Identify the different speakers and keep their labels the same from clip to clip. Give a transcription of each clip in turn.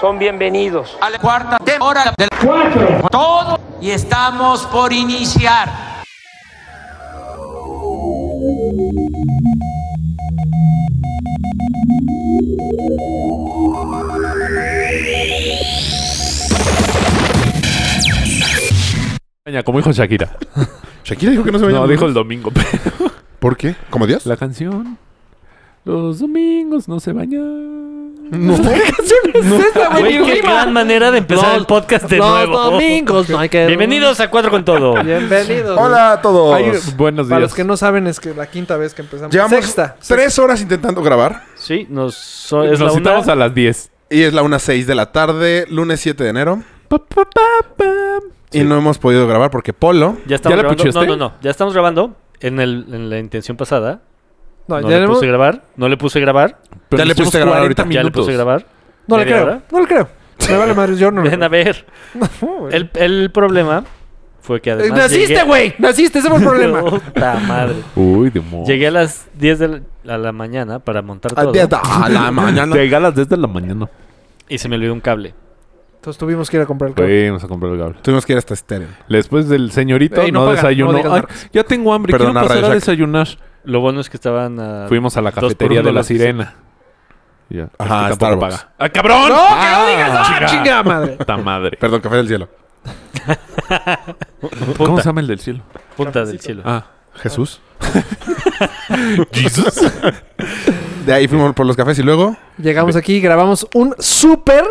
Speaker 1: son bienvenidos.
Speaker 2: A la cuarta hora del
Speaker 3: cuatro,
Speaker 2: todo y estamos por iniciar.
Speaker 4: España, Como dijo Shakira.
Speaker 5: Shakira dijo que no se baña.
Speaker 4: No, dijo el domingo. pues. pero-
Speaker 5: ¿Por qué? ¿Como Dios?
Speaker 4: La canción. Los domingos no se bañan.
Speaker 5: No.
Speaker 6: Güey, qué gran manera de empezar el podcast de
Speaker 7: Ah, Los
Speaker 6: nuevo.
Speaker 7: domingos no hay que...
Speaker 6: Bienvenidos a Cuatro con Todo.
Speaker 7: Bienvenidos.
Speaker 5: Hola a todos.
Speaker 4: Ay, buenos días.
Speaker 7: Para los que no saben, es que la quinta vez que empezamos.
Speaker 5: Llevamos
Speaker 7: Sexta.
Speaker 5: tres horas intentando grabar
Speaker 6: Sí, nos, so- es
Speaker 4: Nos
Speaker 6: la una.
Speaker 4: citamos a las 10.
Speaker 5: y es la 1.06 de la tarde, lunes 7 de enero. Y no hemos podido grabar porque Polo
Speaker 6: Ya estamos
Speaker 4: ¿Ya la
Speaker 6: grabando.
Speaker 4: puchaste?
Speaker 6: No, no, no. Ya estamos grabando. En, el, en la intención pasada.
Speaker 7: No,
Speaker 6: No,
Speaker 7: Ah, ya
Speaker 6: le
Speaker 7: hemos-
Speaker 6: puse grabar. No le puse grabar.
Speaker 4: Pero
Speaker 5: Ya le
Speaker 4: nos
Speaker 5: pusiste a
Speaker 4: echamos
Speaker 5: grabar
Speaker 4: 40
Speaker 5: ahorita.
Speaker 6: Ya le
Speaker 4: minutos.
Speaker 6: puse grabar.
Speaker 7: no le
Speaker 6: media
Speaker 7: creo.
Speaker 6: hora.
Speaker 7: No le creo. Me vale madre, yo no. le
Speaker 6: Ven a
Speaker 7: creo.
Speaker 6: ver.
Speaker 7: No, güey.
Speaker 6: El, el problema fue que además.
Speaker 7: Naciste,
Speaker 6: llegué-
Speaker 7: güey. Naciste, ese fue el problema.
Speaker 6: Puta madre.
Speaker 4: Uy, demonio.
Speaker 6: Llegué a las 10 de la, a la mañana para montar todo.
Speaker 5: a la mañana.
Speaker 4: Llegué a las 10 de la mañana.
Speaker 6: Y se me olvidó un cable.
Speaker 7: Entonces tuvimos que ir a comprar el cable.
Speaker 4: Fuimos a comprar el cable.
Speaker 5: Tuvimos que ir hasta estéreo.
Speaker 4: Después del señorito
Speaker 7: Ey, no
Speaker 4: no,
Speaker 7: paga,
Speaker 4: desayunó.
Speaker 7: no digas
Speaker 4: Ay,
Speaker 7: marcas.
Speaker 4: ya tengo hambre,
Speaker 5: Perdona,
Speaker 4: quiero pasar
Speaker 5: Radio
Speaker 4: a
Speaker 5: Shack.
Speaker 4: desayunar.
Speaker 6: Lo bueno es que estaban a.
Speaker 4: Fuimos a la
Speaker 6: por
Speaker 4: cafetería
Speaker 6: uno
Speaker 4: de
Speaker 6: de
Speaker 4: la
Speaker 6: los-
Speaker 4: sirena. Ya.
Speaker 5: Ajá,
Speaker 4: Es que tampoco
Speaker 5: Starbucks.
Speaker 4: paga. ¡Ah, cabrón!
Speaker 7: ¡No, que no digas! ¡Ah,
Speaker 4: Chinga.
Speaker 7: chingada madre!
Speaker 4: ¡Puta madre!
Speaker 5: Perdón, café del cielo.
Speaker 4: ¿Cómo se llama el del cielo?
Speaker 6: Punta del cielo.
Speaker 4: Ah.
Speaker 5: Jesús. Jesus. De ahí fuimos por los cafés y luego
Speaker 7: Llegamos aquí, grabamos un súper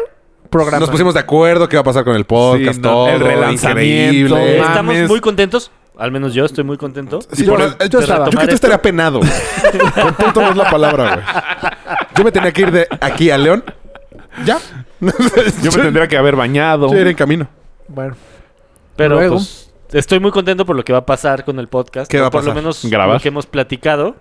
Speaker 7: programa.
Speaker 5: nos pusimos de acuerdo qué va a pasar con el podcast,
Speaker 4: Sí, no,
Speaker 5: todo.
Speaker 4: el relanzamiento.
Speaker 5: increíble.
Speaker 4: Ah,
Speaker 6: Estamos
Speaker 4: mames.
Speaker 6: muy contentos. Al menos yo estoy muy contento.
Speaker 5: Sí,
Speaker 7: Yo-
Speaker 5: pero,
Speaker 7: yo
Speaker 5: eh, yo,
Speaker 7: estaba.
Speaker 5: creo que tú estaría penado. güey. Contento no es la palabra, güey. Yo me tenía que ir de aquí a León. ¿Ya?
Speaker 4: Yo me tendría que haber bañado.
Speaker 5: Yo iría en camino.
Speaker 7: Bueno,
Speaker 6: Pero
Speaker 7: Luego.
Speaker 6: pues, estoy muy contento por lo que va a pasar con el podcast.
Speaker 5: ¿Qué
Speaker 6: o
Speaker 5: va a
Speaker 6: Por lo
Speaker 5: pasar?
Speaker 6: menos
Speaker 4: Grabar.
Speaker 6: lo que hemos platicado,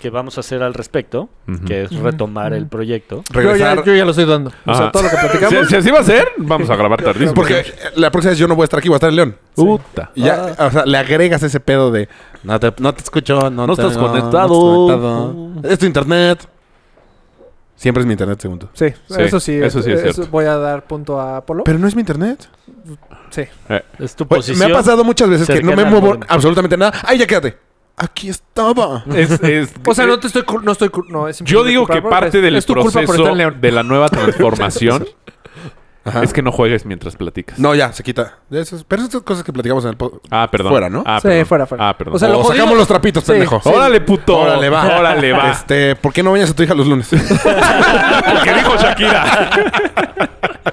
Speaker 6: que vamos a hacer al respecto, que es retomar el proyecto.
Speaker 7: yo
Speaker 5: Regresar.
Speaker 7: ya, yo ya lo estoy dando. O sea,
Speaker 4: Ajá.
Speaker 7: todo lo que
Speaker 4: Si,
Speaker 7: platicamos.
Speaker 4: si así va a ser, vamos a grabar tardísimo.
Speaker 5: Porque eh, la próxima vez yo no voy a estar aquí, voy a estar en León.
Speaker 4: Puta.
Speaker 5: Y Ya, o sea, le agregas ese pedo de no te, no te escucho, no,
Speaker 4: No
Speaker 5: te-
Speaker 4: estás
Speaker 5: no, no
Speaker 4: conectado.
Speaker 5: conectado. Es tu internet. Siempre es mi internet, segundo.
Speaker 7: Sí,
Speaker 4: Sí,
Speaker 7: eso sí.
Speaker 4: eso sí es cierto.
Speaker 7: Voy a dar punto a Polo.
Speaker 5: Pero no es mi internet.
Speaker 6: Es tu
Speaker 5: Güey,
Speaker 6: posición.
Speaker 5: me ha pasado muchas veces que no
Speaker 6: cercana
Speaker 5: me
Speaker 6: al
Speaker 5: muevo
Speaker 6: modem.
Speaker 5: absolutamente nada. ¡Ay, ya quédate! Aquí estaba.
Speaker 4: Es- es-
Speaker 7: o sea, no te estoy... cul- No estoy... cul- No, es
Speaker 4: Yo digo que
Speaker 7: imposible
Speaker 4: parte
Speaker 7: culpar,
Speaker 4: del
Speaker 7: es tu culpa por estar
Speaker 4: proceso
Speaker 7: en León.
Speaker 4: de la nueva transformación
Speaker 5: Ajá.
Speaker 4: es que no juegues mientras platicas.
Speaker 5: No, ya, se quita. De esas- pero esas son cosas que platicamos en el podcast.
Speaker 4: Ah, perdón.
Speaker 5: Fuera, ¿no?
Speaker 4: Ah,
Speaker 7: Sí,
Speaker 4: perdón.
Speaker 7: fuera, fuera.
Speaker 4: Ah, perdón.
Speaker 7: O sea, lo
Speaker 5: o
Speaker 7: jodido-
Speaker 5: sacamos los trapitos,
Speaker 7: Sí,
Speaker 5: pendejo.
Speaker 7: sí.
Speaker 4: ¡Órale, puto!
Speaker 5: Órale, va.
Speaker 4: ¡Órale, va!
Speaker 5: Este, ¿por qué no bañas a tu hija los lunes?
Speaker 4: Porque dijo Shakira.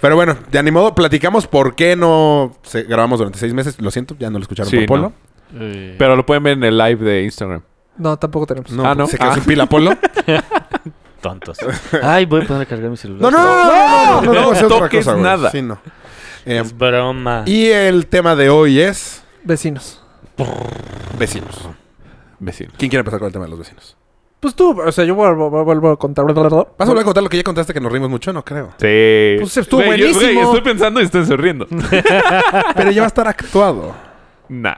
Speaker 5: Pero bueno, de ni modo, platicamos por qué no se- grabamos durante seis meses. Lo siento, ya no lo escucharon
Speaker 4: Sí,
Speaker 5: por Polo.
Speaker 6: Eh,
Speaker 4: Pero lo pueden ver en el live de Instagram.
Speaker 7: No, tampoco tenemos.
Speaker 5: No,
Speaker 4: Ah, ¿no?
Speaker 5: se quedó
Speaker 4: Ah.
Speaker 5: sin pila Polo.
Speaker 6: tontos. Ay, voy a poner a cargar mi celular.
Speaker 5: No, no, no, no, no, no, no,
Speaker 4: No
Speaker 5: es otra
Speaker 4: toques
Speaker 5: cosa, güey.
Speaker 4: nada.
Speaker 5: Sí, no. Eh,
Speaker 6: Es broma.
Speaker 5: y el tema de hoy es
Speaker 7: Vecinos.
Speaker 5: vecinos.
Speaker 4: Vecino.
Speaker 5: ¿Quién quiere empezar con el tema de los vecinos?
Speaker 7: Pues tú, o sea, yo vuelvo, vuelvo a contar.
Speaker 5: ¿Vas a volver a contar lo que ya contaste que nos rimos mucho? No creo.
Speaker 4: Sí.
Speaker 7: Pues estuvo
Speaker 4: Güey, yo- güey,
Speaker 7: buenísimo.
Speaker 4: estoy pensando y estoy sonriendo.
Speaker 5: Pero ya va a estar actuado.
Speaker 4: nah.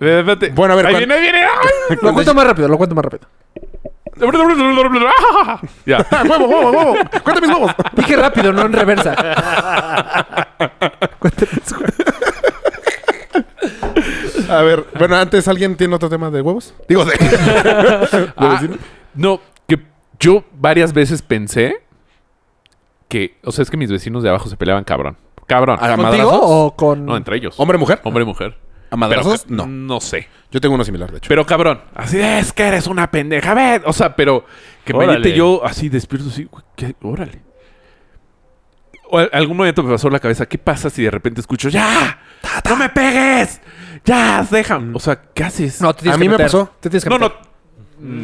Speaker 4: Eh, espérate.
Speaker 5: Bueno, a ver,
Speaker 4: Ahí
Speaker 5: ¿cuál-
Speaker 4: viene, ahí viene. ¡Ay!
Speaker 7: Lo cuento más rápido, lo cuento más rápido.
Speaker 4: ya.
Speaker 5: ¡Huevo, huevo, huevo! ¡Cuenta mis huevos!
Speaker 7: Dije rápido, no en reversa.
Speaker 5: A ver, bueno, antes, ¿alguien tiene otro tema de huevos? Digo, de...
Speaker 4: Ah, no, que yo varias veces pensé que, o sea, es que mis vecinos de abajo se peleaban cabrón. Cabrón.
Speaker 5: ¿A
Speaker 7: ¿Contigo
Speaker 5: madrazos?
Speaker 7: o con...?
Speaker 4: No, entre ellos.
Speaker 5: ¿Hombre, mujer?
Speaker 4: Hombre, mujer.
Speaker 5: ¿A madrazos?
Speaker 4: Pero ca-
Speaker 5: no.
Speaker 4: No sé.
Speaker 5: Yo tengo uno similar, de hecho.
Speaker 4: Pero cabrón. Así de, es que eres una pendeja. Ve. O sea, pero que me
Speaker 6: Órale.
Speaker 4: grite yo así despierto así. güey, ¿qué? Órale. O al- algún momento me pasó la cabeza. ¿Qué pasa si de repente escucho ya? ¡No me pegues! ¡Ya! ¡Déjame! O sea, ¿qué haces?
Speaker 7: Mm. No, te tienes
Speaker 5: A
Speaker 7: que
Speaker 5: mí me
Speaker 7: meter.
Speaker 5: pasó.
Speaker 7: Te tienes que
Speaker 4: no,
Speaker 7: meter.
Speaker 4: no.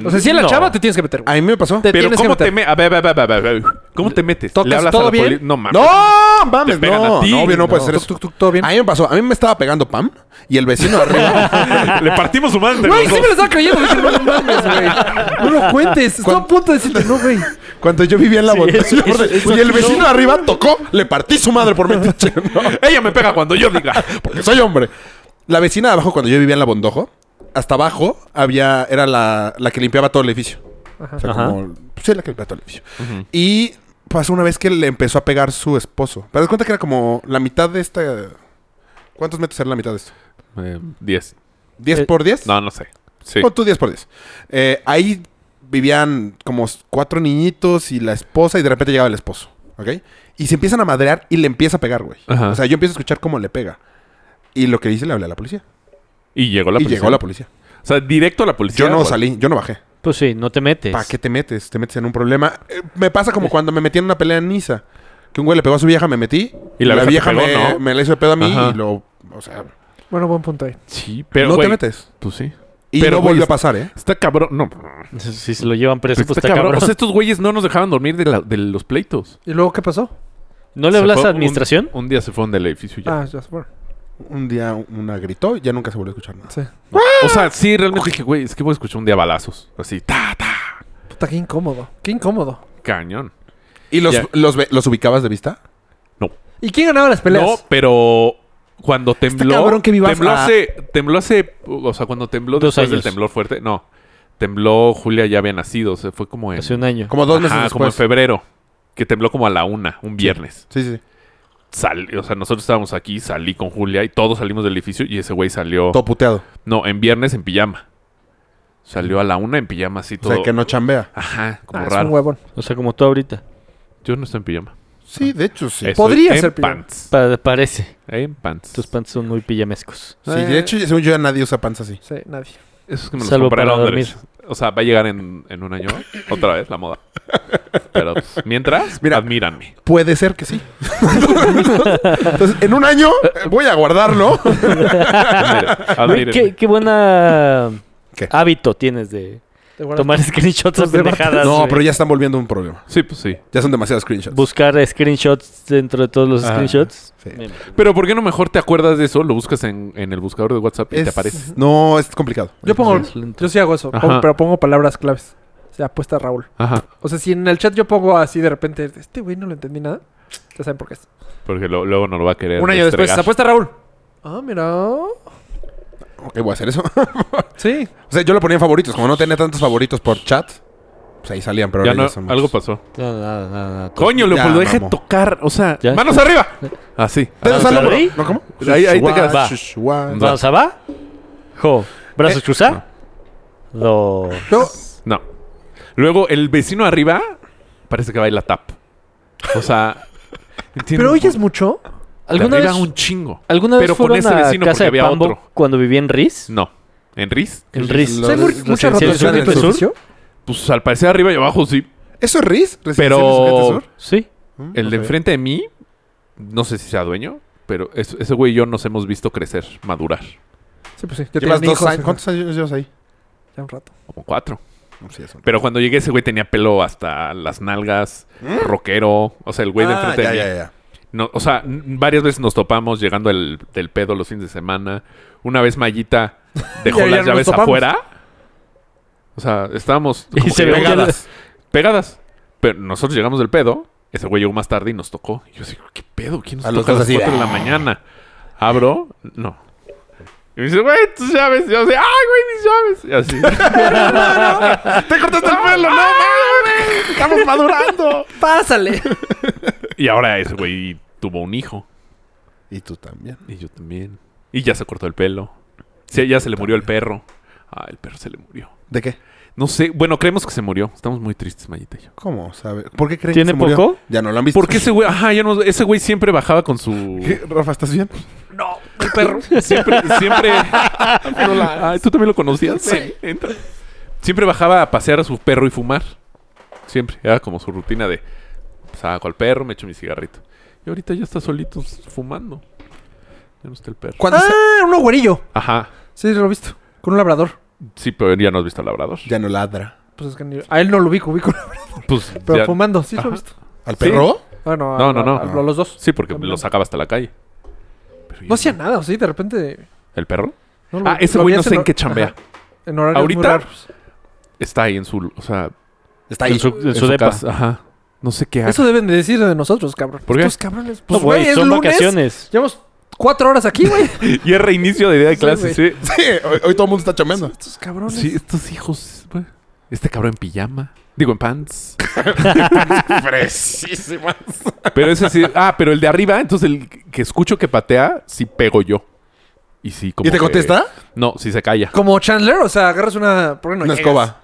Speaker 7: O sea, si es la
Speaker 6: No.
Speaker 7: chava, te tienes que meter.
Speaker 5: A mí me pasó.
Speaker 7: Te
Speaker 4: Pero
Speaker 7: tienes que
Speaker 4: ¿cómo te
Speaker 7: meter.
Speaker 4: me... A ver, a ver, a ver, a ver. ¿Cómo te metes?
Speaker 7: ¿Tocas todo bien?
Speaker 4: poli- No, mames.
Speaker 5: ¡No! ¡Mames!
Speaker 4: Te pegan
Speaker 5: No,
Speaker 4: a ti.
Speaker 5: no, obvio, no puedes hacer
Speaker 7: Tuc,
Speaker 5: eso.
Speaker 7: tuc, tuc, todo bien.
Speaker 5: A mí me pasó. A mí me estaba pegando Pam y el vecino arriba.
Speaker 4: Le partimos su madre.
Speaker 7: Güey,
Speaker 4: los
Speaker 7: sí
Speaker 4: dos.
Speaker 7: me lo estaba creyendo. Dije, no lo mames, güey. No lo cuentes. Estoy a punto de decirte, no, güey.
Speaker 5: Cuando yo vivía en la botella.
Speaker 6: eso- eso- eso
Speaker 5: y el
Speaker 6: no.
Speaker 5: vecino arriba tocó, le partí su madre por mi
Speaker 4: Ella me pega cuando yo diga.
Speaker 5: Porque soy hombre. La vecina de abajo, cuando yo vivía en la Bondojo, hasta abajo había, era la, la que limpiaba todo el edificio. O sea,
Speaker 6: Ajá.
Speaker 5: como- pues, sí, la que limpiaba todo el edificio. Y pasó una vez que le empezó a pegar su esposo. Pero das cuenta que era como la mitad de esta. ¿Cuántos metros era la mitad de esto?
Speaker 4: Eh, 10.
Speaker 5: ¿10
Speaker 6: Eh,
Speaker 5: por 10?
Speaker 4: No, no sé. Sí.
Speaker 5: Pon tú 10 por 10. Eh, ahí vivían como cuatro niñitos y la esposa y de repente llegaba el esposo. ¿Ok? Y se empiezan a madrear y le empieza a pegar, güey.
Speaker 4: Ajá.
Speaker 5: O sea, yo empiezo a escuchar cómo le pega. Y lo que dice le hablé a la policía.
Speaker 4: Y llegó la
Speaker 5: y
Speaker 4: policía.
Speaker 5: llegó la policía.
Speaker 4: O sea, directo a la policía.
Speaker 5: yo no
Speaker 4: güey.
Speaker 5: salí, yo no bajé.
Speaker 6: Pues sí, no te metes.
Speaker 5: ¿Para qué te metes? Te metes en un problema. Eh, me pasa como cuando me metí en una pelea en Niza. Que un güey le pegó a su vieja, me metí.
Speaker 4: Y la vieja te pegó,
Speaker 5: me,
Speaker 4: ¿no?
Speaker 5: me le hizo de pedo a mí
Speaker 4: Ajá.
Speaker 5: y lo... O sea,
Speaker 7: Bueno, buen punto ahí.
Speaker 4: Sí, pero.
Speaker 5: no
Speaker 4: güey,
Speaker 5: te metes.
Speaker 4: Pues sí.
Speaker 5: Y
Speaker 4: Pero,
Speaker 5: no
Speaker 4: güey,
Speaker 5: volvió a
Speaker 4: está-
Speaker 5: pasar, ¿eh?
Speaker 4: Está cabrón. No.
Speaker 6: Si se lo llevan preso,
Speaker 4: Está,
Speaker 6: pues está
Speaker 4: Este cabrón.
Speaker 6: cabrón.
Speaker 4: O sea, estos güeyes no nos dejaban dormir de, la- de los pleitos.
Speaker 7: ¿Y luego qué pasó?
Speaker 6: ¿No le
Speaker 4: Se
Speaker 6: hablas
Speaker 4: fue
Speaker 6: a
Speaker 4: un-
Speaker 6: administración?
Speaker 4: Un, día se fueron del edificio y ya.
Speaker 7: Ah, ya, bueno.
Speaker 5: Un día una gritó y ya nunca se volvió a escuchar nada.
Speaker 7: Sí.
Speaker 4: O sea, sí, realmente dije, güey, es que voy a escuchar un día balazos. Así, ta, ta.
Speaker 7: Puta, qué incómodo. Qué incómodo.
Speaker 4: Cañón.
Speaker 5: ¿Y los,
Speaker 4: Ya.
Speaker 5: los, ve- los ubicabas de vista?
Speaker 7: ¿Y quién ganaba las
Speaker 4: No,
Speaker 7: peleas?
Speaker 4: pero cuando tembló.
Speaker 7: cabrón que vivas
Speaker 4: tembló
Speaker 7: a-
Speaker 4: hace. Tembló hace. O sea, cuando tembló
Speaker 6: Dos
Speaker 4: después del
Speaker 6: años.
Speaker 4: temblor fuerte. No. Tembló, Julia ya había nacido. O sea, fue como en.
Speaker 6: Hace un año.
Speaker 5: Como dos meses
Speaker 4: Ajá,
Speaker 5: después.
Speaker 4: como en febrero. Que tembló como a la una, un viernes.
Speaker 5: Sí, sí, sí.
Speaker 4: Sal- o sea, nosotros estábamos aquí, salí con Julia y todos salimos del edificio y ese güey salió.
Speaker 5: Todo puteado.
Speaker 4: No, en viernes en pijama. Salió a la una en pijama así
Speaker 5: O
Speaker 4: todo.
Speaker 5: sea, que no chambea.
Speaker 4: Ajá, como
Speaker 7: Ah, es
Speaker 4: raro.
Speaker 7: un huevón.
Speaker 6: O sea, como tú ahorita.
Speaker 4: Yo no estoy en pijama.
Speaker 5: Sí, de hecho, sí. Eh.
Speaker 4: Estoy
Speaker 7: Podría
Speaker 4: en
Speaker 7: ser pijama.
Speaker 4: pants. Eh,
Speaker 6: Pa- parece.
Speaker 4: En pants.
Speaker 6: Tus pants son muy pijamescos.
Speaker 5: Sí, de hecho, según yo ya nadie usa panza así.
Speaker 7: Sí, nadie.
Speaker 4: Esos que me los
Speaker 6: Salvo
Speaker 4: compré a
Speaker 6: para
Speaker 4: Londres. O sea, va a llegar en, en un año otra vez la moda. Pero pues, mientras,
Speaker 5: Mira.
Speaker 4: admíranme.
Speaker 5: Puede ser que sí. Entonces, en un año eh, voy a guardarlo.
Speaker 4: Admira-
Speaker 6: Güey,
Speaker 4: admírenme.
Speaker 6: ¿Qué, qué buena
Speaker 5: ¿Qué?
Speaker 6: hábito tienes de
Speaker 7: Te guardas-
Speaker 6: tomar screenshots de
Speaker 7: Los debates.
Speaker 6: pendejadas.
Speaker 5: No,
Speaker 6: güey.
Speaker 5: pero ya están volviendo un problema.
Speaker 4: Sí, pues sí.
Speaker 5: Ya son demasiados screenshots.
Speaker 6: Buscar screenshots dentro de todos los
Speaker 5: Ah,
Speaker 6: screenshots.
Speaker 5: sí.
Speaker 6: Bien.
Speaker 4: Pero ¿por qué no mejor te acuerdas de eso? Lo buscas en, en el buscador de WhatsApp y te
Speaker 5: Es-
Speaker 4: aparece.
Speaker 5: No, es complicado.
Speaker 7: Yo pongo.
Speaker 6: pues, Es lento.
Speaker 7: Yo sí hago eso,
Speaker 4: Ajá.
Speaker 7: pongo- pero pongo palabras claves. O sea, apuesta Raúl.
Speaker 4: Ajá.
Speaker 7: O sea, si en el chat yo pongo así de repente, este güey no lo entendí nada, ya saben por qué es.
Speaker 4: Porque lo- luego no lo va a querer.
Speaker 7: Un año después,
Speaker 4: restregar.
Speaker 7: apuesta Raúl. Ah, mira.
Speaker 5: Ok, voy a hacer eso.
Speaker 7: Sí.
Speaker 5: o sea, yo lo ponía en favoritos. Como no tenía tantos favoritos por chat, pues ahí salían, pero
Speaker 4: Ya
Speaker 5: ahora
Speaker 4: no,
Speaker 5: ya son
Speaker 4: algo
Speaker 5: muchos.
Speaker 4: pasó.
Speaker 6: No, no, no, no, todo-
Speaker 4: Coño,
Speaker 5: Leopoldo,
Speaker 4: Leopoldo,
Speaker 5: deja
Speaker 4: deja
Speaker 5: de
Speaker 4: tocar. O sea,
Speaker 6: Ya.
Speaker 4: manos arriba. Así.
Speaker 5: Dedos al
Speaker 6: Ah,
Speaker 5: hombro.
Speaker 6: ¿sí?
Speaker 5: ¿No cómo?
Speaker 4: Ahí- ahí te
Speaker 5: Shushuá,
Speaker 4: quedas. Va.
Speaker 5: shushuá.
Speaker 6: Va, o sea, va. Jo. Brazos cruzados. Lo.
Speaker 5: Yo-
Speaker 4: No. Luego, el vecino arriba parece que baila tap. O sea.
Speaker 7: Pero oyes mucho.
Speaker 6: ¿Alguna vez,
Speaker 4: un chingo.
Speaker 6: ¿alguna vez
Speaker 4: pero con
Speaker 6: fueron
Speaker 4: ese
Speaker 6: a
Speaker 4: vecino porque
Speaker 6: casa de
Speaker 4: había
Speaker 6: Pambo
Speaker 4: otro.
Speaker 6: cuando vivía en Riz?
Speaker 4: No. ¿En Riz?
Speaker 6: En Riz.
Speaker 5: Los-
Speaker 7: ¿Hay mu- mucha
Speaker 6: residenciales
Speaker 7: rotación
Speaker 5: del
Speaker 7: en tu
Speaker 5: sur.
Speaker 7: edificio?
Speaker 4: Pues al parecer arriba y abajo sí.
Speaker 5: ¿Eso es RIS?
Speaker 4: Pero
Speaker 6: Sí.
Speaker 4: el de enfrente de mí, no sé si sea dueño, pero es- ese güey y yo nos hemos visto crecer, madurar.
Speaker 7: Sí, pues sí. Yo
Speaker 5: Llevas
Speaker 7: tenía
Speaker 5: dos
Speaker 7: hijos,
Speaker 5: años.
Speaker 7: ajá,
Speaker 5: ¿Cuántos años llevas ahí?
Speaker 7: Ya un rato.
Speaker 4: Como cuatro.
Speaker 5: Sí, es un-
Speaker 4: Pero cuando llegué, ese güey tenía pelo hasta las nalgas, rockero. O sea, el güey de
Speaker 5: Ah,
Speaker 4: enfrente
Speaker 5: ya,
Speaker 4: de mí.
Speaker 5: ya, ya.
Speaker 4: No, o sea, n- varias veces nos topamos llegando el- del pedo los fines de semana. Una vez Mayita dejó
Speaker 7: Ya, ya
Speaker 4: las
Speaker 7: no nos
Speaker 4: llaves
Speaker 7: topamos.
Speaker 4: afuera. O sea, estábamos
Speaker 6: Y
Speaker 4: como
Speaker 6: se
Speaker 4: que
Speaker 6: ve
Speaker 4: pegadas. Pegadas. Pero nosotros llegamos del pedo. Ese güey llegó más tarde y nos tocó. Y yo así, ¿qué pedo? ¿Quién nos
Speaker 5: A los
Speaker 4: toca a
Speaker 5: dos
Speaker 4: las
Speaker 5: así de,
Speaker 4: 4 de la
Speaker 5: "Ah".
Speaker 4: mañana? ¿Abro? No. Y me dice, güey, tus llaves. Y yo así, ¡ay, güey, mis llaves! Y así.
Speaker 5: ¡Te cortaste
Speaker 4: Ah.
Speaker 5: el pelo! ¡No, mames! ¡Estamos madurando!
Speaker 7: ¡Pásale!
Speaker 4: y ahora ese güey tuvo un hijo.
Speaker 5: Y tú también.
Speaker 4: Y yo también. Y ya se cortó el pelo. Sí, ya se le murió el perro. Ah, el perro se le murió.
Speaker 5: ¿De qué?
Speaker 4: No sé, bueno, creemos que se murió. Estamos muy tristes, Mayita y yo.
Speaker 5: ¿Cómo? ¿Sabe? ¿Por qué creen
Speaker 6: ¿Tiene
Speaker 5: que se murió?
Speaker 6: poco?
Speaker 5: Ya no lo han visto.
Speaker 4: ¿Por qué ese güey? Ajá, ya no, ese güey siempre bajaba con su.
Speaker 5: ¿Qué? Rafa, ¿estás bien?
Speaker 4: No, el perro. Siempre, siempre. Ay, ¿Tú también lo conocías? Sí. Entra. Siempre bajaba a pasear a su perro y fumar. Siempre. Era como su rutina de. Saco al perro, me echo mi cigarrito. Y ahorita ya está solito fumando. Ya no está el perro.
Speaker 5: ¿Cuándo se-
Speaker 7: ¡Ah! Un güerillo.
Speaker 4: Ajá.
Speaker 7: Sí, lo he visto. Con un labrador.
Speaker 4: Sí, pero ya no has visto al labrador.
Speaker 5: Ya no ladra.
Speaker 7: Pues es que ni- a él no lo ubico, ubico.
Speaker 4: Pues,
Speaker 7: Pero
Speaker 4: ya-
Speaker 7: fumando, sí lo
Speaker 4: Ajá.
Speaker 7: he visto.
Speaker 5: ¿Al perro?
Speaker 7: Bueno, a-
Speaker 4: No, no, no.
Speaker 7: a- a los dos.
Speaker 4: Sí, porque
Speaker 7: También.
Speaker 4: lo sacaba hasta la calle. Pero ya
Speaker 7: No hacía nada, sí, de repente.
Speaker 4: ¿El perro?
Speaker 7: no lo-
Speaker 4: Ah, ese
Speaker 7: lo
Speaker 4: güey
Speaker 7: vi
Speaker 4: no
Speaker 7: hace
Speaker 4: sé en
Speaker 7: hor-
Speaker 4: qué chambea.
Speaker 7: Ajá. En horarios
Speaker 4: Ahorita,
Speaker 7: muy raros.
Speaker 4: Está ahí en su... O sea,
Speaker 5: Está ahí.
Speaker 6: En su, en
Speaker 4: en
Speaker 6: su
Speaker 4: su
Speaker 6: depa.
Speaker 4: casa. Ajá. No sé qué haga.
Speaker 7: Eso deben de decir de nosotros, cabrón.
Speaker 4: ¿Por qué?
Speaker 7: Estos cabrones.
Speaker 6: No,
Speaker 7: Pues,
Speaker 6: güey,
Speaker 7: güey, es
Speaker 6: son
Speaker 7: lunes.
Speaker 6: vacaciones.
Speaker 7: Llevamos cuatro horas aquí, güey.
Speaker 4: Y es reinicio de día de
Speaker 7: Sí,
Speaker 4: clases, sí.
Speaker 5: Sí, hoy, hoy todo el mundo está chambeando.
Speaker 7: Estos cabrones.
Speaker 4: Sí, estos hijos... güey. Este cabrón en pijama. Digo, en pants.
Speaker 5: Fresísimas.
Speaker 4: Pero ese sí. Ah, pero el de arriba, entonces el que escucho que patea, sí pego yo. Y sí, como.
Speaker 5: ¿Y te
Speaker 4: que-
Speaker 5: contesta?
Speaker 4: No, sí se calla.
Speaker 7: Como Chandler, o sea, agarras una. ¿por qué no
Speaker 5: Una
Speaker 7: llegas?
Speaker 5: escoba.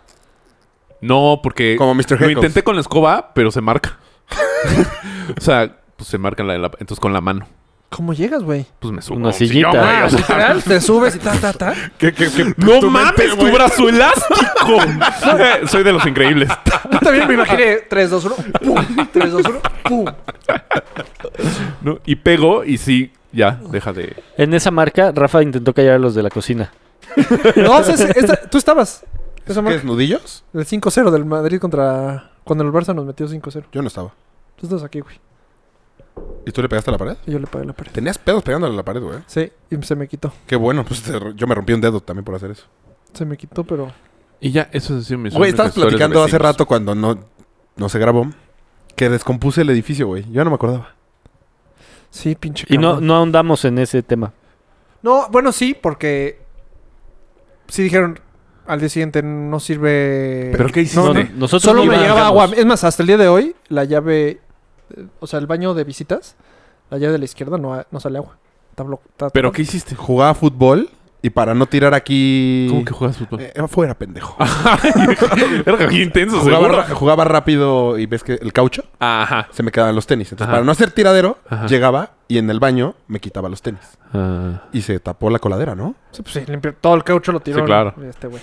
Speaker 4: No, porque.
Speaker 5: Como Mr.
Speaker 4: Lo
Speaker 5: Heckles.
Speaker 4: intenté con la escoba, pero se marca. o sea, pues se marca la, la- entonces con la mano.
Speaker 7: ¿Cómo llegas, güey?
Speaker 4: Pues me subo.
Speaker 6: Una
Speaker 4: a un sillón,
Speaker 6: sillita.
Speaker 4: güey, o sea,
Speaker 7: Literal, te subes y ta, ta, ta.
Speaker 5: ¿Qué, qué, qué-
Speaker 4: no
Speaker 5: tu
Speaker 4: mames,
Speaker 5: mente,
Speaker 4: tu
Speaker 5: güey.
Speaker 4: brazo elástico. Eh, Soy de los increíbles.
Speaker 7: Yo también me imaginé 3, 2, 1, pum, 3, 2, 1, pum.
Speaker 4: ¿no? Y pego y sí, ya, deja de.
Speaker 6: En esa marca, Rafa intentó callar a los de la cocina.
Speaker 7: No, ese- ese- esta- tú estabas. Esa
Speaker 5: ¿Qué
Speaker 7: marca.
Speaker 5: es, nudillos?
Speaker 7: El 5-0 del Madrid contra. Cuando el Barça nos metió 5-0.
Speaker 5: Yo no estaba.
Speaker 7: Tú estás aquí, güey.
Speaker 5: ¿Y tú le pegaste a la pared?
Speaker 7: Y yo le pagué la pared.
Speaker 5: Tenías pedos pegándole a la pared, güey.
Speaker 7: Sí, y se me quitó.
Speaker 5: Qué bueno, pues te- yo me rompí un dedo también por hacer eso.
Speaker 7: Se me quitó, pero.
Speaker 4: Y ya, eso es mi
Speaker 5: Güey, estabas platicando hace rato cuando no, no se grabó que descompuse el edificio, güey. Yo no me acordaba.
Speaker 7: Sí, pinche.
Speaker 6: Y no,
Speaker 7: cabrón.
Speaker 6: no ahondamos en ese tema.
Speaker 7: No, bueno, sí, porque. Sí dijeron. Al día siguiente no sirve.
Speaker 4: ¿Pero qué hiciste?
Speaker 6: No,
Speaker 7: no.
Speaker 6: no, nosotros
Speaker 7: Solo
Speaker 6: no
Speaker 7: me llegaba
Speaker 6: ahondamos.
Speaker 7: agua. Es más, hasta el día de hoy, la llave. eh, O sea, el baño de visitas, la llave de la izquierda no, ha- no sale agua. Está blo- está-
Speaker 4: ¿Pero qué hiciste?
Speaker 5: Jugaba fútbol y para no tirar aquí...
Speaker 4: ¿Cómo que juegas fútbol?
Speaker 5: Eh, afuera, pendejo.
Speaker 4: Era que intenso,
Speaker 5: jugaba,
Speaker 4: seguro.
Speaker 5: ra- jugaba rápido y ves que el caucho
Speaker 4: Ajá.
Speaker 5: se me quedaban los tenis. Entonces,
Speaker 4: Ajá.
Speaker 5: para no hacer tiradero,
Speaker 4: Ajá.
Speaker 5: llegaba y en el baño me quitaba los tenis.
Speaker 4: Ah.
Speaker 5: Y se tapó la coladera, ¿no?
Speaker 7: Sí, pues sí, limpió todo el caucho, lo tiró.
Speaker 4: Sí, claro.
Speaker 7: Este güey.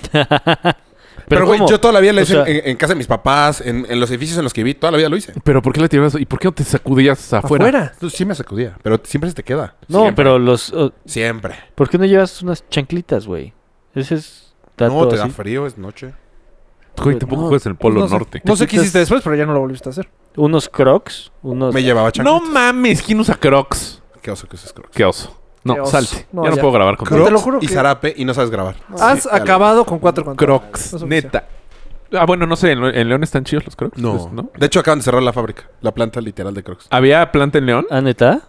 Speaker 5: Pero, güey,
Speaker 6: ¿cómo?
Speaker 5: yo toda la vida lo
Speaker 6: O
Speaker 5: hice
Speaker 6: sea-
Speaker 5: en, en casa de mis papás, en, en los edificios en los que viví, toda la vida lo hice.
Speaker 4: ¿Pero por qué la tirabas? ¿Y por qué no te sacudías afuera?
Speaker 5: Entonces, sí me sacudía, pero siempre se te queda.
Speaker 6: No,
Speaker 5: Siempre.
Speaker 6: pero los... oh,
Speaker 5: Siempre.
Speaker 6: ¿Por qué no llevas unas chanclitas, güey? Ese es... dato
Speaker 5: No, te da
Speaker 6: así.
Speaker 5: frío, es noche.
Speaker 4: Güey, tampoco
Speaker 6: No.
Speaker 4: juegas en el Polo
Speaker 7: no sé-
Speaker 4: Norte.
Speaker 7: no sé qué
Speaker 6: Quitas-
Speaker 7: hiciste después, pero ya no lo volviste a hacer.
Speaker 6: Unos crocs, unos...
Speaker 5: Me llevaba
Speaker 4: No
Speaker 5: chanclitas.
Speaker 4: mames, ¿quién usa Crocs?
Speaker 5: Qué oso que uses Crocs.
Speaker 4: Qué oso. No,
Speaker 7: Qué oso.
Speaker 4: salte.
Speaker 7: No,
Speaker 4: ya, no
Speaker 7: ya.
Speaker 4: puedo grabar con
Speaker 7: Crocs.
Speaker 4: Crocs.
Speaker 7: te lo juro
Speaker 5: y
Speaker 7: que-
Speaker 5: zarape y no sabes grabar.
Speaker 7: Has
Speaker 5: dale.
Speaker 7: acabado con cuatro contra
Speaker 4: Crocs,
Speaker 7: Eso sí.
Speaker 4: neta. Ah, bueno, no sé, ¿en Lo- en León están chidos los Crocs?
Speaker 5: No.
Speaker 4: Pues, ¿no?
Speaker 5: De hecho, acaban de cerrar la fábrica. La planta literal de Crocs.
Speaker 4: ¿Había planta en León?
Speaker 6: ¿Ah, neta?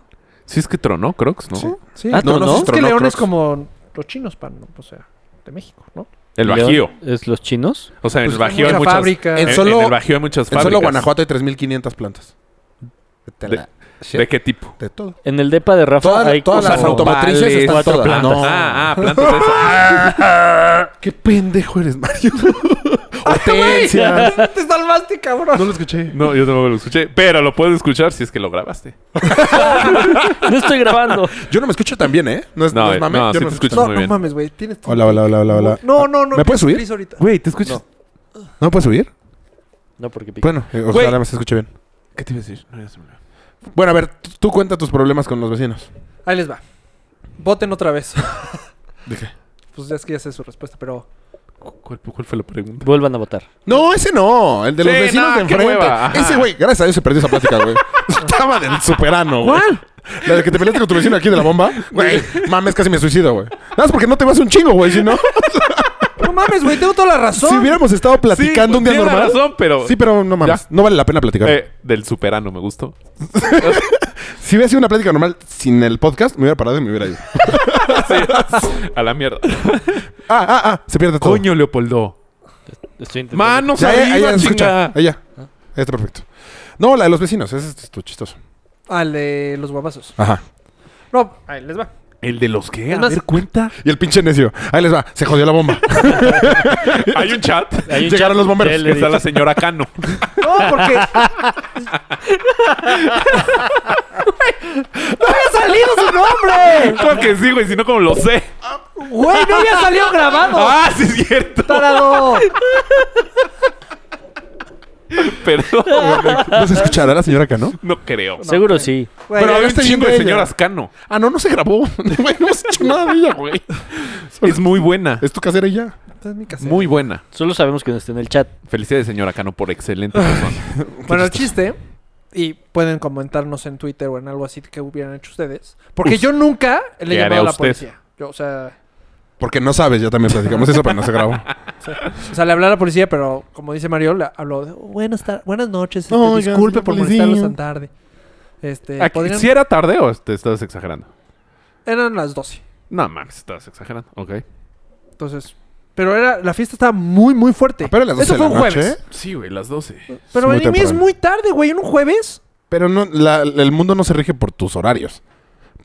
Speaker 4: Sí, es que tronó Crocs, ¿no?
Speaker 5: Sí.
Speaker 7: Sí,
Speaker 6: Ah,
Speaker 7: no,
Speaker 6: ¿no?
Speaker 7: no, es que
Speaker 5: Tronó
Speaker 7: León es
Speaker 5: Crocs.
Speaker 7: como los chinos, pan, o sea, de México, ¿no? Pues
Speaker 4: El
Speaker 6: León
Speaker 4: Bajío.
Speaker 6: ¿Es los chinos?
Speaker 4: O sea, en
Speaker 5: Pues,
Speaker 4: el Bajío hay
Speaker 7: mucha
Speaker 4: muchas...
Speaker 7: fábrica.
Speaker 4: En,
Speaker 5: En solo-
Speaker 4: en el Bajío hay muchas
Speaker 5: En
Speaker 4: fábricas.
Speaker 5: solo Guanajuato hay 3.500 plantas. Vete a
Speaker 4: De-
Speaker 5: la
Speaker 4: ¿De
Speaker 5: shit.
Speaker 4: qué tipo?
Speaker 5: De todo.
Speaker 6: En el depa de Rafa
Speaker 5: Todas-
Speaker 6: hay
Speaker 5: todas
Speaker 6: como-
Speaker 5: las automotrices
Speaker 4: Nopales,
Speaker 5: están
Speaker 6: cuatro
Speaker 5: todas.
Speaker 6: plantas.
Speaker 5: No.
Speaker 4: Ah, ah, plantas de esas.
Speaker 5: Qué pendejo eres, Mario. Hortensias.
Speaker 7: Te salvaste, cabrón.
Speaker 5: No lo escuché.
Speaker 4: No, yo tampoco lo escuché. Pero lo puedes escuchar si es que lo grabaste.
Speaker 6: No estoy grabando.
Speaker 5: Yo no me escucho tan bien, ¿eh? No es,
Speaker 4: No,
Speaker 5: no,
Speaker 4: eh,
Speaker 5: es mame.
Speaker 4: no,
Speaker 5: Yo
Speaker 4: sí te
Speaker 5: no me
Speaker 4: escucho.
Speaker 5: escucho.
Speaker 7: No,
Speaker 4: muy
Speaker 7: no
Speaker 4: bien.
Speaker 7: mames, güey, tienes tu-
Speaker 5: Hola, hola, hola, hola, hola.
Speaker 7: No, no, no.
Speaker 5: ¿Me puedes subir?
Speaker 7: please, ahorita.
Speaker 4: Güey, ¿te escuchas?
Speaker 5: ¿No me puedes subir?
Speaker 6: No, porque pica.
Speaker 5: Bueno, eh,
Speaker 4: Güey.
Speaker 5: ojalá me se escuche bien.
Speaker 4: ¿Qué te iba a decir? No, ya se me olvidó.
Speaker 5: Bueno, a ver, tú- tú cuenta tus problemas con los vecinos.
Speaker 7: Ahí les va. Voten otra vez.
Speaker 5: ¿De qué?
Speaker 7: Pues ya es que ya sé su respuesta, pero
Speaker 4: ¿Cu- ¿Cuál, cuál fue la pregunta?
Speaker 6: Vuelvan a votar.
Speaker 5: No, ese no. El de los
Speaker 4: Sí,
Speaker 5: vecinos
Speaker 4: no,
Speaker 5: de
Speaker 4: qué
Speaker 5: enfrente.
Speaker 4: hueva, ajá.
Speaker 5: Ese güey, gracias a Dios se perdió esa plática, güey. Estaba del superano, güey. ¿Cuál? La de que te peleaste con tu vecino aquí de la bomba. Güey, mames, casi me suicido, güey. Nada más porque no te vas un chingo, güey, si no.
Speaker 7: No mames, güey, tengo toda la razón.
Speaker 5: Si hubiéramos estado platicando
Speaker 4: Sí, pues,
Speaker 5: un día
Speaker 4: tiene
Speaker 5: normal.
Speaker 4: razón, pero...
Speaker 5: Sí, pero no mames.
Speaker 4: Ya.
Speaker 5: No vale la pena platicar.
Speaker 4: Eh, del superano me gustó.
Speaker 5: Si hubiera sido una plática normal sin el podcast, me hubiera parado y me hubiera ido.
Speaker 4: A la mierda.
Speaker 5: Ah, ah, ah. Se pierde todo.
Speaker 4: Coño, Leopoldo.
Speaker 6: Estoy intentando.
Speaker 4: Manos
Speaker 5: Ya, ahí, ahí
Speaker 4: arriba,
Speaker 5: ya se escucha.
Speaker 4: chinga.
Speaker 5: Ahí ya.
Speaker 7: Ah.
Speaker 5: Ahí está perfecto. No, la de los vecinos. Ese es tu chistoso.
Speaker 7: Al de los guabazos.
Speaker 5: Ajá.
Speaker 7: No, ahí les va.
Speaker 4: ¿El de los que
Speaker 7: Es más-
Speaker 4: cuenta.
Speaker 5: Y el pinche necio. Ahí les va. Se jodió la bomba.
Speaker 4: Hay un chat.
Speaker 6: Hay un
Speaker 5: Llegaron
Speaker 6: chat
Speaker 5: los bomberos.
Speaker 6: del
Speaker 4: Que está la señora Cano.
Speaker 7: No, porque. Güey, ¡No había salido su nombre!
Speaker 4: Claro que sí, güey. Si no, como lo sé.
Speaker 7: ¡Güey, no había salido grabado!
Speaker 4: ¡Ah, sí es cierto!
Speaker 7: ¡Tarado!
Speaker 4: Perdón.
Speaker 5: ¿No se escuchará la señora Cano?
Speaker 4: No creo.
Speaker 6: Seguro sí.
Speaker 7: Güey,
Speaker 5: Pero
Speaker 4: Pero hay un
Speaker 5: hablaste bien
Speaker 4: chingo
Speaker 5: de
Speaker 4: de
Speaker 5: ella.
Speaker 4: señoras Cano.
Speaker 5: Ah, no, no se grabó. Güey, no se hecho nada de ella, güey.
Speaker 4: Es muy buena.
Speaker 5: Es tu casera y ya.
Speaker 7: esta es mi casera.
Speaker 4: Muy buena.
Speaker 6: Solo sabemos que no está en el chat.
Speaker 4: Felicidades, señora Cano, por excelente persona.
Speaker 7: Bueno, el chiste. Y pueden comentarnos en Twitter o en algo así que hubieran hecho ustedes. Porque yo nunca le he
Speaker 4: ¿Qué
Speaker 7: llamado a
Speaker 4: haría
Speaker 7: la
Speaker 4: usted?
Speaker 7: policía. Yo, o sea,
Speaker 5: Porque no sabes, ya también platicamos eso, pero no se grabó.
Speaker 7: o sea, le hablé a la policía, pero como dice Mario, le habló de, buenas, tar- buenas noches. este,
Speaker 5: Oiga,
Speaker 7: disculpe
Speaker 5: señor
Speaker 7: por
Speaker 5: policía.
Speaker 7: molestarlos tan tarde. Este,
Speaker 4: Aquí-
Speaker 7: podrían-
Speaker 4: ¿Si era tarde o te estás exagerando?
Speaker 7: Eran las 12.
Speaker 4: No mames, estás exagerando. Ok.
Speaker 7: Entonces, Pero era, la fiesta estaba muy, muy fuerte.
Speaker 5: Ah, pero a las 12
Speaker 7: Eso
Speaker 5: de
Speaker 7: fue
Speaker 5: la
Speaker 7: un
Speaker 5: noche,
Speaker 7: jueves.
Speaker 5: ¿eh?
Speaker 4: Sí, güey, las 12.
Speaker 7: Pero
Speaker 5: muy
Speaker 7: para mí es
Speaker 5: temprano.
Speaker 7: muy tarde, güey. En un jueves.
Speaker 5: Pero no, la- el mundo no se rige por tus horarios.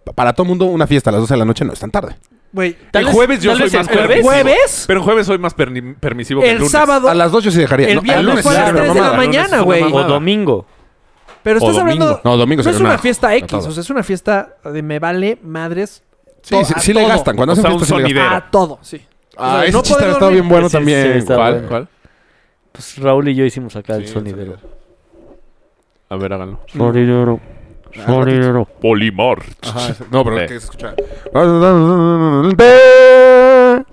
Speaker 5: Pa- Para todo mundo, una fiesta a las 12 de la noche no es tan tarde.
Speaker 7: Güey.
Speaker 4: El jueves yo
Speaker 6: tal
Speaker 4: soy
Speaker 6: vez el
Speaker 4: más
Speaker 6: jueves.
Speaker 4: permisivo.
Speaker 7: ¿Jueves?
Speaker 4: Pero en jueves soy más perni- permisivo que el
Speaker 7: El
Speaker 4: lunes.
Speaker 7: sábado.
Speaker 5: A las 8 sí dejaría.
Speaker 7: El
Speaker 5: No,
Speaker 7: viernes
Speaker 5: lunes
Speaker 7: fue a
Speaker 5: sí
Speaker 7: las
Speaker 5: era una
Speaker 7: 3 de la
Speaker 5: mamada.
Speaker 7: mañana,
Speaker 4: Lunes es
Speaker 7: güey.
Speaker 4: una
Speaker 6: O domingo.
Speaker 7: Pero estás
Speaker 4: O domingo.
Speaker 7: hablando.
Speaker 5: No, domingo
Speaker 7: No es
Speaker 5: sería
Speaker 7: una fiesta X,
Speaker 5: patada.
Speaker 7: o sea, es una fiesta de me vale madres
Speaker 5: Sí, sí,
Speaker 7: a
Speaker 5: sí le
Speaker 7: todo.
Speaker 5: gastan.
Speaker 4: O
Speaker 5: Cuando hacen
Speaker 4: sea, un
Speaker 5: fiestas sí le gastan.
Speaker 4: sonidero.
Speaker 7: a todo, sí.
Speaker 5: Ah,
Speaker 7: O sea,
Speaker 5: ese
Speaker 7: no
Speaker 5: chiste
Speaker 7: poder
Speaker 5: estaba
Speaker 7: dormir.
Speaker 5: bien bueno
Speaker 6: Sí, sí,
Speaker 5: también.
Speaker 6: sí, está
Speaker 5: güey.
Speaker 4: ¿Cuál?
Speaker 6: bueno.
Speaker 4: ¿Cuál?
Speaker 6: Pues Raúl y yo hicimos acá el
Speaker 5: Sí,
Speaker 6: sonidero.
Speaker 4: A ver, háganlo.
Speaker 5: Ah,
Speaker 6: Sonidero. Sonidero.
Speaker 4: Polimor.
Speaker 5: Ajá, ese- no, pero
Speaker 4: Eh.
Speaker 5: hay que escuchar. Pero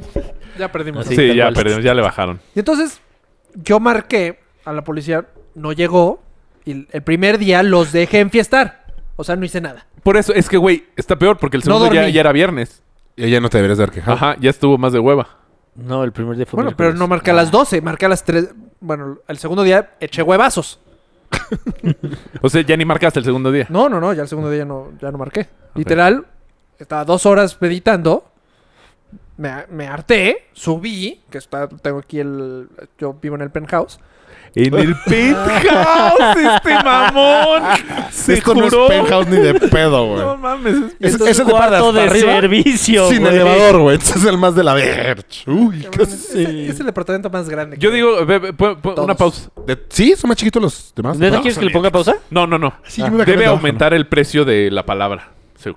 Speaker 7: Ya perdimos.
Speaker 4: Sí,
Speaker 6: Sí, tal
Speaker 4: ya
Speaker 6: cual.
Speaker 4: perdimos, ya le bajaron.
Speaker 7: Y entonces yo marqué a la policía, no llegó y el primer día los dejé enfiestar. O sea, no hice nada.
Speaker 4: Por eso, es que, güey, está peor porque el
Speaker 7: No
Speaker 4: segundo ya,
Speaker 7: dormí.
Speaker 4: ya era viernes.
Speaker 5: ya no te deberías de haber quejado.
Speaker 4: Ajá, ya estuvo más de hueva.
Speaker 6: No, el primer día fue
Speaker 7: Bueno,
Speaker 6: miércoles.
Speaker 7: pero no marqué a
Speaker 4: Ah.
Speaker 7: las 12, marqué a las 3. Bueno, el segundo día eché huevazos.
Speaker 4: O sea, ya ni marcaste el segundo día.
Speaker 7: No, no, no, ya el segundo día no, ya no marqué. Literal, estaba dos horas meditando. Me, me harté, subí, que está, tengo aquí el. Yo vivo en el penthouse.
Speaker 4: En el penthouse, este mamón. Se
Speaker 5: Esto no
Speaker 4: curó.
Speaker 5: es penthouse ni de pedo, güey.
Speaker 4: No mames. es-
Speaker 5: Es-
Speaker 6: Entonces,
Speaker 5: ese es de
Speaker 6: cuarto
Speaker 5: paradas
Speaker 6: de
Speaker 5: para arriba,
Speaker 6: servicio,
Speaker 5: Sin
Speaker 6: güey.
Speaker 5: elevador, güey. Ese es el más de la verge. Uy, casi.
Speaker 7: Es, es el departamento más grande.
Speaker 4: Yo
Speaker 7: que-
Speaker 4: digo, ve- ve, pon- pon una
Speaker 7: Todos.
Speaker 4: pausa.
Speaker 5: De- Sí, son más chiquitos los demás.
Speaker 6: ¿Neta
Speaker 5: No,
Speaker 6: quieres
Speaker 5: son
Speaker 6: que le ponga pausa?
Speaker 4: No, no, no.
Speaker 5: Sí, yo me voy a cambiar
Speaker 4: Debe
Speaker 5: de abajo,
Speaker 4: aumentar el precio de la palabra, se-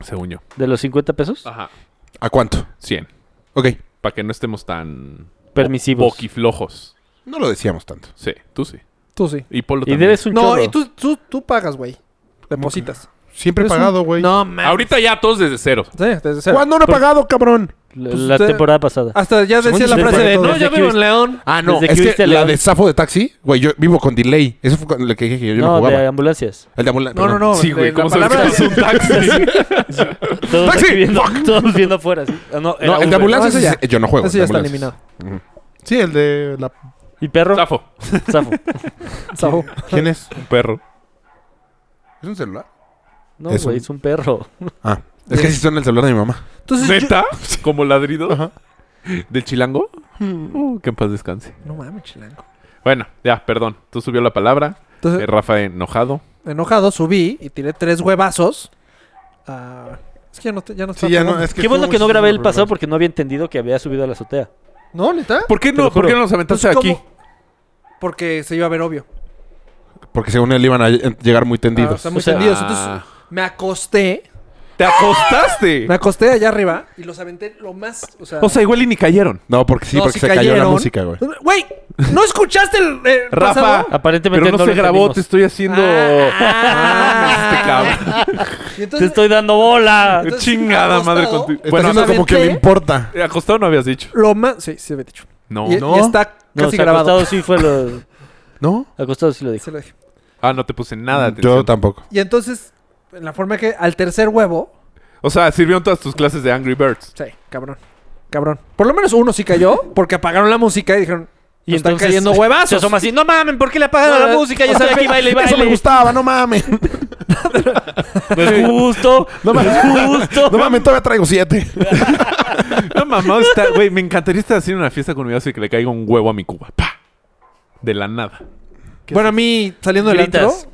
Speaker 4: según yo.
Speaker 6: ¿De los 50 pesos?
Speaker 4: Ajá.
Speaker 5: bien. ¿A cuánto?
Speaker 4: 100.
Speaker 5: Ok.
Speaker 4: Para que no estemos tan
Speaker 6: Permisivos.
Speaker 4: boquiflojos.
Speaker 5: No lo decíamos tanto.
Speaker 4: Sí, tú sí.
Speaker 7: Tú sí.
Speaker 4: Y Polo
Speaker 6: Y
Speaker 4: también.
Speaker 6: debes un
Speaker 7: No,
Speaker 6: chorro.
Speaker 7: y tú, tú, tú pagas, güey. Depositas.
Speaker 5: Siempre he
Speaker 7: Es un-
Speaker 5: pagado, güey.
Speaker 7: No, mames.
Speaker 4: Ahorita ya todos desde cero.
Speaker 7: Sí, desde cero.
Speaker 5: ¿Cuándo no he pagado, cabrón?
Speaker 6: La,
Speaker 7: pues,
Speaker 6: la
Speaker 7: usted-
Speaker 6: temporada pasada.
Speaker 7: Hasta ya
Speaker 5: Según
Speaker 7: decía la
Speaker 5: yo,
Speaker 7: frase de...
Speaker 5: desde-
Speaker 7: No,
Speaker 6: desde
Speaker 7: yo
Speaker 6: que
Speaker 7: vivo
Speaker 6: viste-
Speaker 7: en León.
Speaker 5: Ah, no.
Speaker 6: Desde
Speaker 5: Es
Speaker 6: que
Speaker 5: que,
Speaker 6: viste a
Speaker 5: la
Speaker 6: León.
Speaker 5: de Safo de taxi, güey, yo vivo con delay. Eso fue con- lo que dije que yo no,
Speaker 6: no,
Speaker 5: jugaba.
Speaker 6: de ambulancias.
Speaker 5: El de ambulancia.
Speaker 7: No, no, no.
Speaker 4: Sí, güey.
Speaker 7: de-
Speaker 4: ¿Cómo sabes
Speaker 7: la palabra-
Speaker 4: que es un taxi?
Speaker 6: Todos,
Speaker 5: ¡Taxi!
Speaker 6: aquí viendo, todos viendo afuera. ¿sí? Ah, no, era
Speaker 5: No, el de
Speaker 6: Uber.
Speaker 5: ambulancia
Speaker 7: No, ese
Speaker 5: sí- yo no juego.
Speaker 7: Eso
Speaker 5: el
Speaker 7: ya
Speaker 5: de
Speaker 7: está
Speaker 5: ambulancias.
Speaker 7: eliminado.
Speaker 5: Sí, el de la...
Speaker 6: ¿Y perro?
Speaker 4: Zafo.
Speaker 6: Zafo.
Speaker 7: Sabo.
Speaker 5: ¿Quién es?
Speaker 4: Un perro.
Speaker 5: ¿Es un celular?
Speaker 6: No,
Speaker 5: Es
Speaker 6: güey,
Speaker 5: un-
Speaker 6: es un perro.
Speaker 5: Ah, es que sí son el celular de mi mamá.
Speaker 7: Entonces yo-
Speaker 4: ¿Neta? ¿Como ladrido? ¿Del chilango? Uh, que en paz descanse.
Speaker 7: No mames, chilango.
Speaker 4: Bueno, ya, perdón. Tú subió la palabra. Eh,
Speaker 7: Entonces,
Speaker 4: Rafa enojado.
Speaker 7: enojado, subí y tiré tres huevazos. Ah, es que ya no, te- ya no está
Speaker 5: Sí, ya no,
Speaker 7: pegando.
Speaker 5: es que...
Speaker 6: Qué
Speaker 5: fue
Speaker 6: bueno que no
Speaker 5: muchísimo
Speaker 6: grabé el
Speaker 5: problema.
Speaker 6: pasado porque no había entendido que había subido a la azotea.
Speaker 7: No, neta.
Speaker 4: ¿Por qué
Speaker 6: lo
Speaker 4: no, ¿por
Speaker 6: juro.
Speaker 4: qué no nos aventaste
Speaker 7: Entonces,
Speaker 4: aquí?
Speaker 7: ¿cómo? Porque se iba a ver obvio.
Speaker 5: Porque según él iban a llegar muy
Speaker 7: Ah,
Speaker 5: tendidos.
Speaker 7: o sea, muy
Speaker 6: O sea,
Speaker 7: tendidos.
Speaker 4: ah.
Speaker 7: Entonces me acosté.
Speaker 4: ¡Te acostaste!
Speaker 7: Me acosté allá arriba y los aventé lo más. O sea,
Speaker 4: O sea, igual y ni cayeron.
Speaker 5: No, porque sí,
Speaker 7: no,
Speaker 5: porque
Speaker 7: sí
Speaker 5: se cayó la
Speaker 7: cayeron.
Speaker 5: música, güey.
Speaker 7: Güey, ¿no escuchaste el. eh,
Speaker 4: Rafa,
Speaker 7: pasado?
Speaker 6: Aparentemente
Speaker 4: Pero no,
Speaker 6: no,
Speaker 4: se
Speaker 6: lo
Speaker 4: grabó,
Speaker 6: entendimos.
Speaker 4: te estoy haciendo.
Speaker 7: Ah.
Speaker 4: Este cabrón.
Speaker 7: Y
Speaker 6: Te
Speaker 7: entonces,
Speaker 6: estoy dando bola.
Speaker 7: Entonces,
Speaker 4: Chingada
Speaker 7: acostado,
Speaker 4: madre contigo.
Speaker 5: Está
Speaker 4: Bueno,
Speaker 5: haciendo
Speaker 7: ¿sabes
Speaker 5: como que
Speaker 7: qué?
Speaker 5: le importa.
Speaker 4: acostado no habías dicho.
Speaker 7: Lo más. Sí, sí, había dicho.
Speaker 4: No.
Speaker 7: y,
Speaker 5: no.
Speaker 7: y está
Speaker 6: No, o
Speaker 7: casi
Speaker 6: sea,
Speaker 7: grabado.
Speaker 6: acostado sí fue lo...
Speaker 5: ¿No?
Speaker 6: Acostado sí lo dije.
Speaker 7: Se lo dije.
Speaker 4: Ah, no te puse nada. de
Speaker 5: Yo
Speaker 4: atención.
Speaker 5: tampoco.
Speaker 7: Y entonces, en la forma que al tercer huevo.
Speaker 4: O sea, sirvieron todas tus clases de Angry Birds.
Speaker 7: Sí, cabrón. Cabrón. Por lo menos uno sí cayó porque apagaron la música y dijeron.
Speaker 6: Y
Speaker 7: "Nos están
Speaker 6: entonces
Speaker 7: cayendo
Speaker 6: Se
Speaker 7: huevazos.
Speaker 6: asoma así, no mamen, ¿por qué le apagaron la
Speaker 7: Bueno,
Speaker 6: música? Yo estoy aquí, baile, y
Speaker 5: Eso me
Speaker 6: baile.
Speaker 5: gustaba, no mames.
Speaker 6: No es justo, no es justo.
Speaker 5: No mames, todavía traigo siete.
Speaker 4: No, mamá, está, güey, me encantaría estar haciendo una fiesta con mi vaso y que le caiga un huevo a mi cuba. ¡Pa! De la nada.
Speaker 7: Bueno, a mí saliendo del antro,
Speaker 6: Gritas.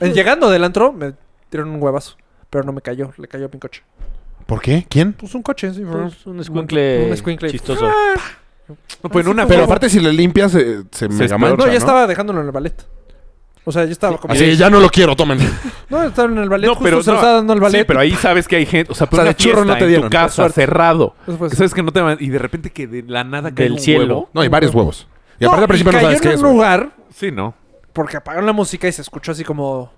Speaker 7: eh, llegando del antro, me tiraron un huevazo. Pero no me cayó, le cayó a mi coche.
Speaker 5: ¿Por qué? ¿Quién?
Speaker 7: Pues un coche, sí,
Speaker 6: Pues, un escuincle
Speaker 7: Un escuincle. Ah,
Speaker 6: chistoso.
Speaker 4: No, pues en una
Speaker 5: Pero aparte, si le limpias, eh, se me
Speaker 4: espancha,
Speaker 5: llama.
Speaker 7: No, ya estaba dejándolo en el ballet. O sea, yo estaba como.
Speaker 5: Así, Ah, ya no lo quiero, tomen.
Speaker 7: No, estaba en el ballet.
Speaker 4: No,
Speaker 7: justo
Speaker 4: pero
Speaker 7: se
Speaker 4: no.
Speaker 7: lo estaba dando al ballet.
Speaker 4: Sí, pero ahí sabes que hay gente. O sea, por
Speaker 5: O sea,
Speaker 4: una
Speaker 5: de churro
Speaker 4: fiesta
Speaker 5: no te
Speaker 4: en tu
Speaker 5: dieron.
Speaker 4: casa,
Speaker 7: Suerte.
Speaker 4: cerrado.
Speaker 7: Eso fue así.
Speaker 4: sabes que no te van. Y de repente que de la nada cae
Speaker 6: Del
Speaker 4: un
Speaker 6: cielo.
Speaker 4: huevo.
Speaker 5: No, hay varios huevos. Y
Speaker 7: No,
Speaker 5: aparte, al principio no
Speaker 7: cayó
Speaker 5: sabes qué
Speaker 7: en
Speaker 5: es.
Speaker 7: un
Speaker 5: güey.
Speaker 7: lugar
Speaker 4: Sí, no.
Speaker 7: porque apagaron la música y se escuchó así como.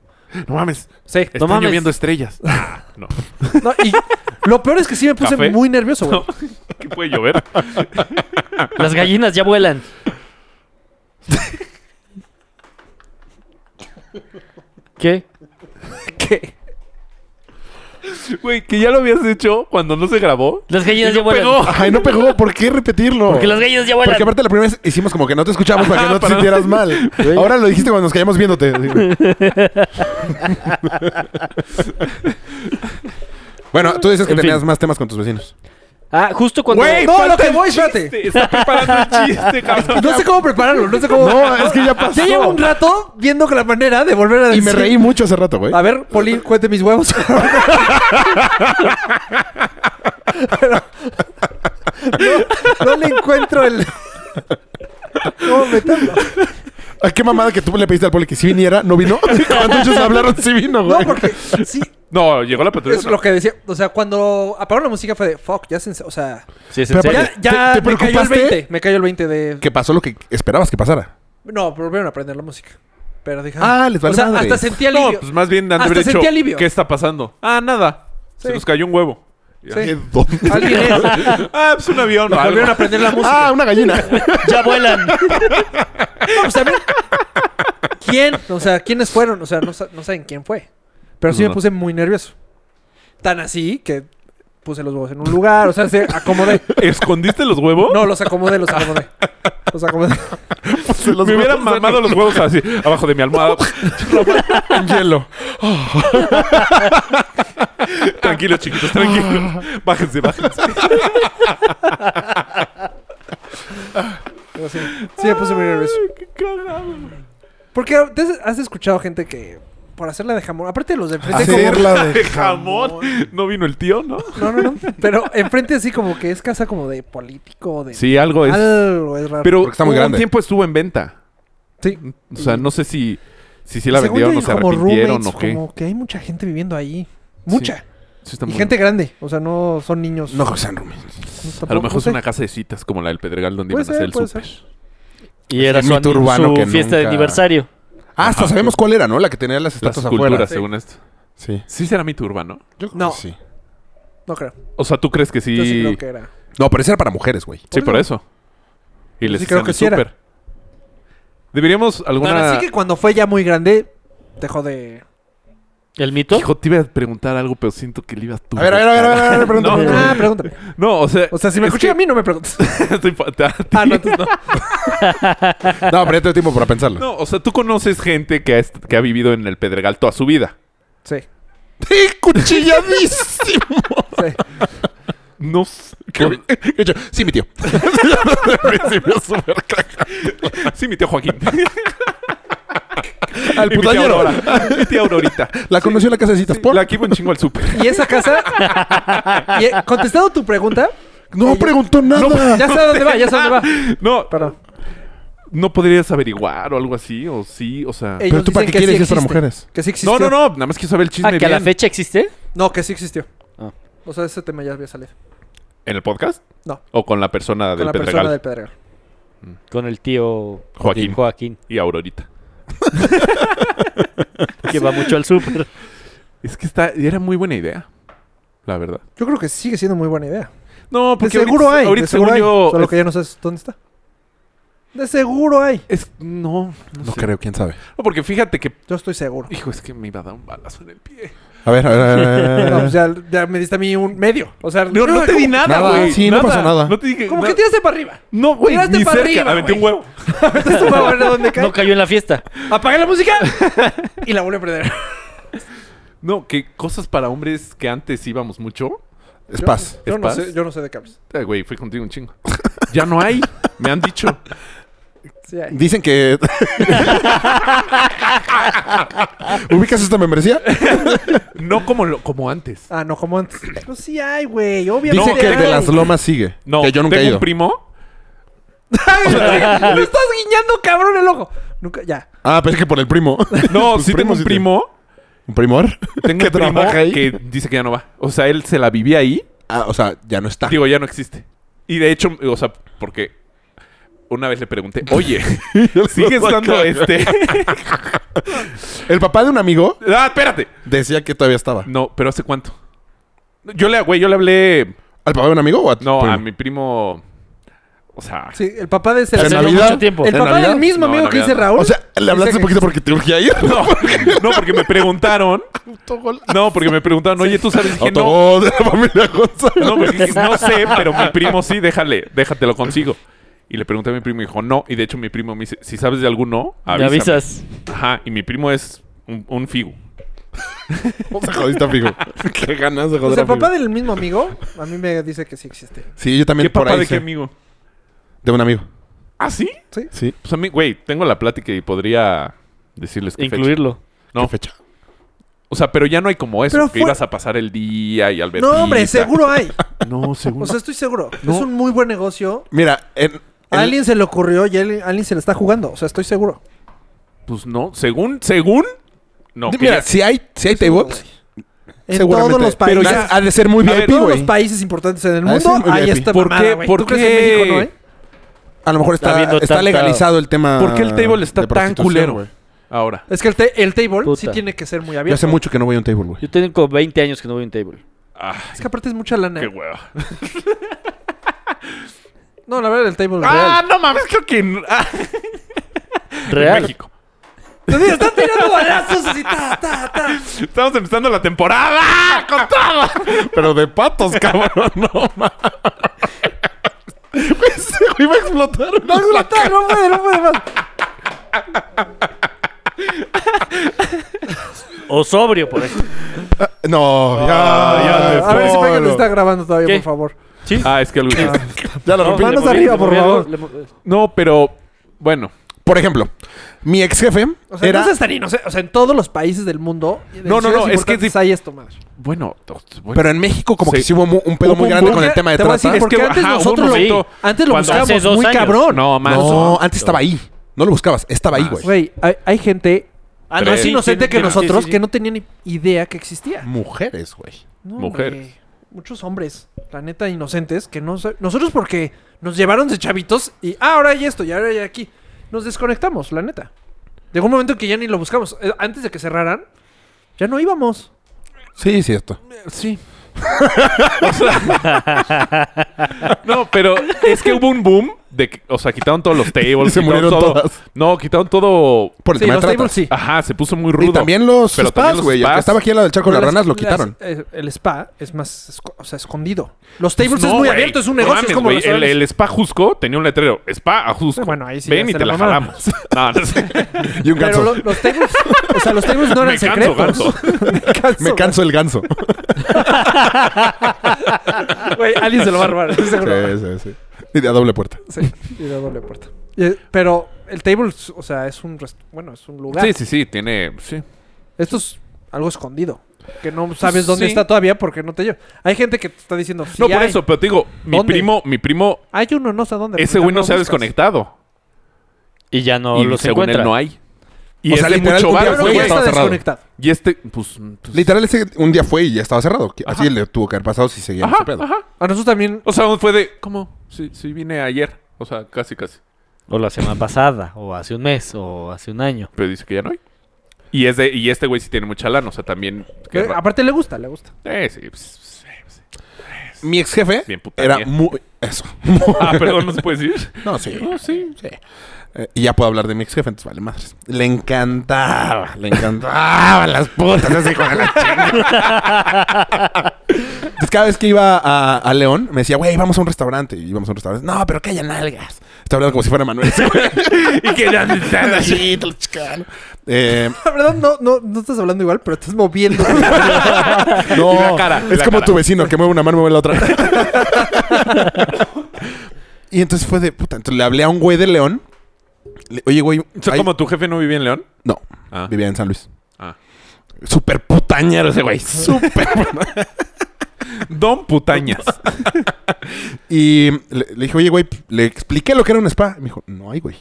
Speaker 4: No mames.
Speaker 7: Sí.
Speaker 4: Están
Speaker 6: mames.
Speaker 4: lloviendo estrellas. Ah, no.
Speaker 7: No, y lo peor es que sí me puse
Speaker 4: ¿Café?
Speaker 7: muy nervioso, güey.
Speaker 4: ¿Qué puede llover?
Speaker 6: Las gallinas ya vuelan. ¿Qué?
Speaker 7: ¿Qué?
Speaker 4: Güey, que ya lo habías hecho cuando no se grabó.
Speaker 6: Las gallinas
Speaker 4: Y
Speaker 6: ya
Speaker 4: no
Speaker 6: vuelan.
Speaker 4: pegó.
Speaker 5: Ay, no pegó. ¿Por qué repetirlo?
Speaker 6: Porque las gallinas ya vuelan.
Speaker 5: Porque aparte la primera vez hicimos como que no te escuchamos para que
Speaker 4: Ajá,
Speaker 5: no te
Speaker 4: para no-
Speaker 5: sintieras mal. Ahora lo dijiste cuando nos callamos viéndote. bueno, tú dices que
Speaker 6: En fin.
Speaker 5: tenías más temas con tus vecinos.
Speaker 6: Ah, justo cuando.
Speaker 4: Güey,
Speaker 7: No,
Speaker 4: falta
Speaker 7: lo que
Speaker 4: el
Speaker 7: voy,
Speaker 4: chiste.
Speaker 7: espérate.
Speaker 4: Está preparando el chiste, cabrón.
Speaker 7: No sé cómo prepararlo, no sé cómo.
Speaker 5: No, es que ya pasó.
Speaker 7: Ya llevo un rato viendo que la manera de volver a
Speaker 5: Y
Speaker 7: decir.
Speaker 5: me reí mucho hace rato, güey.
Speaker 7: Eh, A ver, Poli, cuente mis huevos. Pero- no, no le encuentro el. ¿Cómo meterlo?
Speaker 5: Ay, Qué mamada que tú le pediste al poli que si viniera, no vino. Cuando ellos hablaron, si vino,
Speaker 7: No,
Speaker 5: güey.
Speaker 7: porque sí,
Speaker 4: No, llegó la patrulla.
Speaker 7: es lo que decía. O sea, cuando apagaron la música fue de fuck, ya se. ense- O sea,
Speaker 6: Sí, es en
Speaker 5: Pero
Speaker 6: serio.
Speaker 7: ya, ya
Speaker 5: ¿Te- te
Speaker 7: me cayó el
Speaker 5: preocupaste?
Speaker 7: 20. Me cayó el 20 de.
Speaker 5: Que pasó lo que esperabas que pasara.
Speaker 7: No, volvieron a aprender la música. Pero dije.
Speaker 5: Ah, les vale
Speaker 7: O sea,
Speaker 5: madre.
Speaker 7: hasta sentí alivio.
Speaker 4: No, pues más bien han de
Speaker 7: Hasta
Speaker 4: haber dicho,
Speaker 7: sentí alivio.
Speaker 4: ¿qué está pasando? Ah, nada. Se
Speaker 7: Sí.
Speaker 4: nos cayó un huevo. Ya.
Speaker 7: Sí.
Speaker 5: ¿Dónde?
Speaker 7: Alguien es.
Speaker 4: Ah, pues un avión. o algo.
Speaker 7: Volvieron a aprender la música.
Speaker 5: Ah, una gallina.
Speaker 6: Ya vuelan.
Speaker 7: No, pues también. ¿Quién? O sea, ¿quiénes fueron? O sea, no, sa- no saben quién fue. Pero sí
Speaker 4: No,
Speaker 7: me
Speaker 4: no.
Speaker 7: puse muy nervioso. Tan así que puse los huevos en un lugar. O sea, se acomodé.
Speaker 4: ¿Escondiste los huevos?
Speaker 7: No, los acomodé, los acomodé. Los acomodé.
Speaker 5: Se los
Speaker 4: Me hubieran
Speaker 5: huevos
Speaker 4: mamado los huevos así, abajo de mi almohada.
Speaker 5: en hielo.
Speaker 4: tranquilos, chiquitos, tranquilos. Bájense, bájense.
Speaker 7: Pero sí, sí me puse muy nervioso.
Speaker 4: Qué cagado.
Speaker 7: Porque antes has escuchado gente que por hacerla de jamón. Aparte los de
Speaker 5: Ah,
Speaker 7: enfrente como.
Speaker 5: Hacerla de
Speaker 4: De jamón. No vino el tío, ¿no?
Speaker 7: No, no, no. Pero enfrente así como que es casa como de político, de.
Speaker 4: Sí, algo es.
Speaker 7: Algo es raro.
Speaker 4: Pero
Speaker 5: Porque está muy
Speaker 4: hubo un
Speaker 5: grande.
Speaker 4: tiempo estuvo en venta.
Speaker 7: sí.
Speaker 4: O sea, no sé si si, sí la
Speaker 7: Según
Speaker 4: vendieron
Speaker 7: yo
Speaker 4: o
Speaker 7: hay
Speaker 4: se
Speaker 7: como
Speaker 4: arrepintieron
Speaker 7: roommates,
Speaker 4: o qué.
Speaker 7: Como que hay mucha gente viviendo ahí. Mucha.
Speaker 4: Sí está
Speaker 7: Y
Speaker 4: muy-
Speaker 7: gente grande, o sea, no son niños.
Speaker 5: No, José Rumi.
Speaker 4: A lo mejor es una casa de citas como la del Pedregal donde
Speaker 7: Puede
Speaker 4: iban a hacer
Speaker 7: ser,
Speaker 4: el
Speaker 7: puede
Speaker 4: súper.
Speaker 6: Y era su,
Speaker 5: mito urbano
Speaker 6: su
Speaker 5: que
Speaker 6: fiesta de
Speaker 5: nunca-
Speaker 6: aniversario.
Speaker 5: Ah, hasta sabemos cuál era, ¿no? La que tenía las
Speaker 4: Las
Speaker 5: estatuas afuera.
Speaker 4: culturas, según esto.
Speaker 5: Sí.
Speaker 4: Sí será mito urbano.
Speaker 5: Yo creo
Speaker 7: No.
Speaker 5: que sí.
Speaker 7: No creo.
Speaker 4: O sea, ¿tú crees que sí?
Speaker 7: Yo sí creo que era.
Speaker 5: No, pero esa era para mujeres, güey.
Speaker 4: Sí,
Speaker 7: Por
Speaker 4: por eso. Y les
Speaker 7: sí creo
Speaker 4: hicieron
Speaker 7: que
Speaker 4: el
Speaker 7: sí era.
Speaker 4: súper. Deberíamos alguna...
Speaker 7: Bueno, así que cuando fue ya muy grande, dejó de.
Speaker 6: ¿El mito?
Speaker 4: Hijo, te iba a preguntar algo, pero siento que le ibas tú.
Speaker 5: A ver, a ver, a ver, a ver, a ver, pregunta,
Speaker 4: No.
Speaker 5: pregunta.
Speaker 7: Ah, pregúntame.
Speaker 4: No, o sea...
Speaker 7: O sea, si me
Speaker 4: es
Speaker 7: escuché
Speaker 4: que-
Speaker 7: a mí, no me preguntes.
Speaker 4: Estoy pa- te- a ti.
Speaker 7: ah, no, tú no.
Speaker 5: No, pero ya tengo tiempo para pensarlo.
Speaker 4: No, o sea, tú conoces gente que ha, est- que ha vivido en el Pedregal toda su vida.
Speaker 7: Sí.
Speaker 5: ¡Sí, cuchilladísimo!
Speaker 7: sí.
Speaker 4: No s-
Speaker 5: Que- que yo- sí, mi tío.
Speaker 4: Sí, mi tío Joaquín.
Speaker 5: Al
Speaker 4: Y mi tía
Speaker 5: putañero.
Speaker 4: Aurora. Mi tía Aurorita.
Speaker 5: La conoció en la casa de citas. ¿Por?
Speaker 4: La que iba un chingo al súper.
Speaker 7: Y esa casa. y, eh, contestando tu pregunta,
Speaker 5: No pues, preguntó nada.
Speaker 7: ya sé a dónde va, ya sé a dónde va.
Speaker 4: No,
Speaker 7: Perdón.
Speaker 4: no podrías averiguar o algo así, o sí, o sea...
Speaker 7: Ellos
Speaker 5: tú para
Speaker 7: dicen
Speaker 5: qué
Speaker 7: que
Speaker 5: quieres
Speaker 7: sí
Speaker 5: si es para
Speaker 7: existe,
Speaker 5: mujeres?
Speaker 7: Que sí existió.
Speaker 4: No, no, no, nada más quiero saber el chisme
Speaker 6: Ah, que a la
Speaker 4: bien.
Speaker 6: fecha existe.
Speaker 7: No, que sí existió.
Speaker 6: Ah.
Speaker 7: O sea, ese tema ya había salido.
Speaker 4: ¿En el podcast?
Speaker 7: No.
Speaker 4: ¿O con la persona
Speaker 7: Ah, Con
Speaker 4: del
Speaker 7: la
Speaker 4: Pedregal?
Speaker 7: persona del Pedregal.
Speaker 6: Con el tío
Speaker 4: Joaquín.
Speaker 6: Joaquín.
Speaker 4: Y Aurorita.
Speaker 6: Que va mucho al súper.
Speaker 4: Es que está, era muy buena idea, la verdad.
Speaker 7: Yo creo que sigue siendo muy buena idea.
Speaker 4: No,
Speaker 7: De
Speaker 4: porque
Speaker 7: seguro
Speaker 4: ahorita,
Speaker 7: hay.
Speaker 4: ahorita
Speaker 7: de seguro
Speaker 4: según
Speaker 7: hay.
Speaker 4: yo...
Speaker 7: Solo que ya no sabes dónde está. De seguro hay.
Speaker 4: Es, no, no,
Speaker 5: No
Speaker 4: sé.
Speaker 5: creo, quién sabe.
Speaker 4: No, porque fíjate que...
Speaker 7: Yo estoy seguro.
Speaker 4: Hijo, es que me iba a dar un balazo en el pie.
Speaker 5: A ver, a ver, a ver, a ver.
Speaker 7: No, pues ya, ya me diste a mí un medio. O sea,
Speaker 4: No, no te di nada,
Speaker 5: Nada,
Speaker 4: güey.
Speaker 5: sí, no pasó nada.
Speaker 4: No te dije
Speaker 7: Como
Speaker 4: nada.
Speaker 7: que tiraste para arriba.
Speaker 4: No, güey,
Speaker 7: tiraste
Speaker 4: ni
Speaker 7: para
Speaker 4: cerca.
Speaker 7: arriba,
Speaker 4: Aventé un
Speaker 7: güey.
Speaker 4: huevo.
Speaker 7: Entonces tú vas a ver dónde cae.
Speaker 6: No cayó en la fiesta.
Speaker 7: Apagué la música y la volví a prender.
Speaker 4: No, que cosas para hombres que antes íbamos mucho.
Speaker 5: Es paz.
Speaker 7: Yo no
Speaker 4: ¿Espadas?
Speaker 7: sé, yo no sé de cables.
Speaker 4: Eh, Güey, fui contigo un chingo. Ya no hay, me han dicho.
Speaker 7: Sí hay.
Speaker 5: Dicen que. ¿Ubicas esta membresía?
Speaker 4: No como, lo, como antes.
Speaker 7: Ah, no, como antes. Pero sí hay, güey. Obviamente.
Speaker 5: Dicen que el de
Speaker 7: hay.
Speaker 5: las lomas sigue.
Speaker 4: No,
Speaker 5: que yo nunca he
Speaker 4: tengo
Speaker 5: ido.
Speaker 4: un primo.
Speaker 7: Ay, me estás guiñando, cabrón, el ojo. Nunca, ya.
Speaker 5: Ah, pero es que por el primo.
Speaker 4: No,
Speaker 5: Tus
Speaker 4: sí tengo
Speaker 5: primos
Speaker 4: un
Speaker 5: sí
Speaker 4: primo.
Speaker 5: ¿Un primor?
Speaker 4: Tengo un primo
Speaker 5: trabaja ahí?
Speaker 4: que dice que ya no va. O sea, él se la vivía ahí.
Speaker 5: Ah, o sea, ya no está.
Speaker 4: Digo, ya no existe. Y de hecho, o sea, porque una vez le pregunté, oye, sigue estando este.
Speaker 5: El papá de un amigo
Speaker 4: ah, espérate.
Speaker 5: decía que todavía estaba.
Speaker 4: No, pero ¿hace cuánto? Yo le, güey, yo le hablé.
Speaker 5: ¿Al papá de un amigo o a tu
Speaker 4: No,
Speaker 5: primo?
Speaker 4: a mi primo. O sea,
Speaker 7: Sí, el papá de ese.
Speaker 5: ¿En
Speaker 6: Hace
Speaker 7: El
Speaker 5: Navidad?
Speaker 6: mucho tiempo.
Speaker 5: ¿En
Speaker 7: papá
Speaker 5: Navidad?
Speaker 7: del mismo
Speaker 4: No,
Speaker 7: amigo que
Speaker 4: Navidad
Speaker 7: dice
Speaker 4: no.
Speaker 7: Raúl.
Speaker 5: O sea, le hablaste un
Speaker 7: Dice que-
Speaker 5: poquito porque te urgía ir.
Speaker 4: No, no, porque me preguntaron. No, porque me preguntaron, oye, tú sabes, dije, no,
Speaker 5: Autogol de la familia González.
Speaker 4: no, pues porque dije, no sé, pero mi primo sí, déjale, déjate, lo consigo. Y le pregunté a mi primo y dijo, no. Y de hecho, mi primo me dice, si sabes de alguno,
Speaker 6: Me
Speaker 4: avísame.
Speaker 6: avisas.
Speaker 4: Ajá, y mi primo es un, un figu.
Speaker 5: Se jodiste, amigo. Qué ganas de
Speaker 7: O
Speaker 5: joder,
Speaker 7: sea, el
Speaker 5: amigo.
Speaker 7: papá del mismo amigo, a mí me dice que sí existe.
Speaker 5: Sí, yo también
Speaker 4: ¿Qué
Speaker 5: por
Speaker 4: papá
Speaker 5: ahí.
Speaker 4: de qué
Speaker 5: sé.
Speaker 4: amigo?
Speaker 5: de un amigo.
Speaker 4: ¿Ah, sí?
Speaker 7: Sí.
Speaker 5: Sí.
Speaker 4: Pues a mí, güey, tengo la plática y podría decirles que
Speaker 6: Incluirlo.
Speaker 4: No.
Speaker 5: ¿Qué fecha?
Speaker 4: O sea, pero ya no hay como eso,
Speaker 7: Pero
Speaker 4: que
Speaker 7: fue-
Speaker 4: ibas a pasar el día y al ver.
Speaker 7: No, hombre, seguro hay.
Speaker 4: No, seguro.
Speaker 7: O sea, estoy seguro. Es un muy buen negocio.
Speaker 5: Mira, en,
Speaker 7: A
Speaker 5: en-
Speaker 7: alguien se le ocurrió y a alguien, a alguien se le está jugando. O sea, estoy seguro.
Speaker 4: pues no, según, según. No, que
Speaker 5: mira,
Speaker 4: ya-
Speaker 5: si hay, si hay tables,
Speaker 7: En
Speaker 5: seguramente.
Speaker 7: todos los
Speaker 5: Pero
Speaker 7: países.
Speaker 5: ya ha de ser muy
Speaker 4: A ver,
Speaker 5: VIP,
Speaker 7: todos
Speaker 5: güey.
Speaker 7: los países importantes en el
Speaker 5: Ah, sí,
Speaker 7: mundo,
Speaker 5: muy
Speaker 7: ahí
Speaker 5: VIP.
Speaker 7: está
Speaker 4: ¿Por
Speaker 7: mamada,
Speaker 4: qué-
Speaker 7: güey.
Speaker 4: por
Speaker 7: ¿Tú crees que en
Speaker 4: qué?
Speaker 7: México no hay?
Speaker 5: A lo mejor
Speaker 6: Está
Speaker 5: está,
Speaker 6: habiendo
Speaker 5: está
Speaker 6: tanta-
Speaker 5: legalizado el tema.
Speaker 4: ¿Por qué
Speaker 7: ah,
Speaker 4: el table está
Speaker 5: de
Speaker 4: tan
Speaker 5: prostitución,
Speaker 4: culero?
Speaker 5: güey?
Speaker 4: Ahora.
Speaker 7: Es que el, ta- el table sí
Speaker 6: Puta.
Speaker 7: tiene que ser muy
Speaker 5: Yo
Speaker 7: abierto.
Speaker 5: hace mucho que no voy a un table, güey.
Speaker 6: Yo tengo 20 años que no voy a un table.
Speaker 4: Ah,
Speaker 7: Es que aparte es mucha lana.
Speaker 4: qué hueva.
Speaker 7: No, la verdad, el table es
Speaker 4: Ah,
Speaker 7: real.
Speaker 4: no mames, creo que en, ah, en
Speaker 6: Real.
Speaker 4: México.
Speaker 7: Te digo, están tirando balazos así, ta, ta, ta.
Speaker 4: Estamos empezando la temporada con todo. Pero de patos, cabrón, no mames. Ese güey va a explotar.
Speaker 7: No, no, ta, no puede, no puede más.
Speaker 6: O sobrio, por eso.
Speaker 5: No, ya, ya te
Speaker 7: Ah, a ver si
Speaker 5: fue,
Speaker 7: Peque te
Speaker 5: lo-
Speaker 7: está grabando todavía,
Speaker 6: ¿Qué?
Speaker 7: por favor.
Speaker 6: Sí.
Speaker 4: Ah, es que algo.
Speaker 5: Ya lo rompí.
Speaker 7: Manos
Speaker 6: le moví,
Speaker 7: arriba,
Speaker 6: le
Speaker 7: por
Speaker 6: moví algo,
Speaker 7: favor.
Speaker 6: le mo-
Speaker 4: No, pero bueno.
Speaker 5: Por ejemplo, mi ex jefe
Speaker 7: O sea,
Speaker 5: era.
Speaker 7: no seas tan inocente. O sea, en todos los países del mundo. y de
Speaker 4: No, no, no,
Speaker 7: ciudades
Speaker 4: es que es
Speaker 7: importantes
Speaker 4: dif-
Speaker 7: hay esto, madre.
Speaker 4: Bueno, to- bueno.
Speaker 5: Pero en México, como
Speaker 4: Sí.
Speaker 5: que sí hubo mu- un pedo
Speaker 4: Hubo
Speaker 5: muy
Speaker 4: un
Speaker 5: grande
Speaker 4: boom.
Speaker 5: con el tema de
Speaker 7: Te voy a decir,
Speaker 5: trata.
Speaker 4: Es
Speaker 7: porque
Speaker 4: que,
Speaker 7: antes
Speaker 4: ajá, hubo
Speaker 7: nosotros
Speaker 4: un
Speaker 7: lo,
Speaker 4: momento
Speaker 7: antes lo
Speaker 4: cuando-
Speaker 7: buscábamos
Speaker 6: Hace dos
Speaker 7: muy
Speaker 6: años.
Speaker 7: cabrón.
Speaker 4: No, más.
Speaker 5: No, antes estaba ahí. No lo buscabas, estaba ahí, güey.
Speaker 7: Ah, Güey, hay, hay gente
Speaker 6: Ah,
Speaker 4: Tres.
Speaker 7: más
Speaker 4: Sí,
Speaker 7: inocente
Speaker 6: sí,
Speaker 7: que
Speaker 6: sí,
Speaker 7: nosotros
Speaker 6: sí, sí.
Speaker 7: que no tenía ni idea que existía.
Speaker 5: Mujeres, güey.
Speaker 7: No,
Speaker 4: Mujeres.
Speaker 7: hombre. Muchos hombres, la neta, inocentes, que no sa- Nosotros porque nos llevaron de chavitos y ah, ahora hay esto y ahora hay aquí. Nos desconectamos, la neta. Llegó un momento que ya ni lo buscamos. Eh, Antes de que cerraran, ya no íbamos.
Speaker 5: Sí, cierto.
Speaker 4: Sí. no, pero es que hubo un boom de que, o sea, quitaron todos los tables,
Speaker 5: Se
Speaker 4: quitaron
Speaker 5: murieron
Speaker 4: todo.
Speaker 5: todas.
Speaker 4: No, quitaron todo.
Speaker 5: Por el
Speaker 7: sí,
Speaker 5: tema
Speaker 7: los
Speaker 5: de trata.
Speaker 7: tables sí.
Speaker 4: Ajá, se puso muy rudo.
Speaker 5: Y también los
Speaker 4: Pero también
Speaker 5: spas,
Speaker 4: los
Speaker 5: güey. El
Speaker 4: spas.
Speaker 5: que estaba aquí al lado del charco de las ranas lo quitaron.
Speaker 7: las- eh, el spa es más, esco- o sea, escondido. Los tables
Speaker 4: Pues No,
Speaker 7: es muy
Speaker 4: güey.
Speaker 7: abierto, es un
Speaker 4: No
Speaker 7: negocio.
Speaker 4: mames,
Speaker 7: es como
Speaker 4: güey.
Speaker 7: los
Speaker 4: el,
Speaker 7: aviones.
Speaker 4: el spa Jusco tenía un letrero. Spa a Jusco.
Speaker 7: Bueno, ahí sí
Speaker 4: Ven
Speaker 7: ya
Speaker 4: y
Speaker 7: se
Speaker 4: te
Speaker 7: la
Speaker 4: la
Speaker 7: mamaron.
Speaker 4: jalamos. No, no sé.
Speaker 5: Y un
Speaker 7: Pero
Speaker 5: ganso.
Speaker 7: lo- los tables, o sea, los tables no eran
Speaker 4: Me canso,
Speaker 7: secretos.
Speaker 4: ganso.
Speaker 7: Me canso,
Speaker 5: Me canso el ganso.
Speaker 7: Güey, alguien se lo va a robar, estoy seguro.
Speaker 5: sí, sí, sí. Y de a doble puerta.
Speaker 7: Sí, y de doble puerta. Y- pero el table, o sea, es un rest- bueno, es un lugar.
Speaker 4: Sí, sí, sí, tiene. Sí.
Speaker 7: Esto es algo escondido. Que no sabes dónde
Speaker 4: Sí.
Speaker 7: está todavía porque no te llevo. Hay gente que te está diciendo. sí
Speaker 4: No, por
Speaker 7: hay.
Speaker 4: eso, pero te digo, mi
Speaker 7: ¿Dónde?
Speaker 4: primo, mi primo,
Speaker 7: Hay uno, no sé dónde.
Speaker 4: ese
Speaker 7: porque
Speaker 4: güey no
Speaker 7: lo
Speaker 4: se ha
Speaker 7: buscas.
Speaker 4: desconectado.
Speaker 6: Y ya no
Speaker 4: y
Speaker 6: los
Speaker 4: según
Speaker 6: encuentra.
Speaker 4: él no hay. Y
Speaker 5: O
Speaker 4: es
Speaker 5: sea,
Speaker 4: de
Speaker 5: literal,
Speaker 4: mucho
Speaker 5: un día
Speaker 4: barrio,
Speaker 7: Pero
Speaker 5: fue
Speaker 7: güey,
Speaker 5: y
Speaker 4: güey.
Speaker 7: ya está
Speaker 5: estaba cerrado.
Speaker 7: desconectado.
Speaker 4: Y este, pues. pues-
Speaker 5: Literal, ese un día fue y ya estaba cerrado. Que- Así le tuvo que haber pasado si seguía en ese
Speaker 4: Ajá,
Speaker 5: pedo.
Speaker 4: ajá.
Speaker 7: A nosotros también.
Speaker 4: O sea, fue de. ¿Cómo? Sí, sí, vine ayer. O sea, casi, casi.
Speaker 6: O la semana pasada, o hace un mes, o hace un año.
Speaker 4: Pero dice que ya no hay. Y, es de, y este güey sí tiene mucha lana. O sea, también. qué
Speaker 7: eh,
Speaker 4: ra-
Speaker 7: aparte le gusta, le gusta.
Speaker 4: Eh, sí, pues, sí, sí.
Speaker 5: Mi ex jefe
Speaker 4: Bien puta
Speaker 5: era
Speaker 4: mía.
Speaker 5: muy. Eso.
Speaker 4: Ah, perdón, no se puede decir.
Speaker 5: No, sí.
Speaker 4: No, sí.
Speaker 5: Eh, y ya puedo hablar de mi ex jefe, entonces vale madres. Le encantaba, le encantaba las putas, ese hijo de la chingada. Entonces, cada vez que iba a, a León, me decía, güey, vamos a un restaurante. Y íbamos a un restaurante. No, pero que haya nalgas. Está hablando como si fuera Manuel. ese güey.
Speaker 4: Y que ya
Speaker 5: Sí, tú, chicano. Eh,
Speaker 7: La verdad, no, no, no estás hablando igual, pero estás moviendo.
Speaker 5: no,
Speaker 4: Y la cara, y
Speaker 5: es
Speaker 4: la
Speaker 5: como
Speaker 4: cara.
Speaker 5: tu vecino que mueve una mano, mueve la otra. y entonces fue de puta. Entonces le hablé a un güey de León. Le- Oye, güey.
Speaker 4: O sea,
Speaker 5: hay-
Speaker 4: como tu jefe no vivía en León.
Speaker 5: No,
Speaker 4: Ah.
Speaker 5: vivía en San Luis.
Speaker 4: Ah.
Speaker 5: Súper putañero ese güey. Súper.
Speaker 4: Don Putañas.
Speaker 5: y le, le dije, oye, güey, le expliqué lo que era un spa. Y me dijo, no hay, güey.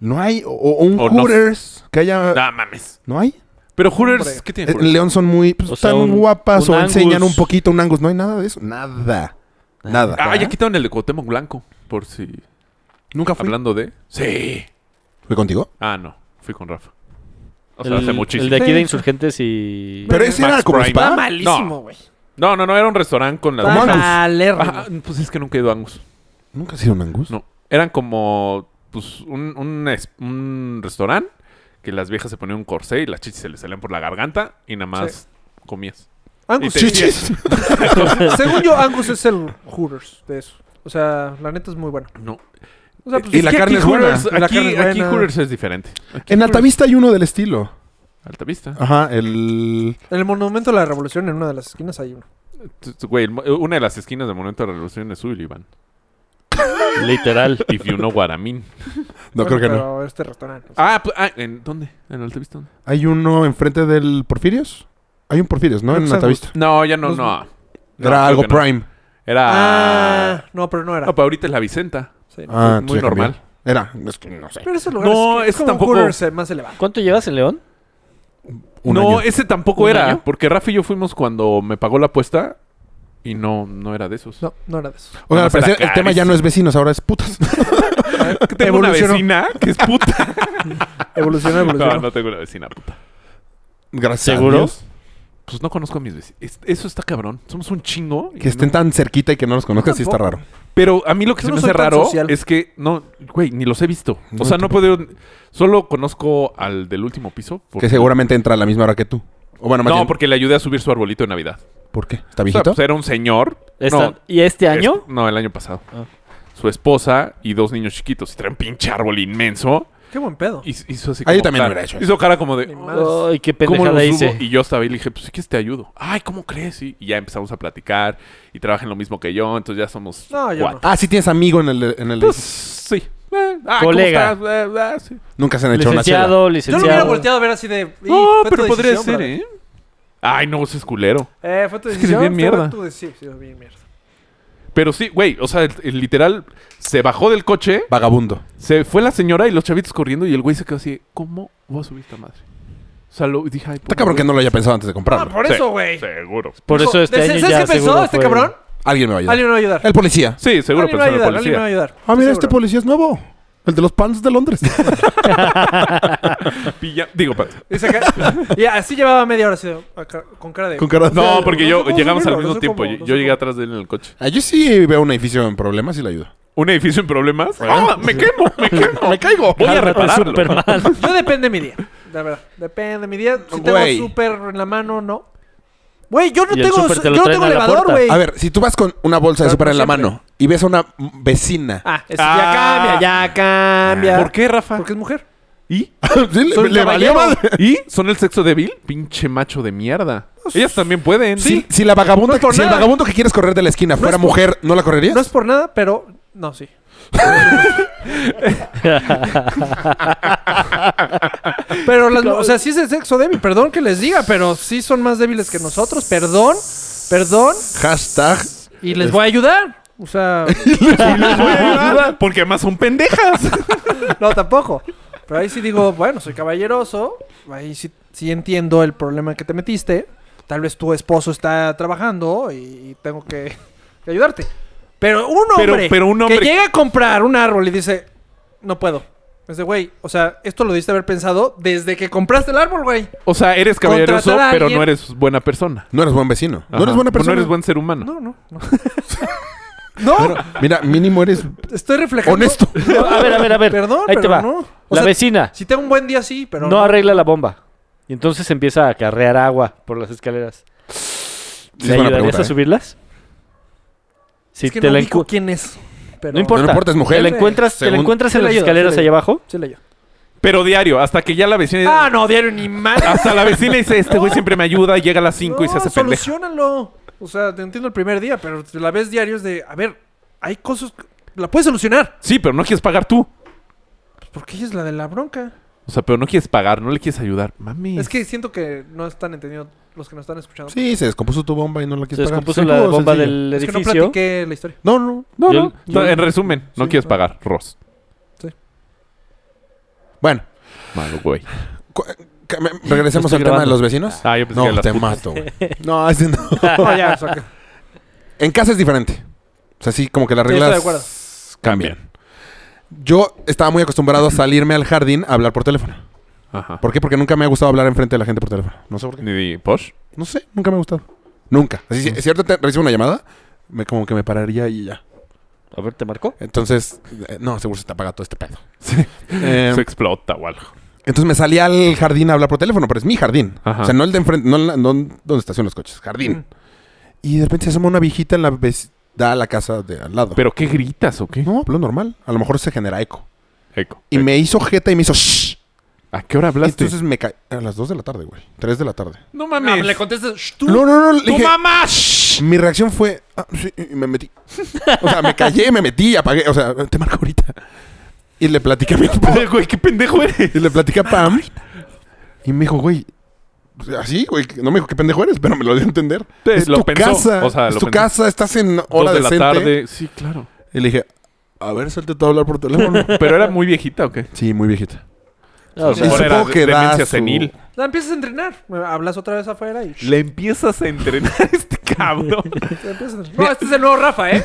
Speaker 5: No hay. O, o un
Speaker 4: O no.
Speaker 5: Hooters que haya.
Speaker 4: No mames.
Speaker 5: No hay.
Speaker 4: Pero
Speaker 7: Hombre.
Speaker 4: Hooters, ¿qué tiene?
Speaker 5: Eh, En León son muy. Pues,
Speaker 6: O sea,
Speaker 5: están
Speaker 6: un-
Speaker 5: guapas
Speaker 6: un
Speaker 5: o enseñan
Speaker 6: Angus.
Speaker 5: un poquito un Angus. No hay nada de eso. Nada. Nada.
Speaker 4: Ah, ya quitaron el de Cuauhtémoc Blanco. Por si.
Speaker 5: Nunca fui.
Speaker 4: Hablando de. Sí.
Speaker 5: ¿Fui contigo?
Speaker 4: Ah, no. Fui con Rafa. O sea, hace muchísimo.
Speaker 6: El de aquí de
Speaker 7: Sí.
Speaker 6: Insurgentes y...
Speaker 5: Pero ese
Speaker 4: Max
Speaker 5: era como
Speaker 4: Prime.
Speaker 7: Está
Speaker 5: spa.
Speaker 7: malísimo, güey.
Speaker 4: No, no, no, era un restaurante con las.
Speaker 5: Como
Speaker 7: Está
Speaker 5: Angus.
Speaker 7: malérrimo.
Speaker 4: Ajá, pues es que nunca he ido a Angus.
Speaker 5: Nunca he sido un Angus.
Speaker 4: No. Eran como. Pues un, un, es- un restaurante que las viejas se ponían un corsé y las chichis se les salían por la garganta y nada más comías.
Speaker 7: Angus,
Speaker 4: Y te-
Speaker 5: Chichis.
Speaker 7: según yo, Angus es el Hooters de eso. O sea, la neta es muy bueno.
Speaker 4: No.
Speaker 7: O sea, pues,
Speaker 5: Y la
Speaker 7: es que
Speaker 5: carne
Speaker 7: aquí
Speaker 5: es buena.
Speaker 7: Hooters-
Speaker 4: Aquí,
Speaker 7: la carne es
Speaker 4: aquí
Speaker 7: buena.
Speaker 4: Hooters es diferente. Aquí
Speaker 5: En
Speaker 4: Hooters-
Speaker 5: Altavista hay uno del estilo.
Speaker 4: Altavista.
Speaker 5: Ajá, el.
Speaker 7: El monumento a la revolución en una de las esquinas hay uno.
Speaker 4: T- t- Güey, el mo- una de las esquinas del Monumento a la Revolución es Sullivan.
Speaker 6: Literal.
Speaker 4: If you know what I mean.
Speaker 5: No,
Speaker 7: Bueno,
Speaker 5: creo que no.
Speaker 7: Pero este restaurante.
Speaker 4: Ah, pues, ah, ¿en dónde? ¿En Altavista? dónde?
Speaker 5: Hay uno enfrente del Porfirios. Hay un Porfirios, ¿no?
Speaker 7: Creo
Speaker 5: En
Speaker 7: que es Angus.
Speaker 5: Altavista.
Speaker 4: No, ya no,
Speaker 7: Los-
Speaker 4: no. No,
Speaker 5: Era
Speaker 4: creo
Speaker 5: algo
Speaker 4: que no.
Speaker 5: Prime.
Speaker 4: Era...
Speaker 7: Ah, no, pero no era.
Speaker 4: No, pues, pero ahorita es la Vicenta.
Speaker 7: Sí, no.
Speaker 5: Ah,
Speaker 4: Muy
Speaker 5: entonces ya cambió.
Speaker 4: normal.
Speaker 5: Era, es que no sé.
Speaker 7: Pero ese lugar
Speaker 4: No,
Speaker 7: es, que- es
Speaker 4: ese
Speaker 7: como un
Speaker 4: tampoco.
Speaker 7: Hooters, eh, más elevado.
Speaker 6: ¿Cuánto llevas en León?
Speaker 5: Un
Speaker 4: no,
Speaker 5: año.
Speaker 4: ese tampoco
Speaker 6: ¿Un
Speaker 4: era.
Speaker 6: año?
Speaker 4: Porque Rafa y yo fuimos cuando me pagó la apuesta y no, no era de esos.
Speaker 7: No, no era de eso.
Speaker 5: O sea,
Speaker 4: Nada
Speaker 5: al
Speaker 4: más era
Speaker 5: parecer el tema
Speaker 4: carísimo.
Speaker 5: ya no es vecinos, ahora es putas.
Speaker 4: Que tengo una
Speaker 7: Evolucionó.
Speaker 4: vecina que es puta.
Speaker 7: Evolucionó, evolucionó.
Speaker 4: no, no tengo una vecina puta.
Speaker 5: Gracias. a
Speaker 6: ¿Seguro?
Speaker 5: Dios.
Speaker 4: Pues no conozco a mis vecinos. Es- Eso está cabrón. Somos un chingo. y
Speaker 5: Que estén
Speaker 4: no-
Speaker 5: tan cerquita y que no los conozcas sí está
Speaker 7: tampoco.
Speaker 5: raro.
Speaker 4: Pero a mí lo que
Speaker 7: Yo
Speaker 4: se
Speaker 7: no
Speaker 4: me
Speaker 7: soy
Speaker 4: hace
Speaker 7: tan
Speaker 4: raro
Speaker 7: social.
Speaker 4: es que no, güey, ni los he visto.
Speaker 5: No,
Speaker 4: o sea, no puedo. Solo conozco al del último piso. porque-
Speaker 5: Que seguramente entra a la misma hora que tú. O bueno, más
Speaker 4: No,
Speaker 5: bien-
Speaker 4: porque le ayudé a subir su arbolito de Navidad.
Speaker 5: ¿Por qué? ¿Está
Speaker 4: O sea,
Speaker 5: viejito?
Speaker 4: pues era un señor.
Speaker 6: Están-
Speaker 4: No,
Speaker 6: ¿Y este año?
Speaker 4: es- no, el año pasado.
Speaker 6: Ah.
Speaker 4: Su esposa y dos niños chiquitos. Y traen pinche árbol inmenso.
Speaker 7: Qué buen pedo.
Speaker 4: Y s- hizo así
Speaker 5: Ahí
Speaker 4: como
Speaker 5: Ah, también
Speaker 4: cara-
Speaker 5: hubiera hecho eso.
Speaker 4: Hizo cara como de.
Speaker 7: Ni
Speaker 4: "Oh,
Speaker 7: madres.
Speaker 6: Ay, qué
Speaker 4: ¿Cómo lo
Speaker 6: pendejada
Speaker 4: subo?".
Speaker 6: hice.
Speaker 4: Y yo estaba ahí y le dije, pues si quieres te ayudo. Ay, ¿cómo crees? Y, y ya empezamos a platicar y trabajan lo mismo que yo, entonces ya somos
Speaker 7: No, yo
Speaker 4: cuatro.
Speaker 5: Ah, sí tienes amigo en el... En el
Speaker 4: Pues sí. Eh, ah, ¿cómo
Speaker 6: Colega.
Speaker 4: estás? Eh, ah, sí.
Speaker 5: Nunca se han hecho una chela.
Speaker 6: Licenciado,
Speaker 7: Yo lo hubiera
Speaker 6: licenciado.
Speaker 7: volteado a ver así de. "Y,
Speaker 4: No,
Speaker 7: fue tu
Speaker 4: pero podría
Speaker 7: decisión,
Speaker 4: ser,
Speaker 7: brother".
Speaker 4: ¿eh? Ay, no, ese es culero.
Speaker 7: Eh, fue tu
Speaker 4: Es que
Speaker 7: decisión.
Speaker 4: eres bien
Speaker 7: fue
Speaker 4: mierda.
Speaker 7: tu de- sí, sí, bien mierda.
Speaker 4: Pero sí, güey, o sea, el, el literal se bajó del coche,
Speaker 5: Vagabundo.
Speaker 4: se fue la señora y los chavitos corriendo y el güey se quedó así, ¿cómo voy a subir esta madre? O sea, lo y dije, ay,
Speaker 5: Está cabrón que no lo haya
Speaker 4: Pues,
Speaker 5: pensado antes de
Speaker 7: Ah,
Speaker 5: comprarlo.
Speaker 7: por eso, güey.
Speaker 4: Seguro.
Speaker 6: Por
Speaker 7: Dijo,
Speaker 6: eso este
Speaker 7: "¿De-
Speaker 6: año
Speaker 7: ¿Sabes
Speaker 6: ya
Speaker 7: qué pensó
Speaker 6: seguro
Speaker 7: este
Speaker 6: fue-
Speaker 7: cabrón?
Speaker 5: Alguien me va a ayudar.
Speaker 7: Alguien me va a ayudar.
Speaker 5: El policía.
Speaker 4: Sí, seguro
Speaker 7: Alguien me va
Speaker 4: pensó
Speaker 7: a
Speaker 4: en el
Speaker 7: ayudar, alguien me va
Speaker 4: policía.
Speaker 7: a ayudar.
Speaker 5: Ah, mira,
Speaker 7: Seguro.
Speaker 5: este policía es nuevo. El de los pants de Londres.
Speaker 4: Pilla- Digo, pa-
Speaker 7: Y, saca- y así llevaba media hora así de- acá- con cara de.
Speaker 5: Con cara de...
Speaker 4: No, porque
Speaker 7: no sé
Speaker 4: yo
Speaker 7: cómo
Speaker 4: llegamos
Speaker 7: subirlo,
Speaker 4: al mismo
Speaker 7: no sé
Speaker 4: tiempo.
Speaker 7: cómo,
Speaker 4: yo
Speaker 7: no
Speaker 4: yo
Speaker 7: sé
Speaker 4: llegué
Speaker 7: cómo.
Speaker 4: atrás de él en el coche.
Speaker 5: Ah, yo sí veo un edificio en problemas y le ayudo.
Speaker 4: ¿Un edificio en problemas? ¡Ah, me quemo, me quemo!
Speaker 5: ¡Me caigo!
Speaker 4: Voy a
Speaker 6: Cálmate,
Speaker 4: repararlo.
Speaker 6: Ah, Superman.
Speaker 7: Yo depende de mi día. La verdad. Depende de mi día. Si
Speaker 5: Güey.
Speaker 7: tengo súper en la mano, no. Güey, yo no
Speaker 6: Y el
Speaker 7: tengo,
Speaker 6: súper
Speaker 7: su-
Speaker 6: te
Speaker 7: yo
Speaker 6: lo
Speaker 7: no
Speaker 6: traen
Speaker 7: tengo
Speaker 6: a la
Speaker 7: elevador,
Speaker 6: puerta.
Speaker 7: güey.
Speaker 5: A ver, si tú vas con una bolsa de
Speaker 7: Claro,
Speaker 5: súper en la
Speaker 7: siempre.
Speaker 5: mano y ves a una mm, vecina...
Speaker 7: Ah, eso
Speaker 4: Ah.
Speaker 7: ya cambia, ya cambia.
Speaker 4: ¿Por qué, Rafa?
Speaker 7: Porque es mujer.
Speaker 4: ¿Y?
Speaker 5: Sí, le,
Speaker 7: Soy
Speaker 5: le valió
Speaker 7: caballero.
Speaker 5: madre. Pues,
Speaker 4: ¿Y? ¿Son el sexo débil? Pinche macho de mierda. Ellas también pueden.
Speaker 5: Si, si la vagabunda,
Speaker 7: No es por
Speaker 5: si el
Speaker 7: nada.
Speaker 5: vagabundo que quieres correr de la esquina fuera
Speaker 7: es por-
Speaker 5: mujer, ¿no la correrías?
Speaker 7: No es por nada, pero. No, sí. pero las, o sea, sí es el sexo débil, perdón que les diga, pero sí son más débiles que nosotros, perdón, perdón,
Speaker 5: Hashtag.
Speaker 7: y les voy a ayudar. O sea,
Speaker 4: Porque además son pendejas.
Speaker 7: no tampoco. Pero ahí sí digo, bueno, soy caballeroso, ahí sí, sí entiendo el problema que te metiste. Tal vez tu esposo está trabajando y, y tengo que, que ayudarte. Pero un
Speaker 4: Pero-
Speaker 7: hombre,
Speaker 4: pero un hombre-
Speaker 7: que llega a comprar un árbol y dice, no puedo. Es de, güey, o sea, esto lo debiste haber pensado desde que compraste el árbol, güey.
Speaker 4: O sea, eres caballeroso,
Speaker 7: Contratar a
Speaker 4: pero
Speaker 7: alguien.
Speaker 4: no eres buena persona.
Speaker 5: No eres buen vecino. No
Speaker 4: Ajá.
Speaker 5: eres buena persona.
Speaker 4: No eres buen ser humano.
Speaker 7: No, no, no. no,
Speaker 5: Mira, mínimo eres
Speaker 7: estoy reflejando.
Speaker 5: honesto.
Speaker 6: A ver, a ver, a ver.
Speaker 7: Perdón,
Speaker 6: Ahí
Speaker 7: pero
Speaker 6: te va.
Speaker 7: no. O
Speaker 6: La
Speaker 7: sea,
Speaker 6: vecina
Speaker 7: Si tengo un buen día, sí, pero...
Speaker 6: no arregla la bomba. Y entonces empieza a acarrear agua por las escaleras.
Speaker 5: Sí,
Speaker 6: ¿Le
Speaker 5: es buena
Speaker 6: ayudarías
Speaker 5: pregunta,
Speaker 6: a
Speaker 5: ¿eh?
Speaker 6: subirlas? Si
Speaker 7: es que
Speaker 6: te
Speaker 7: no
Speaker 6: la
Speaker 7: ubico
Speaker 6: encu-
Speaker 7: quién es. Pero...
Speaker 6: No importa.
Speaker 5: No importa, es mujer.
Speaker 6: Te la encuentras, te la
Speaker 5: Según-
Speaker 6: encuentras en
Speaker 7: Sí, le
Speaker 6: las
Speaker 7: ayuda,
Speaker 6: escaleras
Speaker 7: sí, le
Speaker 6: allá
Speaker 7: ayuda.
Speaker 6: abajo.
Speaker 7: Sí, leí yo.
Speaker 4: Pero diario, hasta que ya la vecina.
Speaker 7: Ah, no, diario ni mal.
Speaker 4: Hasta la vecina dice: Este güey siempre me ayuda, llega a las 5 y se hace pendeja.
Speaker 7: solucionalo. O sea, te entiendo el primer día, pero te la ves diario es de, a ver, hay cosas que- la puedes solucionar.
Speaker 4: Sí, pero no quieres pagar tú.
Speaker 7: Pues porque ella es la de la bronca.
Speaker 4: O sea, pero no quieres pagar, no le quieres ayudar. Mami.
Speaker 7: Es que siento que no están entendiendo los que nos están escuchando.
Speaker 5: Sí, se descompuso tu bomba y no la
Speaker 6: Se
Speaker 5: quieres pagar.
Speaker 6: descompuso
Speaker 5: Sí,
Speaker 6: la
Speaker 5: estuvo
Speaker 6: bomba
Speaker 5: sencillo.
Speaker 6: del
Speaker 7: es que no
Speaker 6: edificio.
Speaker 7: platiqué la historia.
Speaker 5: No, no.
Speaker 4: No,
Speaker 6: Yo-
Speaker 4: no.
Speaker 6: yo-
Speaker 4: en resumen, no
Speaker 7: sí,
Speaker 4: quieres
Speaker 7: no.
Speaker 4: pagar. Ross.
Speaker 5: Bueno,
Speaker 4: Malo, güey.
Speaker 5: cu- ca- me- regresemos al tema
Speaker 6: Estoy
Speaker 5: de
Speaker 6: grabando.
Speaker 5: los vecinos.
Speaker 4: Ah, yo pensé
Speaker 5: no,
Speaker 4: que las
Speaker 5: te
Speaker 4: putas.
Speaker 5: mato, güey. No, ese no.
Speaker 7: No, ya, o sea, que-
Speaker 5: En casa es diferente. O sea, sí, como que las
Speaker 7: Sí, estoy
Speaker 5: reglas
Speaker 7: de acuerdo.
Speaker 5: cambian. Yo estaba muy acostumbrado a salirme al jardín a hablar por teléfono.
Speaker 4: Ajá.
Speaker 5: ¿Por qué? Porque nunca me ha gustado hablar enfrente de la gente por teléfono. No sé por qué.
Speaker 4: Ni di- ¿Posh?
Speaker 5: No sé, nunca me ha gustado. Nunca. Así, si- si ahorita te- recibo una llamada, me, como que me pararía y ya.
Speaker 6: A ver, ¿te marcó?
Speaker 5: Entonces, eh, no, seguro se te apaga todo este pedo.
Speaker 4: Sí.
Speaker 5: Eh,
Speaker 4: Se explota o algo.
Speaker 5: entonces me salí al jardín a hablar por teléfono, pero es mi jardín.
Speaker 4: Ajá.
Speaker 5: O sea, no el de enfrente, no, la- no donde estacionan los coches, jardín. Y de repente se asoma una viejita en la vec- da a la casa de al lado. pues,
Speaker 4: ¿Pero qué gritas o qué?
Speaker 5: no, habló normal. A lo mejor se genera eco.
Speaker 4: Eco.
Speaker 5: Y me hizo jeta y me hizo shh.
Speaker 4: ¿A qué hora hablaste?
Speaker 5: Entonces me caí. A las 2 de la tarde, güey. 3 de la tarde.
Speaker 4: no
Speaker 7: No,
Speaker 4: mames.
Speaker 7: le contestas, "Shh, tú,
Speaker 5: No, no, no. le
Speaker 4: ¡Tu
Speaker 5: dije-
Speaker 4: mamá!
Speaker 5: Mi reacción fue. "Ah, sí", y me metí. O sea, me callé, me metí, apagué. O sea, te marco ahorita. Y le platiqué a mi papá.
Speaker 4: Güey, qué pendejo eres.
Speaker 5: Y le platiqué a Pam. Y me dijo, güey. pues, Así, güey. que- No me dijo qué pendejo eres, pero me lo dio a entender.
Speaker 4: Te-
Speaker 5: es
Speaker 4: lo
Speaker 5: tu
Speaker 4: pensó,
Speaker 5: casa.
Speaker 4: o sea,
Speaker 5: es
Speaker 4: lo
Speaker 5: tu
Speaker 4: pensó.
Speaker 5: casa, estás en
Speaker 4: Dos
Speaker 5: hora
Speaker 4: de
Speaker 5: decente.
Speaker 4: la tarde. Sí, claro.
Speaker 5: Y le dije, a ver, suéltate todo a hablar por teléfono.
Speaker 4: ¿Pero era muy viejita o qué?
Speaker 5: sí, muy viejita.
Speaker 6: No, o sea,
Speaker 4: Mejor
Speaker 5: supongo
Speaker 4: era
Speaker 5: que da
Speaker 4: demencia
Speaker 5: su-
Speaker 4: senil.
Speaker 7: la empiezas a entrenar. Hablas otra vez afuera y...
Speaker 4: Le empiezas a entrenar a este cabrón.
Speaker 7: la empiezas a entrenar. No, este es el nuevo Rafa, ¿eh?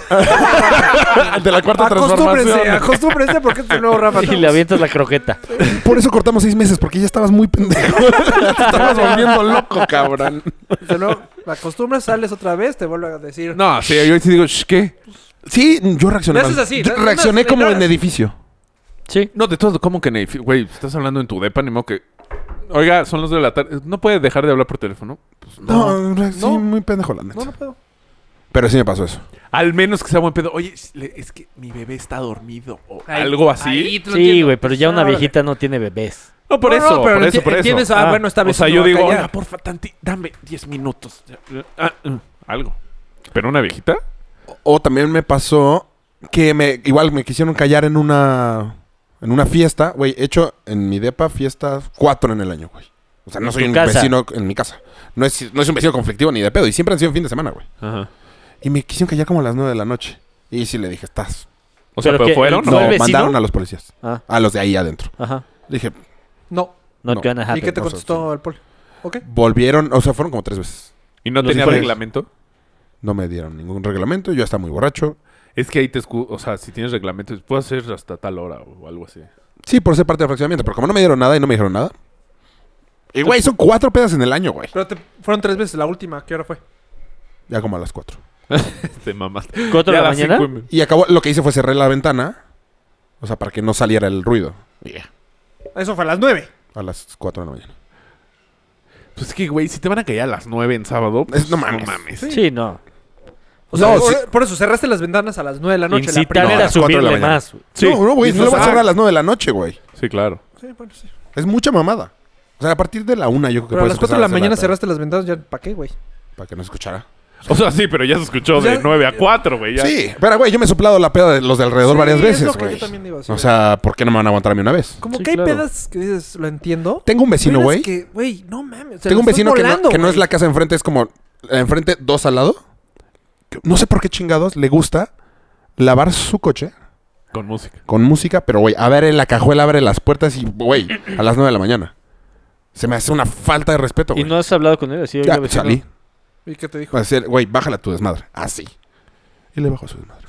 Speaker 5: De la cuarta
Speaker 7: Acostúmbrense,
Speaker 5: transformación.
Speaker 7: acostúmbrense porque este es el nuevo Rafa.
Speaker 6: y le avientas la croqueta.
Speaker 5: Por eso cortamos seis meses, porque ya estabas muy pendejo. Te estabas volviendo loco, cabrón.
Speaker 7: Este nuevo- la acostumbras, sales otra vez, te vuelvo a decir...
Speaker 4: No, sí, yo sí digo, "Shh, ¿qué?
Speaker 5: Sí, yo reaccioné.
Speaker 7: Le haces
Speaker 5: mal.
Speaker 7: así,
Speaker 5: Yo
Speaker 7: le-
Speaker 5: reaccioné
Speaker 7: le-
Speaker 5: como
Speaker 7: le-
Speaker 5: en edificio.
Speaker 6: Sí.
Speaker 4: No, de todo, ¿cómo que en edificio? Güey, estás hablando en tu depa, ni modo que. Oiga, son las 2 de la tarde. ¿No puede dejar de hablar por teléfono? Pues no.
Speaker 5: No, re- sí,
Speaker 4: No.
Speaker 5: muy pendejo, la neta.
Speaker 7: No, no puedo.
Speaker 5: Pero sí me pasó eso.
Speaker 4: Al menos que sea buen pedo. Oye, es le- es que mi bebé está dormido. O algo así.
Speaker 6: Sí, güey, pero ya
Speaker 7: Ah,
Speaker 6: una
Speaker 7: órale.
Speaker 6: viejita no tiene bebés.
Speaker 4: No, por
Speaker 7: No, no,
Speaker 4: eso.
Speaker 7: pero
Speaker 4: por
Speaker 7: enti-
Speaker 4: eso, por eso.
Speaker 7: entiendes, ah,
Speaker 6: Ah,
Speaker 7: bueno, esta
Speaker 4: o
Speaker 7: vez
Speaker 4: sea,
Speaker 7: se
Speaker 4: yo
Speaker 7: va a
Speaker 4: digo,
Speaker 7: callar.
Speaker 4: oiga, porfa, tanti, dame 10 minutos. Ah, mm, algo. ¿Pero una viejita?
Speaker 5: O también me pasó que me igual me quisieron callar en una en una fiesta, güey. He hecho en mi depa fiestas cuatro en el año, güey. O sea, no soy
Speaker 6: ¿Tu
Speaker 5: un
Speaker 6: casa?
Speaker 5: vecino en mi casa. No es, no es un vecino conflictivo ni de pedo. Y siempre han sido en fin de semana, güey.
Speaker 4: Ajá.
Speaker 5: Y me quisieron callar como a las nueve de la noche. Y sí le dije, estás.
Speaker 4: O sea,
Speaker 6: Pero
Speaker 4: ¿pero
Speaker 6: que-
Speaker 4: fueron?
Speaker 6: ¿Fue
Speaker 5: No,
Speaker 6: el vecino?
Speaker 5: mandaron a los policías.
Speaker 6: Ah,
Speaker 5: A los de ahí adentro.
Speaker 6: ajá.
Speaker 5: Dije,
Speaker 7: No.
Speaker 6: Not
Speaker 5: No.
Speaker 6: gonna happen.
Speaker 7: ¿Y qué te
Speaker 5: no,
Speaker 7: contestó el poli? ¿Ok?
Speaker 5: volvieron. O sea, fueron como tres veces.
Speaker 4: ¿Y no
Speaker 6: Los
Speaker 4: tenía
Speaker 6: hijos.
Speaker 4: reglamento?
Speaker 5: No me dieron ningún reglamento. Yo estaba muy borracho.
Speaker 4: Es que ahí te escu... O sea, si tienes reglamento, puedes hacer hasta tal hora o algo así.
Speaker 5: Sí, por ser parte del fraccionamiento. Pero como no me dieron nada y no me dijeron nada. Y, güey, son cuatro pedas en el año, güey.
Speaker 7: Pero te, fueron tres veces. La última, ¿qué hora fue?
Speaker 5: Ya como a las cuatro.
Speaker 4: Te mamaste.
Speaker 6: ¿Cuatro
Speaker 4: Ya
Speaker 6: de
Speaker 4: a
Speaker 6: la
Speaker 4: las
Speaker 6: mañana?
Speaker 4: cinco y me-
Speaker 5: Y acabó, lo que hice fue cerrar la ventana. O sea, para que no saliera el ruido.
Speaker 7: Ah, Eso fue a las nueve.
Speaker 5: A las 4 de la mañana.
Speaker 4: Pues es que, güey, si te van a callar a las 9 en sábado, pues,
Speaker 5: Es- no mames.
Speaker 6: Sí, no.
Speaker 7: O sea,
Speaker 5: No,
Speaker 7: por,
Speaker 5: sí.
Speaker 7: por eso cerraste las ventanas a las nueve de la noche. La
Speaker 6: Incitar
Speaker 5: No,
Speaker 7: primera.
Speaker 6: era
Speaker 5: las cuatro de la
Speaker 6: subirle
Speaker 5: mañana.
Speaker 6: más.
Speaker 4: Sí.
Speaker 5: No, no, güey. No lo vas a cerrar a
Speaker 4: Ah,
Speaker 5: las 9 de la noche, güey.
Speaker 4: Sí, claro.
Speaker 7: Sí, bueno, sí.
Speaker 5: Es mucha mamada. O sea, a partir de la una yo creo que
Speaker 7: Pero a
Speaker 5: puedes
Speaker 7: las cuatro de la mañana cerraste las ventanas, ya ¿para qué, güey?
Speaker 5: Para que no se escuchara.
Speaker 4: O sea, sí, pero ya se escuchó
Speaker 7: Ya-
Speaker 4: de 9 a 4, güey. ya.
Speaker 5: eh, Sí. Pero, güey, yo me he soplado la peda de los de alrededor
Speaker 7: Sí,
Speaker 5: varias
Speaker 7: es
Speaker 5: veces,
Speaker 7: lo que yo
Speaker 5: güey.
Speaker 7: también digo, sí,
Speaker 5: O
Speaker 7: güey.
Speaker 5: sea, ¿por qué no me van a aguantar a mí una vez?
Speaker 7: Como
Speaker 6: Sí,
Speaker 7: que hay
Speaker 6: claro.
Speaker 7: pedas que dices, lo entiendo.
Speaker 5: Tengo un vecino,
Speaker 7: Pedas
Speaker 5: güey.
Speaker 7: que, güey, no mames. se
Speaker 5: Tengo un
Speaker 7: la estás
Speaker 5: vecino que no-
Speaker 7: volando,
Speaker 5: que no es
Speaker 7: güey.
Speaker 5: la casa enfrente, es como la enfrente dos al lado. Que No sé por qué chingados le gusta lavar su coche
Speaker 4: Con música.
Speaker 5: con música, pero güey, abre la cajuela, abre las puertas y güey, a las 9 de la mañana. Se me hace una falta de respeto,
Speaker 6: Y
Speaker 5: güey.
Speaker 6: no has hablado con él así.
Speaker 5: ya
Speaker 6: oiga, vecino.
Speaker 5: salí.
Speaker 7: ¿Y qué te dijo?
Speaker 5: Va a decir, güey, bájala tu desmadre. Así. Y le bajo su desmadre.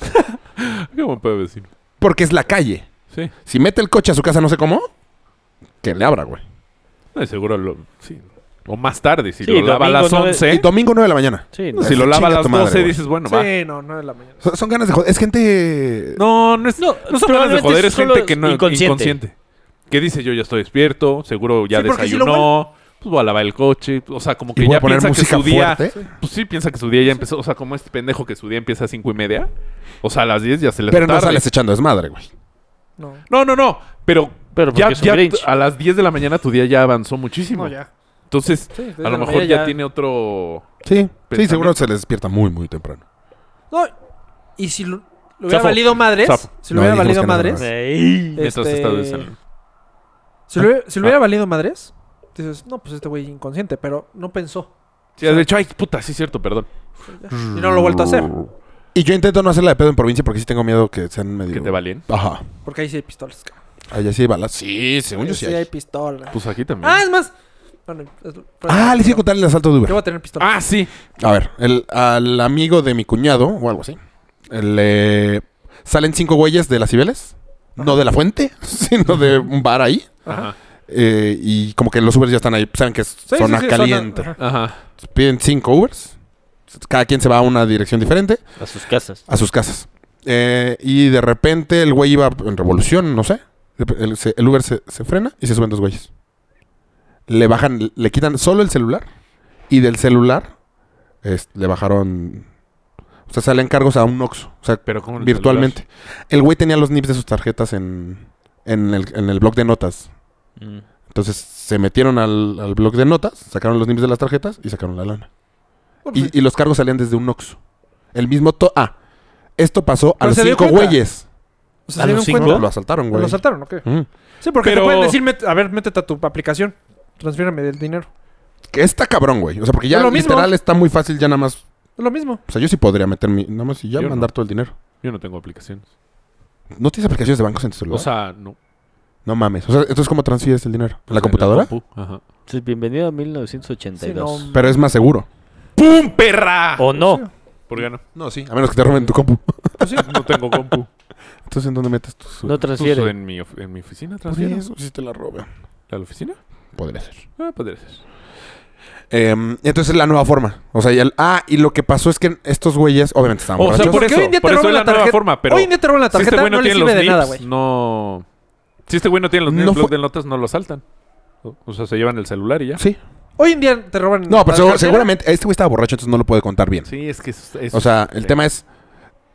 Speaker 4: Qué buen pedo vecino.
Speaker 5: Porque es la calle.
Speaker 4: Sí.
Speaker 5: Si mete el coche a su casa, no sé cómo, que le abra, güey.
Speaker 4: No, y seguro lo... Sí. O más tarde, si
Speaker 6: Sí,
Speaker 4: lo lava a
Speaker 6: domingo
Speaker 4: las
Speaker 6: nueve-
Speaker 4: 11.
Speaker 5: Y domingo 9 de la mañana.
Speaker 6: Sí,
Speaker 5: No,
Speaker 6: no.
Speaker 4: si lo
Speaker 5: Chinga
Speaker 4: lava a las
Speaker 5: tu
Speaker 4: 12,
Speaker 5: madre, güey.
Speaker 4: dices, bueno, va.
Speaker 7: Sí, no, no es la mañana.
Speaker 5: Son, son ganas de joder. Es gente.
Speaker 4: No, no es... No, son ganas de
Speaker 6: probablemente
Speaker 4: joder,
Speaker 6: es
Speaker 4: es gente
Speaker 6: solo
Speaker 4: que no... Inconsciente.
Speaker 6: inconsciente.
Speaker 4: Que dice, yo ya estoy despierto, seguro ya
Speaker 7: Sí, porque si lo
Speaker 4: desayunó, pues voy a lavar el coche. O sea, como
Speaker 5: y
Speaker 4: que
Speaker 5: voy
Speaker 4: ya
Speaker 5: a poner
Speaker 4: piensa que
Speaker 5: música
Speaker 4: su día...
Speaker 5: fuerte.
Speaker 4: Pues sí, piensa que su día ya empezó. O sea, como este pendejo que su día empieza a cinco y media. O sea, a las 10 ya se le
Speaker 5: Pero
Speaker 4: hace
Speaker 5: no
Speaker 4: tarde.
Speaker 5: sales echando desmadre, güey.
Speaker 7: No.
Speaker 4: No, no, no. Pero,
Speaker 6: Pero porque
Speaker 4: ya,
Speaker 6: es un
Speaker 4: ya
Speaker 6: Grinch.
Speaker 4: a las 10 de la mañana tu día ya avanzó muchísimo.
Speaker 7: No, ya.
Speaker 4: Entonces,
Speaker 7: Sí, desde
Speaker 4: a lo
Speaker 7: la
Speaker 4: mejor
Speaker 7: mañana
Speaker 4: ya,
Speaker 7: ya-
Speaker 4: tiene otro...
Speaker 5: Sí. Sí,
Speaker 4: Pensamiento.
Speaker 5: seguro se les despierta muy, muy temprano.
Speaker 7: No, y si lo, lo hubiera
Speaker 4: Zafo.
Speaker 7: valido madres,
Speaker 4: Zafo.
Speaker 7: si lo
Speaker 5: No,
Speaker 7: hubiera
Speaker 5: dijimos
Speaker 7: valido
Speaker 5: que no,
Speaker 7: madres,
Speaker 5: ¿verdad?
Speaker 6: Ey.
Speaker 4: Mientras
Speaker 7: este,
Speaker 4: está dulce.
Speaker 7: si lo hubiera, si lo
Speaker 5: Ah.
Speaker 7: hubiera valido madres, dices, no, pues este güey inconsciente, pero no pensó.
Speaker 4: Sí, de hecho, ay, puta, sí es cierto, perdón.
Speaker 7: Y no lo he vuelto a hacer,
Speaker 4: Mm.
Speaker 5: Y yo intento no hacerla de pedo en provincia porque sí tengo miedo que sean medio.
Speaker 4: Que te valien.
Speaker 5: Ajá.
Speaker 7: porque ahí sí hay pistolas. cabrón.
Speaker 5: Allá sí hay balas. Sí, según yo sí,
Speaker 7: Sí hay
Speaker 5: hay.
Speaker 7: pistolas.
Speaker 4: Pues aquí también.
Speaker 7: Ah, es más. Bueno, es-
Speaker 5: Ah, les hice
Speaker 7: yo
Speaker 5: contar el asalto de Uber.
Speaker 7: voy a tener pistola.
Speaker 4: Ah, sí.
Speaker 5: A ver, el, al amigo de mi cuñado o algo así. Le salen cinco güeyes de las Cibeles. No de la fuente, sino de un bar ahí.
Speaker 4: Ajá.
Speaker 5: Eh, y como que los Ubers ya están ahí. Saben que es
Speaker 7: Sí,
Speaker 5: zona
Speaker 7: sí, sí,
Speaker 5: caliente.
Speaker 7: zona- ajá.
Speaker 4: Ajá.
Speaker 5: Piden cinco Ubers. Cada quien se va a una dirección diferente
Speaker 6: A sus casas.
Speaker 5: a sus casas. Eh, y de repente el güey iba en revolución, no sé. El, se- el Uber se, se frena y se suben dos güeyes. Le bajan, le quitan solo el celular. Y del celular es- le bajaron. O sea, salen cargos a un Oxxo. O sea,
Speaker 4: Pero ¿cómo el
Speaker 5: virtualmente. El güey tenía los nips de sus tarjetas en, en, el, en el blog de notas.
Speaker 6: Mm.
Speaker 5: Entonces se metieron al, al blog de notas, sacaron los NIMS de las tarjetas y sacaron la lana. Y, y los cargos salían desde un Oxxo. El mismo... To ah, esto pasó a
Speaker 7: Pero
Speaker 5: los
Speaker 7: se dio
Speaker 5: cinco
Speaker 7: cuenta.
Speaker 5: güeyes.
Speaker 7: O sea,
Speaker 6: ¿A
Speaker 7: ¿se dieron
Speaker 6: los cinco?
Speaker 7: cuenta?
Speaker 5: Lo asaltaron, güey.
Speaker 7: ¿Lo saltaron o qué?
Speaker 5: Mm.
Speaker 7: Sí, porque
Speaker 4: Pero-
Speaker 7: te pueden decir, met- a ver, métete a tu aplicación. Transfiérame el dinero.
Speaker 5: Que está cabrón, güey. O sea, porque ya
Speaker 7: Es lo mismo.
Speaker 5: literal está muy fácil ya nada más...
Speaker 7: Es lo mismo.
Speaker 5: O sea, yo sí podría meter mi... Nada más y ya
Speaker 4: Yo no.
Speaker 5: mandar todo el dinero.
Speaker 4: Yo no tengo aplicaciones.
Speaker 5: ¿No tienes aplicaciones de bancos en tu celular?
Speaker 4: O sea, no.
Speaker 5: no mames. O sea, entonces ¿cómo transfieres el dinero? ¿En la computadora?
Speaker 4: compu, ajá.
Speaker 6: Entonces, bienvenido a
Speaker 7: Sí,
Speaker 6: 1982.
Speaker 7: no.
Speaker 5: Pero es más seguro.
Speaker 4: ¡Pum,
Speaker 5: ah,
Speaker 4: perra!
Speaker 6: ¿O no?
Speaker 4: ¿Por qué no?
Speaker 5: No, sí. A menos que te roben tu compu.
Speaker 7: Pues sí.
Speaker 4: No tengo compu.
Speaker 5: Entonces, ¿en dónde metes tu... su-
Speaker 6: No transfiere.
Speaker 4: Justo En mi, of- en mi oficina
Speaker 7: Pues
Speaker 5: Por
Speaker 4: transfiero.
Speaker 5: eso, si te la roban.
Speaker 4: ¿A la oficina?
Speaker 5: Podría ser.
Speaker 4: Ah, podría ser.
Speaker 5: Em, entonces es la nueva forma. O sea, y el- ah, y lo que pasó es que estos güeyes obviamente estaban
Speaker 4: O sea,
Speaker 5: borrachos.
Speaker 4: por
Speaker 7: Porque
Speaker 4: eso,
Speaker 7: hoy en día te
Speaker 4: por eso
Speaker 7: roban
Speaker 4: es
Speaker 7: la
Speaker 4: la nueva
Speaker 7: tarjeta-
Speaker 4: forma, pero
Speaker 7: Hoy en día te roban la
Speaker 4: si
Speaker 7: tarjeta,
Speaker 4: este güey no,
Speaker 7: no, le
Speaker 4: tiene
Speaker 7: sirve
Speaker 4: los
Speaker 7: de
Speaker 4: NIPS,
Speaker 7: nada, güey.
Speaker 4: no... Si este güey no tiene los
Speaker 5: No
Speaker 4: NIPS,
Speaker 5: fue-
Speaker 4: blog de notas no lo saltan. O- O sea, se llevan el celular y ya.
Speaker 5: Sí.
Speaker 7: Hoy en día te roban.
Speaker 5: No, pero
Speaker 7: la
Speaker 5: segu-
Speaker 7: tarjeta.
Speaker 5: seguramente este güey estaba borracho, entonces no lo puede contar bien.
Speaker 4: Sí, es que eso,
Speaker 5: O sea, el tema es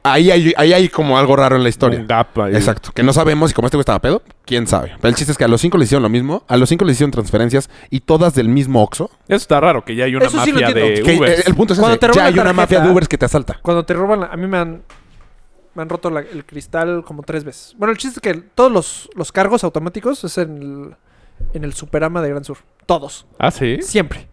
Speaker 5: ahí hay, ahí hay como algo raro en la historia.
Speaker 4: Exacto.
Speaker 5: Exacto, que no sabemos y como este güey estaba pedo, quién sabe. Pero el chiste es que a los cinco le hicieron lo mismo, a los cinco le hicieron transferencias y todas del mismo Oxxo.
Speaker 4: Eso está raro, que ya hay una
Speaker 7: Eso sí lo
Speaker 4: mafia de
Speaker 7: entiendo.
Speaker 5: Que, eh,
Speaker 4: Ubers.
Speaker 5: el punto es
Speaker 7: Cuando
Speaker 5: ese,
Speaker 7: te roban
Speaker 5: ya
Speaker 7: la
Speaker 5: hay una
Speaker 7: tarjeta-
Speaker 5: mafia de Ubers que te asalta.
Speaker 7: Cuando te roban la- A mí me han. Me han roto la- el cristal como tres veces. Bueno, el chiste es que todos los, los cargos automáticos es en el, en el Superama de Gran Sur. Todos.
Speaker 4: Ah, sí.
Speaker 7: Siempre.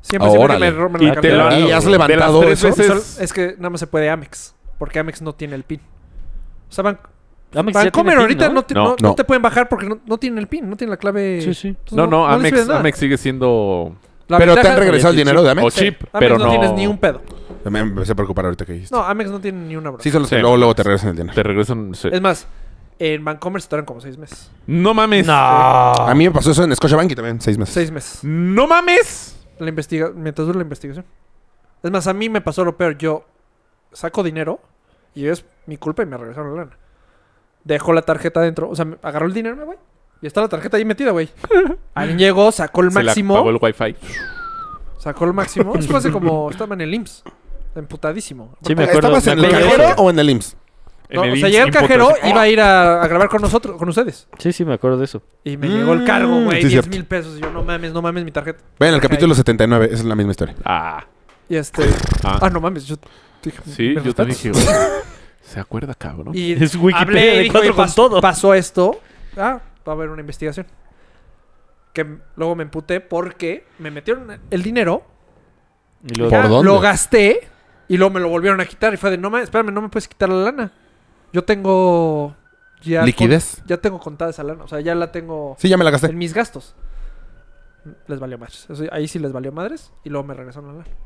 Speaker 7: Siempre, siempre que
Speaker 5: Órale.
Speaker 7: me roban
Speaker 4: Y
Speaker 7: la
Speaker 4: te lo
Speaker 7: cartera.
Speaker 5: Y has
Speaker 4: de las
Speaker 5: levantado
Speaker 4: tres
Speaker 5: eso.
Speaker 4: veces-
Speaker 7: Solo- es que nada más se puede Amex. Porque Amex no tiene el PIN. O sea, Ban-
Speaker 6: Amex Pues ya
Speaker 7: Bancomer
Speaker 6: tiene
Speaker 7: ahorita
Speaker 6: PIN,
Speaker 7: no, te,
Speaker 4: No,
Speaker 7: no- no
Speaker 5: no.
Speaker 7: te pueden bajar porque no, no tienen el PIN, no tienen la clave.
Speaker 6: Sí, sí.
Speaker 7: Entonces
Speaker 4: No, no,
Speaker 7: les sirve de
Speaker 4: Amex,
Speaker 7: nada.
Speaker 4: Amex sigue siendo...
Speaker 7: La
Speaker 5: Pero te
Speaker 7: ventaja-
Speaker 5: han regresado el
Speaker 4: Sí,
Speaker 5: dinero de
Speaker 4: O
Speaker 5: Amex.
Speaker 7: Sí,
Speaker 4: chip, pero no...
Speaker 7: no tienes ni un pedo.
Speaker 5: Me empecé a preocupar ahorita que dijiste.
Speaker 7: No, Amex no tiene ni una broma.
Speaker 5: Sí, son los que
Speaker 4: Sí.
Speaker 5: luego, luego te regresan el dinero.
Speaker 4: Te regresan... sí.
Speaker 7: Es más, en Bancomer se tardan como seis meses.
Speaker 4: No mames.
Speaker 5: Este, A mí me pasó eso en Scotiabank y también seis meses.
Speaker 7: Seis meses.
Speaker 4: No mames.
Speaker 7: La investiga mientras dura la investigación. Es más, a mí me pasó lo peor. Yo saco dinero y es mi culpa y me regresaron la lana. Dejo la tarjeta adentro. O sea, me agarró el dinero, güey. Y está la tarjeta ahí metida, güey. Alguien llegó, sacó el
Speaker 4: Se la apagó
Speaker 7: máximo.
Speaker 4: el wifi.
Speaker 7: Sacó el máximo. Eso fue hace como estaba en el IMSS. Emputadísimo.
Speaker 6: Sí, me acuerdo.
Speaker 5: ¿Estabas
Speaker 6: me
Speaker 5: en el
Speaker 6: acuerdo de
Speaker 5: cajero
Speaker 6: eso.
Speaker 5: o en el IMSS?
Speaker 7: No,
Speaker 4: En
Speaker 7: o
Speaker 4: el
Speaker 7: sea, llegué al
Speaker 4: Insta,
Speaker 7: cajero,
Speaker 4: imputas.
Speaker 7: iba a ir a, a grabar con nosotros, con ustedes.
Speaker 6: Sí, sí, me acuerdo de eso.
Speaker 7: Y me llegó el cargo,
Speaker 5: Mm,
Speaker 7: güey.
Speaker 5: sí,
Speaker 7: 10
Speaker 5: cierto.
Speaker 7: mil pesos. Y yo, no mames, no mames mi tarjeta.
Speaker 5: Vean el
Speaker 7: Ok.
Speaker 5: capítulo 79, esa es la misma historia.
Speaker 4: Ah.
Speaker 7: Y este.
Speaker 4: Ah.
Speaker 7: Ah, no mames. Yo dije,
Speaker 4: Sí,
Speaker 7: ¿me
Speaker 4: yo te
Speaker 7: respetas?
Speaker 4: dije, güey, Se acuerda, cabrón.
Speaker 7: Y
Speaker 6: Es Wikipedia
Speaker 7: hablé y
Speaker 6: de
Speaker 7: dije,
Speaker 6: cuatro
Speaker 7: "Oye,
Speaker 6: con
Speaker 7: pas-
Speaker 6: todo".
Speaker 7: Pasó esto. Ah, va a haber una investigación. Que m- luego me emputé porque me metieron el dinero.
Speaker 6: Y luego-
Speaker 5: ¿Por
Speaker 7: ya,
Speaker 5: dónde?
Speaker 7: Lo gasté y luego me lo volvieron a quitar. Y fue de, no mames, espérame, no me puedes quitar la lana. Yo tengo. Ya con-
Speaker 5: ¿Liquidez?
Speaker 7: ya tengo contada esa lana. O sea, ya la tengo
Speaker 5: Sí, ya me la gasté.
Speaker 7: en mis gastos. Les valió madres. Eso- ahí sí les valió madres. Y luego me regresaron la lana.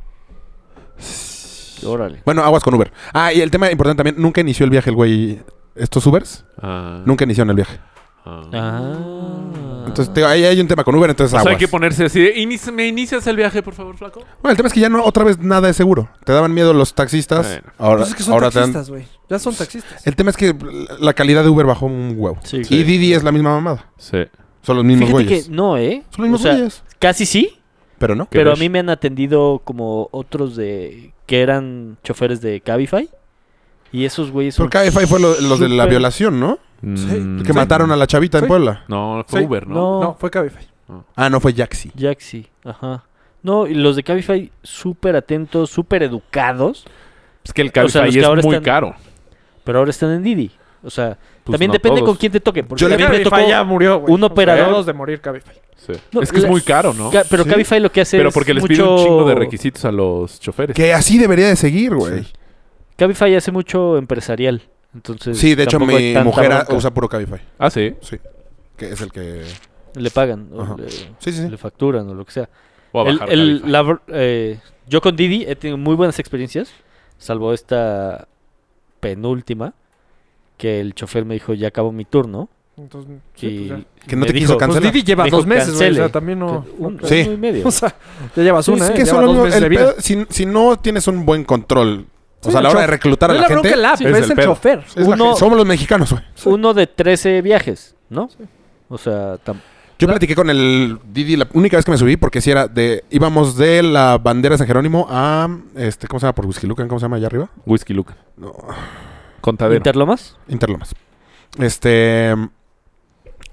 Speaker 6: Órale.
Speaker 5: Bueno, aguas con Uber. Ah, y el tema importante también, nunca inició el viaje el güey. Estos Ubers
Speaker 6: Mm.
Speaker 4: Ah,
Speaker 5: nunca iniciaron el viaje.
Speaker 4: ah.
Speaker 6: Ah.
Speaker 5: Entonces, te digo, ahí hay un tema con Uber, entonces
Speaker 4: O sea,
Speaker 5: aguas.
Speaker 4: hay que ponerse así. de, "Inici- ¿Me inicias el viaje, por favor, flaco?
Speaker 5: Bueno, el tema es que ya no, otra vez nada es seguro. Te daban miedo los taxistas.
Speaker 4: Bueno.
Speaker 5: Ahora,
Speaker 7: Pues es que son
Speaker 5: ahora te dan-
Speaker 7: taxistas, güey. Ya son taxistas.
Speaker 5: El tema es que la calidad de Uber bajó un huevo.
Speaker 6: Sí,
Speaker 5: y
Speaker 6: claro.
Speaker 5: Didi es la misma mamada.
Speaker 4: Sí.
Speaker 5: Son los mismos
Speaker 6: Fíjate
Speaker 5: güeyes.
Speaker 6: que no, ¿eh?
Speaker 5: Son los mismos
Speaker 6: O sea,
Speaker 5: güeyes.
Speaker 6: Casi sí,
Speaker 5: Pero no.
Speaker 4: ¿Qué
Speaker 6: pero
Speaker 4: ves?
Speaker 6: a mí me han atendido como otros de que eran choferes de Cabify. Y esos güeyes son
Speaker 5: Porque Cabify fue lo- los de la
Speaker 6: súper-
Speaker 5: violación, ¿no?
Speaker 4: Mm,
Speaker 5: Que mataron a la chavita
Speaker 7: Sí.
Speaker 5: en Puebla.
Speaker 4: No, fue
Speaker 7: Sí.
Speaker 4: Uber, ¿no?
Speaker 6: No,
Speaker 7: No, fue Cabify.
Speaker 5: Ah, no, fue Jaxi.
Speaker 6: Jaxi, ajá. No, y los de Cabify súper atentos, súper educados,
Speaker 4: Es que el
Speaker 6: O sea,
Speaker 4: Cabify
Speaker 6: los que ahora
Speaker 4: es muy
Speaker 6: están-
Speaker 4: caro.
Speaker 6: pero ahora están en Didi. O sea,
Speaker 4: Pues
Speaker 6: también
Speaker 4: no
Speaker 6: depende
Speaker 4: todos.
Speaker 6: con quién te toque. Porque
Speaker 5: Yo le-
Speaker 6: a mí me tocó-
Speaker 7: Cabify ya murió, güey.
Speaker 6: un operador-
Speaker 7: Todos de morir Cabify.
Speaker 4: Sí.
Speaker 6: No,
Speaker 4: es que es
Speaker 6: la-
Speaker 4: muy caro, ¿no?
Speaker 6: Ca- Pero Cabify lo que hace
Speaker 4: Pero
Speaker 6: es
Speaker 4: porque les
Speaker 6: mucho...
Speaker 4: pide un chingo de requisitos a los choferes.
Speaker 5: Que así debería de seguir, güey. Sí,
Speaker 6: Cabify hace mucho empresarial. Entonces,
Speaker 5: de hecho,
Speaker 6: tampoco hay
Speaker 5: mi
Speaker 6: tanta
Speaker 5: mujer
Speaker 6: bronca.
Speaker 5: usa puro Cabify.
Speaker 4: Ah, sí.
Speaker 5: Sí. Que es el que.
Speaker 6: Le pagan, o
Speaker 5: Ajá.
Speaker 6: le,
Speaker 5: Sí, sí, sí.
Speaker 6: le facturan o lo que sea.
Speaker 4: Voy a
Speaker 6: El-
Speaker 4: bajar
Speaker 6: el-
Speaker 4: Cabify.
Speaker 6: la br- eh, yo con Didi he tenido muy buenas experiencias, salvo esta penúltima, que el chofer me dijo, ya acabo mi turno.
Speaker 7: Entonces,
Speaker 6: y
Speaker 7: sí, pues ya.
Speaker 5: Que no
Speaker 6: me
Speaker 5: te quiso
Speaker 7: Pues
Speaker 5: cancela.
Speaker 7: Didi lleva
Speaker 6: Dijo,
Speaker 7: dos meses, güey. O sea,
Speaker 6: cancele.
Speaker 7: también no.
Speaker 6: Un,
Speaker 7: no-
Speaker 5: Sí.
Speaker 6: uno y medio.
Speaker 7: O sea, ya llevas una,
Speaker 5: es
Speaker 7: ¿eh?
Speaker 5: que
Speaker 7: Lleva
Speaker 5: solo
Speaker 7: dos
Speaker 5: no-
Speaker 7: meses
Speaker 5: el
Speaker 7: de vida.
Speaker 5: pedo- si, si no tienes un buen control, o
Speaker 7: Sí,
Speaker 5: sea, a la
Speaker 7: el
Speaker 5: hora de
Speaker 7: chofer.
Speaker 5: reclutar
Speaker 7: No
Speaker 5: a
Speaker 7: es
Speaker 5: la,
Speaker 7: la bronca
Speaker 5: gente,
Speaker 7: el app,
Speaker 4: Sí,
Speaker 7: es,
Speaker 4: es
Speaker 7: el,
Speaker 4: el pedo.
Speaker 7: chofer.
Speaker 5: es la
Speaker 6: uno-
Speaker 5: gente- somos los mexicanos, güey.
Speaker 6: uno de 13 viajes, ¿no? O sea, tam-
Speaker 5: Yo platiqué con el Didi la única vez que me subí, porque si era de. Íbamos de la bandera de San Jerónimo a. este ¿Cómo se llama? Por Huizquilucan, ¿cómo se llama allá arriba?
Speaker 4: Whisky Luca.
Speaker 5: No,
Speaker 4: Contadero.
Speaker 6: Interlomas.
Speaker 5: Interlomas. Este.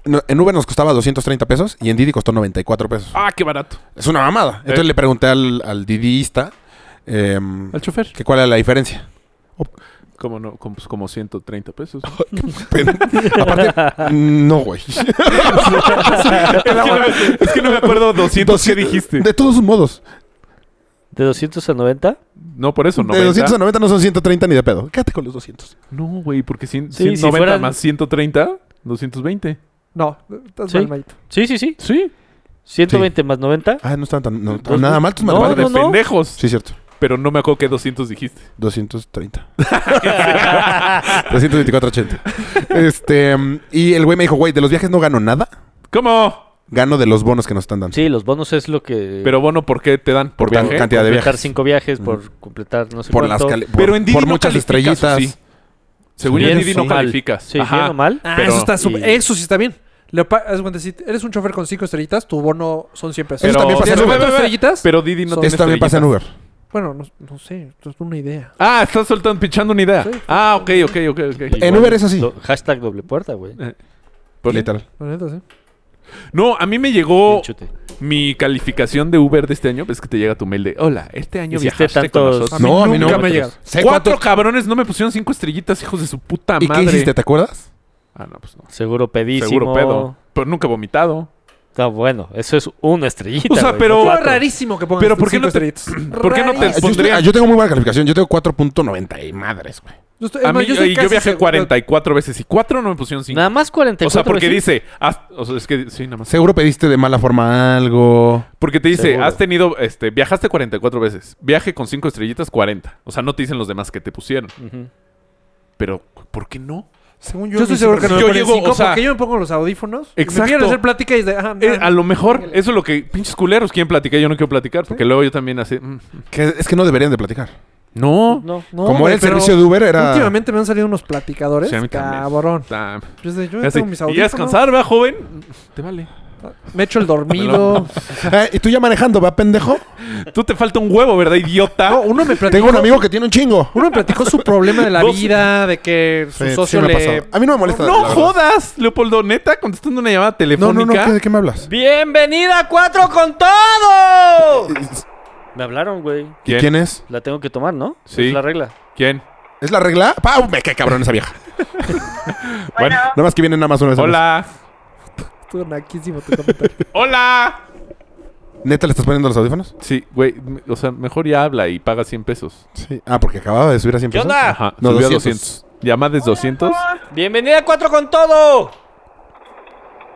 Speaker 5: no- en Uber nos costaba 230 pesos y en Didi costó 94 pesos.
Speaker 4: Ah, qué barato.
Speaker 5: Es una mamada. Entonces
Speaker 4: Eh.
Speaker 5: le pregunté al, al didista em,
Speaker 4: Al chofer.
Speaker 5: que cuál era la diferencia.
Speaker 4: Como no, como, pues, como 130 pesos.
Speaker 5: Aparte, no, güey.
Speaker 4: es, que no, es que no me acuerdo 200 qué dijiste.
Speaker 5: De todos modos,
Speaker 6: De 200 a 90.
Speaker 4: No, por eso,
Speaker 5: de
Speaker 4: 90.
Speaker 5: 290 no son 130 ni de pedo. Quédate con los 200.
Speaker 4: No, güey, porque cien-
Speaker 6: Sí, si
Speaker 4: 190
Speaker 6: fueran-
Speaker 4: más 130, 220.
Speaker 7: No, estás
Speaker 6: Sí.
Speaker 7: mal, Mayito.
Speaker 6: Sí, sí, sí.
Speaker 4: Sí.
Speaker 6: 120 más 90.
Speaker 5: Ah, no están tan, no, tan
Speaker 6: Dos-
Speaker 5: nada mal tus
Speaker 6: no,
Speaker 4: Par de
Speaker 5: matemáticas.
Speaker 4: pendejos.
Speaker 5: Sí, cierto.
Speaker 4: Pero no me acuerdo qué 200 dijiste.
Speaker 5: 230. 324.80. Este, mm, y el güey me dijo, güey, de los viajes no gano nada.
Speaker 4: ¿Cómo?
Speaker 5: Gano de los bonos que nos están dando.
Speaker 6: Sí, los bonos es lo que.
Speaker 4: Pero bueno, ¿por qué te dan? ¿Por,
Speaker 5: Por tan-
Speaker 4: viaje?
Speaker 5: cantidad de
Speaker 6: completar
Speaker 5: viajes.
Speaker 6: cinco viajes, por completar no sé
Speaker 5: por las
Speaker 6: cuánto.
Speaker 5: cali- por-
Speaker 4: Pero en Didi
Speaker 5: por
Speaker 4: no
Speaker 5: muchas
Speaker 4: calificas,
Speaker 5: estrellitas.
Speaker 4: ¿o sí? Según yo,
Speaker 6: Bien
Speaker 4: en Didi
Speaker 6: o
Speaker 4: no
Speaker 6: mal.
Speaker 4: calificas.
Speaker 6: Sí,
Speaker 4: Ajá.
Speaker 6: bien o mal.
Speaker 7: Ah,
Speaker 4: Pero-
Speaker 7: eso, está sup-
Speaker 6: y-
Speaker 7: eso sí está bien. Le pa- haz de cuenta, si eres un chofer con cinco estrellitas, tu bono son 100 pesos.
Speaker 5: Eso también pasa en
Speaker 7: ¿Tienes
Speaker 5: Uber.
Speaker 7: cuatro estrellitas?
Speaker 4: Pero Didi no
Speaker 7: Son-
Speaker 4: tiene
Speaker 5: Esto también pasa en
Speaker 4: estrellitas.
Speaker 5: Uber.
Speaker 7: Bueno, no, no sé, esto es una idea.
Speaker 4: Ah, estás soltando, pinchando una idea.
Speaker 7: Sí.
Speaker 4: Ah, ok, ok, ok, ok. Eh,
Speaker 5: Eh, En Uber es así.
Speaker 6: Do- hashtag doble puerta, güey.
Speaker 4: Por-
Speaker 5: Literal.
Speaker 7: La neta, sí.
Speaker 4: No, a mí me llegó
Speaker 6: El chute.
Speaker 4: mi calificación de Uber de este año. Ves que te llega tu mail de, hola, este año
Speaker 6: Hiciste
Speaker 4: viajaste con
Speaker 6: tantos-
Speaker 4: nosotros.
Speaker 7: mí
Speaker 5: No, a mí no.
Speaker 7: nunca me ha llegado.
Speaker 5: Sé
Speaker 4: Cuatro
Speaker 5: cuánto-
Speaker 4: cabrones no me pusieron cinco estrellitas, hijos de su puta
Speaker 5: ¿Y
Speaker 4: madre.
Speaker 5: qué hiciste? ¿Te acuerdas?
Speaker 4: Ah, no, pues no.
Speaker 6: Seguro pedísimo.
Speaker 4: Seguro pedo. Pero nunca vomitado.
Speaker 6: Está bueno. Eso es una estrellita.
Speaker 4: O sea,
Speaker 6: güey,
Speaker 4: pero-
Speaker 6: no
Speaker 7: Pero
Speaker 6: cuatro.
Speaker 7: rarísimo que pongas
Speaker 4: Pero ¿por qué
Speaker 7: cinco
Speaker 4: no te-
Speaker 7: estrellitas.
Speaker 4: ¿Por qué no
Speaker 5: Ah,
Speaker 4: te
Speaker 7: Rarísimo.
Speaker 5: yo, estoy-
Speaker 4: pondrían?
Speaker 5: ah, yo tengo muy buena calificación. Yo tengo 4.90 y madres, güey.
Speaker 7: Yo estoy-
Speaker 4: A
Speaker 7: es más,
Speaker 4: mí,
Speaker 7: yo
Speaker 4: yo,
Speaker 7: soy
Speaker 4: y yo
Speaker 7: casi
Speaker 4: viajé
Speaker 7: seguro-
Speaker 4: 44 veces y cuatro no me pusieron cinco.
Speaker 6: Nada más 44
Speaker 4: o sea, porque
Speaker 6: veces.
Speaker 4: dice, has- o sea, es que sí, nada más.
Speaker 5: Seguro pediste de mala forma algo.
Speaker 4: Porque te dice,
Speaker 6: Seguro.
Speaker 4: has tenido, este, viajaste 44 veces, viaje con cinco estrellitas 40. O sea, no te dicen los demás que te pusieron.
Speaker 6: Ujú.
Speaker 4: Pero, ¿por qué no?
Speaker 5: Según
Speaker 7: Yo estoy seguro que
Speaker 4: Yo
Speaker 7: no me ponen
Speaker 4: llego,
Speaker 7: cinco
Speaker 4: o sea-
Speaker 7: porque yo me pongo los audífonos. Y
Speaker 4: Exacto.
Speaker 7: me quieren hacer plática y de, ah, ajá,
Speaker 4: Eh,
Speaker 7: ajá.
Speaker 4: a lo mejor, eso es lo que pinches culeros quieren platicar, yo no quiero platicar, porque luego yo también así. mm,
Speaker 5: Que es que no deberían de platicar.
Speaker 4: no.
Speaker 6: No.
Speaker 7: No,
Speaker 5: Como
Speaker 7: güey,
Speaker 5: era el
Speaker 7: pero
Speaker 5: servicio de Uber, era.
Speaker 7: Últimamente me han salido unos platicadores.
Speaker 4: Sí, a mí también.
Speaker 7: cabrón.
Speaker 4: Ah,
Speaker 7: Yo, sé, yo
Speaker 4: así,
Speaker 7: tengo mis
Speaker 4: ¿Y ya es
Speaker 7: audífonos.
Speaker 4: cansar, va, joven? Te vale.
Speaker 7: Me echo el dormido.
Speaker 5: Ah, y tú ya manejando, ¿va, pendejo?
Speaker 4: Tú te falta un huevo, ¿verdad, idiota?
Speaker 7: No, uno me platicó.
Speaker 5: Tengo un amigo que tiene un chingo.
Speaker 7: Uno me platicó su problema de la
Speaker 4: Dos.
Speaker 7: vida, de que su
Speaker 5: Sí,
Speaker 7: socio
Speaker 5: sí me ha
Speaker 7: le.
Speaker 5: pasado. A mí no me molesta.
Speaker 4: No
Speaker 5: la verdad.
Speaker 4: jodas, Leopoldo, neta, contestando una llamada
Speaker 5: No, no, no.
Speaker 4: telefónica.
Speaker 5: ¿qué- ¿De qué me hablas?
Speaker 6: ¡Bienvenida a Cuatro con Todo! Me hablaron, güey.
Speaker 5: ¿Y
Speaker 4: ¿Quién?
Speaker 5: quién es?
Speaker 6: La tengo que tomar, ¿no?
Speaker 4: Sí.
Speaker 6: Es la regla.
Speaker 4: ¿Quién?
Speaker 5: ¿Es la regla? ¡Pau! Me cae cabrón esa vieja.
Speaker 4: Bueno,
Speaker 5: Nada más que viene nada más una vez. al mes.
Speaker 4: hola.
Speaker 7: Estuvo naquísimo tu comentario.
Speaker 4: ¡Hola!
Speaker 5: ¿Neta le estás poniendo los audífonos?
Speaker 4: Sí, güey, m- o sea, mejor ya habla y paga 100 pesos.
Speaker 5: Sí. Ah, porque acababa de subir a 100
Speaker 6: ¿Qué
Speaker 5: pesos.
Speaker 6: onda?
Speaker 4: Ajá,
Speaker 5: No,
Speaker 4: subió
Speaker 5: 200.
Speaker 4: a 200. Llamades 200.
Speaker 6: ¡Bienvenida a Cuatro con Todo!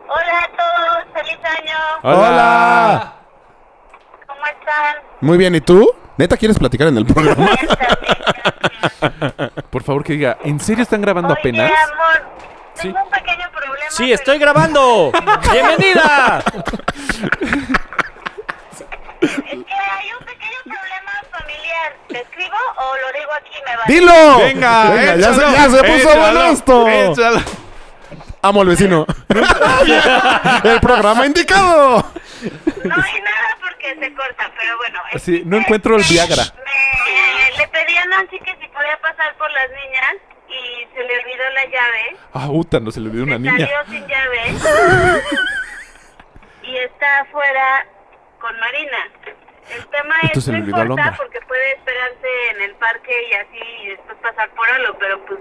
Speaker 1: Hola a todos, feliz
Speaker 4: Ah.
Speaker 1: año.
Speaker 5: ¡Hola!
Speaker 1: ¿Cómo están?
Speaker 5: Muy bien, ¿y tú? ¿Neta quieres platicar en el programa?
Speaker 4: Por favor, que diga, ¿en serio están grabando
Speaker 1: Oye,
Speaker 4: apenas?
Speaker 1: amor,
Speaker 4: Sí.
Speaker 1: tengo un pequeño problema.
Speaker 6: ¡Sí,
Speaker 1: pero-
Speaker 6: estoy grabando! ¡Bienvenida!
Speaker 1: Es que hay un pequeño problema familiar. ¿Te escribo o lo digo aquí? Me va.
Speaker 5: ¡Dilo!
Speaker 4: Venga,
Speaker 5: Venga, ya, se,
Speaker 4: échalo,
Speaker 5: ya se puso
Speaker 4: échalo,
Speaker 5: bueno esto.
Speaker 4: échalo.
Speaker 5: Amo al vecino. el programa indicado.
Speaker 1: No hay nada porque se corta, pero bueno. el
Speaker 4: Sí, no
Speaker 1: chiste
Speaker 4: encuentro el
Speaker 1: es que
Speaker 4: Viagra.
Speaker 1: me- le pedí a Nancy que si podía pasar por las niñas y se le olvidó la llave.
Speaker 4: Ah, puta, no se le olvidó una
Speaker 1: se
Speaker 4: niña.
Speaker 1: salió sin llave. y está afuera con Marina. El tema
Speaker 4: Esto
Speaker 1: es
Speaker 4: se le
Speaker 1: no
Speaker 4: olvidó al
Speaker 1: importa
Speaker 4: hombre.
Speaker 1: porque puede esperarse en el parque y así y después pasar por algo, pero pues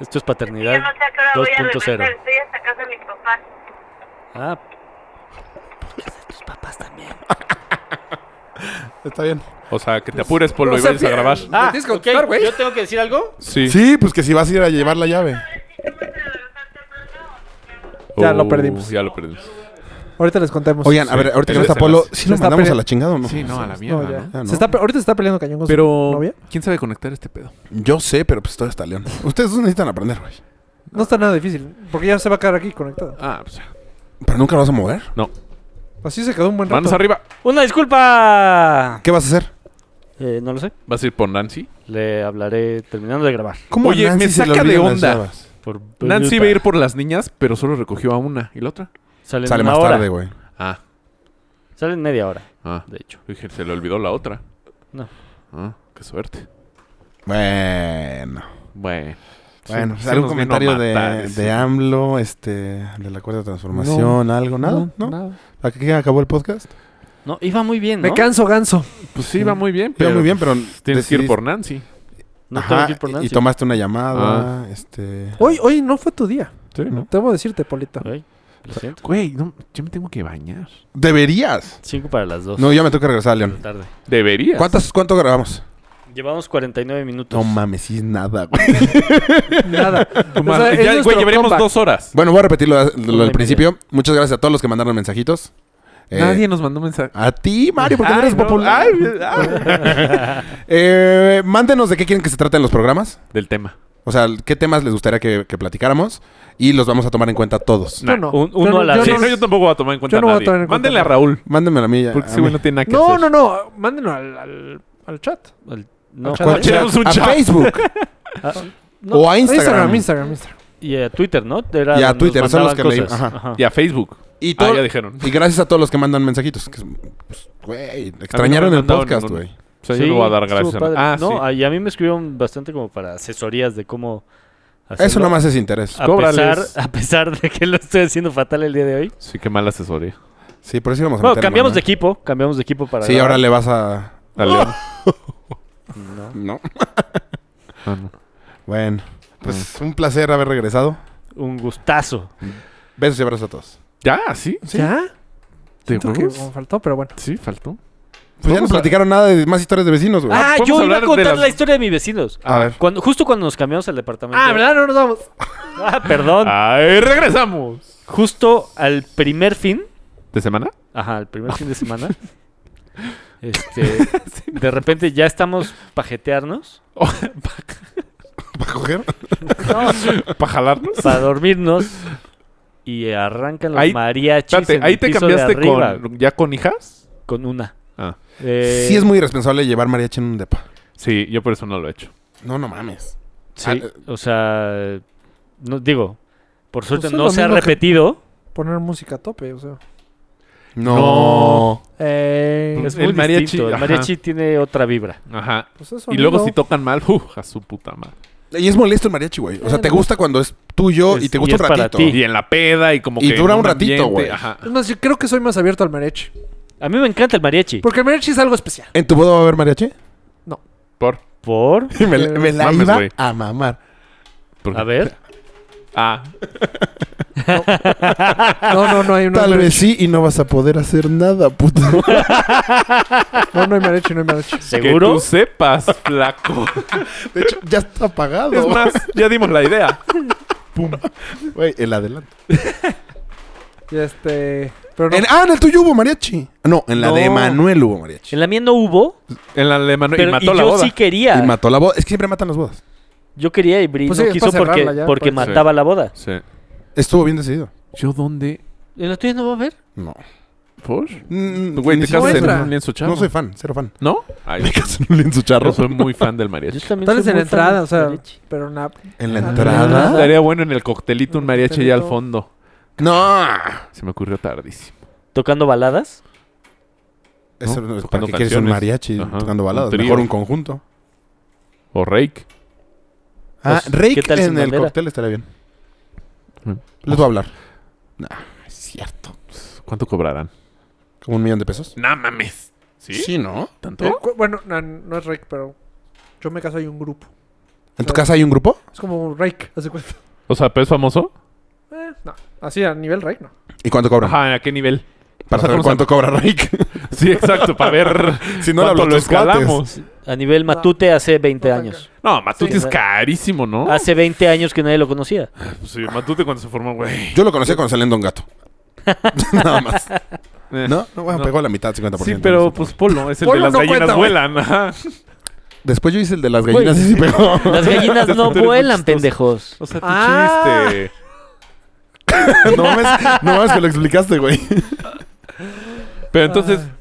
Speaker 6: Esto es
Speaker 1: yo
Speaker 6: paternidad
Speaker 1: no sé a qué hora voy a regresar.
Speaker 6: 2.0.
Speaker 1: Estoy hasta casa de mis papás.
Speaker 6: Ah. ¿Por qué de tus papás también?
Speaker 5: Está bien.
Speaker 4: O sea, que te apures, Polo, y
Speaker 7: sea,
Speaker 4: vayas a grabar.
Speaker 7: me tienes que contestar,
Speaker 6: Ah, ok.
Speaker 7: güey.
Speaker 6: ¿Yo tengo que decir algo?
Speaker 4: Sí.
Speaker 5: Sí, pues que si vas a ir a llevar la llave.
Speaker 1: A ver si tú vas a regresar temprano.
Speaker 7: Ya
Speaker 4: Oh,
Speaker 7: lo perdimos.
Speaker 4: Ya lo perdimos.
Speaker 7: Ahorita les contemos.
Speaker 5: Oigan, a ver, ahorita que no
Speaker 4: Ese
Speaker 5: está Polo,
Speaker 4: desenlace.
Speaker 5: ¿sí lo
Speaker 7: Está
Speaker 5: mandamos
Speaker 7: pele-
Speaker 5: a la chingada o no?
Speaker 4: Sí, no, a la mierda.
Speaker 7: No, ya.
Speaker 4: ¿no?
Speaker 5: Ah, no.
Speaker 7: Se está, pe- ahorita se está peleando cañón con su
Speaker 4: Pero,
Speaker 7: novia.
Speaker 4: ¿quién sabe conectar este pedo?
Speaker 5: Yo sé, pero pues todavía está León. Ustedes dos necesitan aprender, güey.
Speaker 7: No está nada difícil, porque ya se va a quedar aquí conectada.
Speaker 4: Ah, pues ya.
Speaker 5: Pero nunca lo vas a mover.
Speaker 4: No.
Speaker 7: Así se quedó un buen rato.
Speaker 4: Manos arriba.
Speaker 6: ¡Una disculpa!
Speaker 5: ¿Qué vas a hacer?
Speaker 6: Eh, no lo sé.
Speaker 4: ¿Vas a ir por Nancy?
Speaker 7: Pues
Speaker 6: Le hablaré terminando de grabar.
Speaker 5: ¿Cómo
Speaker 4: Oye,
Speaker 5: a
Speaker 4: me
Speaker 5: se le
Speaker 4: saca de
Speaker 5: olvidan las
Speaker 4: onda.
Speaker 5: llaves?
Speaker 6: Por
Speaker 4: Nancy va a ir por las niñas, pero solo recogió a una. ¿Y la otra?
Speaker 6: Sale,
Speaker 5: Sale más tarde, güey.
Speaker 4: Ah,
Speaker 6: Sale en media hora,
Speaker 4: ah.
Speaker 6: de hecho.
Speaker 4: Dije, se le olvidó la otra.
Speaker 6: No.
Speaker 4: Ah, qué suerte.
Speaker 5: Bueno.
Speaker 4: Bueno.
Speaker 5: Bueno,
Speaker 4: Sí,
Speaker 5: pues,
Speaker 4: sí nos
Speaker 5: algún
Speaker 4: vino
Speaker 5: comentario
Speaker 4: a
Speaker 5: de,
Speaker 4: matar,
Speaker 5: de
Speaker 4: sí.
Speaker 5: AMLO, este, de la cuarta transformación, algo, nada, ¿no? ¿Aquí acabó el podcast?
Speaker 6: No, iba muy bien, ¿no?
Speaker 7: Me canso, ganso.
Speaker 4: Pues sí, va muy bien,
Speaker 5: Pero
Speaker 4: pero
Speaker 5: muy bien, pero
Speaker 4: tienes que ir
Speaker 5: decidiste-
Speaker 4: por Nancy.
Speaker 6: No
Speaker 5: Ajá,
Speaker 6: tengo que ir por Nancy.
Speaker 5: Y tomaste una llamada, este...
Speaker 7: Hoy, hoy no fue tu día.
Speaker 4: Sí, ¿no?
Speaker 7: Debo decirte, Polito.
Speaker 6: Ay, lo siento.
Speaker 4: Güey, no, yo me tengo que bañar.
Speaker 5: Deberías.
Speaker 6: Cinco para las dos.
Speaker 5: No, ya me tengo que regresar a
Speaker 6: de
Speaker 5: León.
Speaker 6: la tarde.
Speaker 4: Deberías.
Speaker 5: ¿Cuántas, ¿Cuánto grabamos?
Speaker 6: Llevamos 49 minutos.
Speaker 5: No mames, sí, nada, güey.
Speaker 7: Nada.
Speaker 4: Tu
Speaker 7: O sea,
Speaker 4: madre-
Speaker 7: es
Speaker 4: ya,
Speaker 7: nuestro
Speaker 4: güey, llevaremos
Speaker 7: compa.
Speaker 4: dos horas.
Speaker 5: Bueno, voy a repetir lo, lo
Speaker 6: Una y
Speaker 5: del principio. Muchas gracias a todos los que mandaron mensajitos. Eh,
Speaker 4: Nadie nos mandó mensaje.
Speaker 5: A ti, Mario, porque no
Speaker 4: Ay,
Speaker 5: eres
Speaker 4: Ah, no,
Speaker 5: popular. Eh, mándenos de qué quieren que se traten los programas.
Speaker 4: Del tema.
Speaker 5: O sea, qué temas les gustaría que, que platicáramos. Y los vamos a tomar en cuenta todos.
Speaker 7: Yo no.
Speaker 6: Un-
Speaker 7: Yo
Speaker 6: uno a la
Speaker 7: yo
Speaker 6: vez.
Speaker 4: Sí,
Speaker 6: no-
Speaker 4: no, yo tampoco voy a tomar en cuenta
Speaker 7: yo
Speaker 4: a
Speaker 7: no voy a
Speaker 4: nadie.
Speaker 7: tomar en cuenta
Speaker 4: Mándenle
Speaker 7: a
Speaker 4: a Raúl.
Speaker 5: Mándenmelo a mí. ya-
Speaker 4: Porque
Speaker 5: Eh, a
Speaker 4: ese güey
Speaker 5: mí.
Speaker 4: no tiene nada que
Speaker 7: No,
Speaker 4: hacer.
Speaker 7: no, no. Mándenlo al, al, al chat.
Speaker 6: Al-
Speaker 5: Ah,
Speaker 6: no.
Speaker 7: Al chat.
Speaker 4: Tenemos un
Speaker 5: a
Speaker 4: chat.
Speaker 5: Facebook
Speaker 6: Ah,
Speaker 5: o a Instagram.
Speaker 7: Instagram, Instagram, Instagram.
Speaker 6: y a Twitter, ¿no? Era
Speaker 5: Y a
Speaker 6: donde nos
Speaker 5: Twitter, son los
Speaker 6: mandaban
Speaker 5: que leí,
Speaker 6: cosas.
Speaker 5: ajá.
Speaker 4: Y a Facebook.
Speaker 5: Y,
Speaker 4: Ah,
Speaker 5: todo-
Speaker 4: ya dijeron.
Speaker 5: y gracias a todos los que mandan mensajitos. que es- pues, Güey, extrañaron
Speaker 4: me
Speaker 5: el
Speaker 4: mandaron
Speaker 5: podcast,
Speaker 4: ninguno.
Speaker 5: güey.
Speaker 4: O sea, yo le voy a dar
Speaker 6: estuvo
Speaker 4: gracias.
Speaker 6: padre.
Speaker 4: a- Ah,
Speaker 6: no,
Speaker 4: sí.
Speaker 6: a- y a mí me escribieron bastante como para asesorías de cómo
Speaker 5: Eso
Speaker 6: hacerlo.
Speaker 5: nomás es interés.
Speaker 6: A pesar,
Speaker 4: Cóbrales.
Speaker 6: a pesar de que lo estoy haciendo fatal el día de hoy.
Speaker 4: Sí, qué mala asesoría.
Speaker 5: Sí, por eso íbamos a
Speaker 6: Bueno,
Speaker 5: meter
Speaker 6: cambiamos
Speaker 5: mano.
Speaker 6: de equipo, cambiamos de equipo para...
Speaker 5: Sí,
Speaker 6: grabar.
Speaker 5: ahora le vas a...
Speaker 4: A León.
Speaker 6: No.
Speaker 5: No.
Speaker 4: Ah, no.
Speaker 5: Bueno, pues un placer haber regresado.
Speaker 6: Un gustazo.
Speaker 5: Besos y abrazos a todos.
Speaker 4: Ya, sí. pues.
Speaker 7: ¿Ya?
Speaker 4: ¿Te
Speaker 7: Siento que
Speaker 4: huevos?
Speaker 7: como faltó, pero bueno.
Speaker 4: Sí, faltó.
Speaker 5: Pues ya no
Speaker 4: Vamos a-
Speaker 5: platicaron nada de más historias de vecinos, güey.
Speaker 6: Ah,
Speaker 4: ¿podemos
Speaker 6: yo iba
Speaker 4: hablar
Speaker 6: a
Speaker 4: de
Speaker 6: contar
Speaker 4: las-
Speaker 6: la historia de mis vecinos.
Speaker 5: A ver.
Speaker 6: Cuando, justo cuando nos cambiamos al departamento.
Speaker 7: Ah, ¿verdad? No nos vamos.
Speaker 6: Ah, perdón.
Speaker 4: ¡Ay, regresamos!
Speaker 6: Justo al primer fin.
Speaker 4: ¿De semana?
Speaker 6: Ajá, al primer fin de semana. Este, de repente ya estamos pajetearnos.
Speaker 5: ¿Para coger?
Speaker 6: No,
Speaker 4: ¿Para jalarnos?
Speaker 6: para dormirnos. Y arrancan los
Speaker 4: Ahí-
Speaker 6: mariachis.
Speaker 4: Espérate,
Speaker 6: en
Speaker 4: ahí
Speaker 6: el
Speaker 4: te
Speaker 6: piso de
Speaker 4: cambiaste
Speaker 6: arriba,
Speaker 4: con, ya con hijas.
Speaker 6: con una.
Speaker 4: Ah.
Speaker 6: Eh,
Speaker 5: Sí es muy irresponsable llevar mariachi en un depa.
Speaker 4: Sí, yo por eso no lo he hecho.
Speaker 5: No, no mames.
Speaker 6: sí,
Speaker 5: ah, eh.
Speaker 6: o sea, no digo, por suerte
Speaker 7: Pues es
Speaker 6: no
Speaker 7: lo
Speaker 6: se ha
Speaker 7: mismo que-
Speaker 6: repetido.
Speaker 7: Poner música a tope, o sea.
Speaker 5: No.
Speaker 7: Eh,
Speaker 4: Pues-
Speaker 6: Es
Speaker 4: El
Speaker 6: muy
Speaker 4: mariachi,
Speaker 6: distinto. El
Speaker 4: ajá.
Speaker 6: mariachi tiene otra vibra.
Speaker 4: Ajá.
Speaker 7: pues eso,
Speaker 4: Y luego
Speaker 7: amigo.
Speaker 4: si tocan mal, ¡uf! A su puta madre.
Speaker 5: Y es molesto el mariachi, güey. O sea, te gusta cuando es tuyo y
Speaker 6: Es-
Speaker 5: te
Speaker 6: y
Speaker 5: gusta
Speaker 6: es
Speaker 5: un
Speaker 6: para
Speaker 5: ratito.
Speaker 6: ti.
Speaker 4: Y en la peda y como
Speaker 5: Y
Speaker 4: que... en
Speaker 5: dura un ratito,
Speaker 4: ambiente,
Speaker 5: güey.
Speaker 4: Ajá.
Speaker 7: Es más, yo creo que soy más abierto al mariachi.
Speaker 6: A mí me encanta el mariachi.
Speaker 7: Porque el mariachi es algo especial.
Speaker 5: ¿En tu boda va a haber mariachi?
Speaker 4: Por...
Speaker 6: Por,
Speaker 5: Me, la- me la
Speaker 4: Mames,
Speaker 5: iba
Speaker 4: güey.
Speaker 5: a mamar.
Speaker 4: por-
Speaker 6: a ver,
Speaker 4: Ah.
Speaker 7: No, no, no hay, no hay
Speaker 5: Ah, Tal
Speaker 7: mariachi.
Speaker 5: vez sí y no vas a poder hacer nada, puto.
Speaker 7: No, no hay mariachi, no hay mariachi.
Speaker 4: Que
Speaker 6: seguro.
Speaker 4: tú sepas, flaco.
Speaker 5: De hecho, ya está apagado.
Speaker 4: es más, ya dimos la idea.
Speaker 5: Güey, el adelanto.
Speaker 7: Y este. Pero no.
Speaker 5: En- ah, en el tuyo hubo mariachi. Ah, No, en la
Speaker 6: No.
Speaker 5: de Manuel hubo mariachi.
Speaker 6: En la mía no hubo,
Speaker 4: En la de Manuel-
Speaker 6: pero
Speaker 4: y
Speaker 6: y
Speaker 4: mató la
Speaker 6: yo
Speaker 4: boda.
Speaker 6: sí quería.
Speaker 5: Y mató la boda. Es que siempre matan las bodas.
Speaker 6: Yo quería y Bri
Speaker 7: Pues
Speaker 6: no
Speaker 7: sí, es
Speaker 6: quiso
Speaker 7: para
Speaker 6: porque,
Speaker 7: cerrarla ya,
Speaker 6: porque
Speaker 7: pues.
Speaker 6: mataba la boda.
Speaker 4: Sí.
Speaker 5: Estuvo bien decidido.
Speaker 4: ¿Yo dónde?
Speaker 6: ¿En la tuya no va a haber?
Speaker 5: No.
Speaker 4: ¿Por?
Speaker 5: Mm,
Speaker 4: Güey,
Speaker 5: ni
Speaker 4: te
Speaker 5: siquiera
Speaker 4: casas en
Speaker 5: entra.
Speaker 4: un lienzo charro.
Speaker 5: No soy fan, cero fan.
Speaker 4: ¿No? Ay,
Speaker 5: Me caso en un lienzo charro.
Speaker 4: yo soy muy fan del
Speaker 6: Yo
Speaker 4: mariachi.
Speaker 6: también
Speaker 7: Tal
Speaker 6: soy
Speaker 7: vez en
Speaker 6: muy
Speaker 7: la
Speaker 6: fan
Speaker 7: entrada,
Speaker 6: del
Speaker 7: o sea.
Speaker 6: mariachi.
Speaker 7: Pero na-
Speaker 5: ¿En la
Speaker 7: Ah.
Speaker 5: entrada?
Speaker 4: Estaría bueno en el coctelito un
Speaker 7: Un
Speaker 4: mariachi ahí al
Speaker 7: coctelito.
Speaker 4: fondo.
Speaker 5: No.
Speaker 4: Se me ocurrió tardísimo.
Speaker 6: ¿Tocando baladas?
Speaker 5: Eso no es
Speaker 4: Tocando
Speaker 5: para qué quieres un
Speaker 4: canciones.
Speaker 5: mariachi
Speaker 4: Ajá,
Speaker 5: tocando
Speaker 4: un
Speaker 5: baladas.
Speaker 4: trío.
Speaker 5: Mejor un conjunto.
Speaker 4: O Rake.
Speaker 5: Ah,
Speaker 6: Pues, ¿qué
Speaker 5: Rake
Speaker 6: tal sin
Speaker 5: en el
Speaker 6: bandera?
Speaker 5: cóctel estaría bien.
Speaker 4: Mm.
Speaker 5: Les voy a hablar. Nah, es cierto.
Speaker 4: ¿Cuánto cobrarán?
Speaker 5: ¿Como un millón de pesos?
Speaker 4: No mames. ¿Sí?
Speaker 5: ¿no?
Speaker 4: ¿Tanto?
Speaker 7: eh, cu- bueno, na- no es Rake, pero. Yo me caso hay un grupo.
Speaker 5: ¿En tu casa hay un grupo?
Speaker 7: Es como Rake, hace cuenta.
Speaker 4: O sea, ¿pero es famoso?
Speaker 7: Eh, no. Así a nivel Rake, no.
Speaker 5: ¿Y cuánto cobran?
Speaker 4: Ajá, ¿a qué nivel?
Speaker 5: Para saber
Speaker 4: Vamos a-
Speaker 5: cuánto cobra Rake.
Speaker 4: Sí, exacto, para ver
Speaker 5: Si
Speaker 4: si no
Speaker 5: no, le hablo a
Speaker 4: lo
Speaker 5: tus
Speaker 4: escalamos.
Speaker 6: A nivel matute hace 20
Speaker 7: No,
Speaker 6: años.
Speaker 4: No, Matute
Speaker 6: Sí.
Speaker 4: es carísimo, ¿no?
Speaker 7: Ah,
Speaker 4: Pues
Speaker 6: Hace 20 años que nadie lo conocía.
Speaker 4: Sí, Matute cuando se formó, güey.
Speaker 5: Yo lo conocía cuando salía en Don Gato. Nada más.
Speaker 4: Eh.
Speaker 5: ¿No? No, bueno,
Speaker 4: No.
Speaker 5: pegó a la mitad, 50%.
Speaker 4: Sí, pero pues Polo es el
Speaker 7: Polo
Speaker 4: de las
Speaker 7: no
Speaker 4: gallinas
Speaker 7: cuenta, güey.
Speaker 4: vuelan. Ajá.
Speaker 5: Después yo hice el de las gallinas y sí pegó.
Speaker 6: Las gallinas no
Speaker 4: Tú eres muy
Speaker 6: vuelan,
Speaker 4: chistoso.
Speaker 6: pendejos.
Speaker 4: O sea, tu
Speaker 7: Ah.
Speaker 4: chiste.
Speaker 5: no mames, no mames que lo explicaste, güey.
Speaker 4: Pero entonces,
Speaker 7: Ah.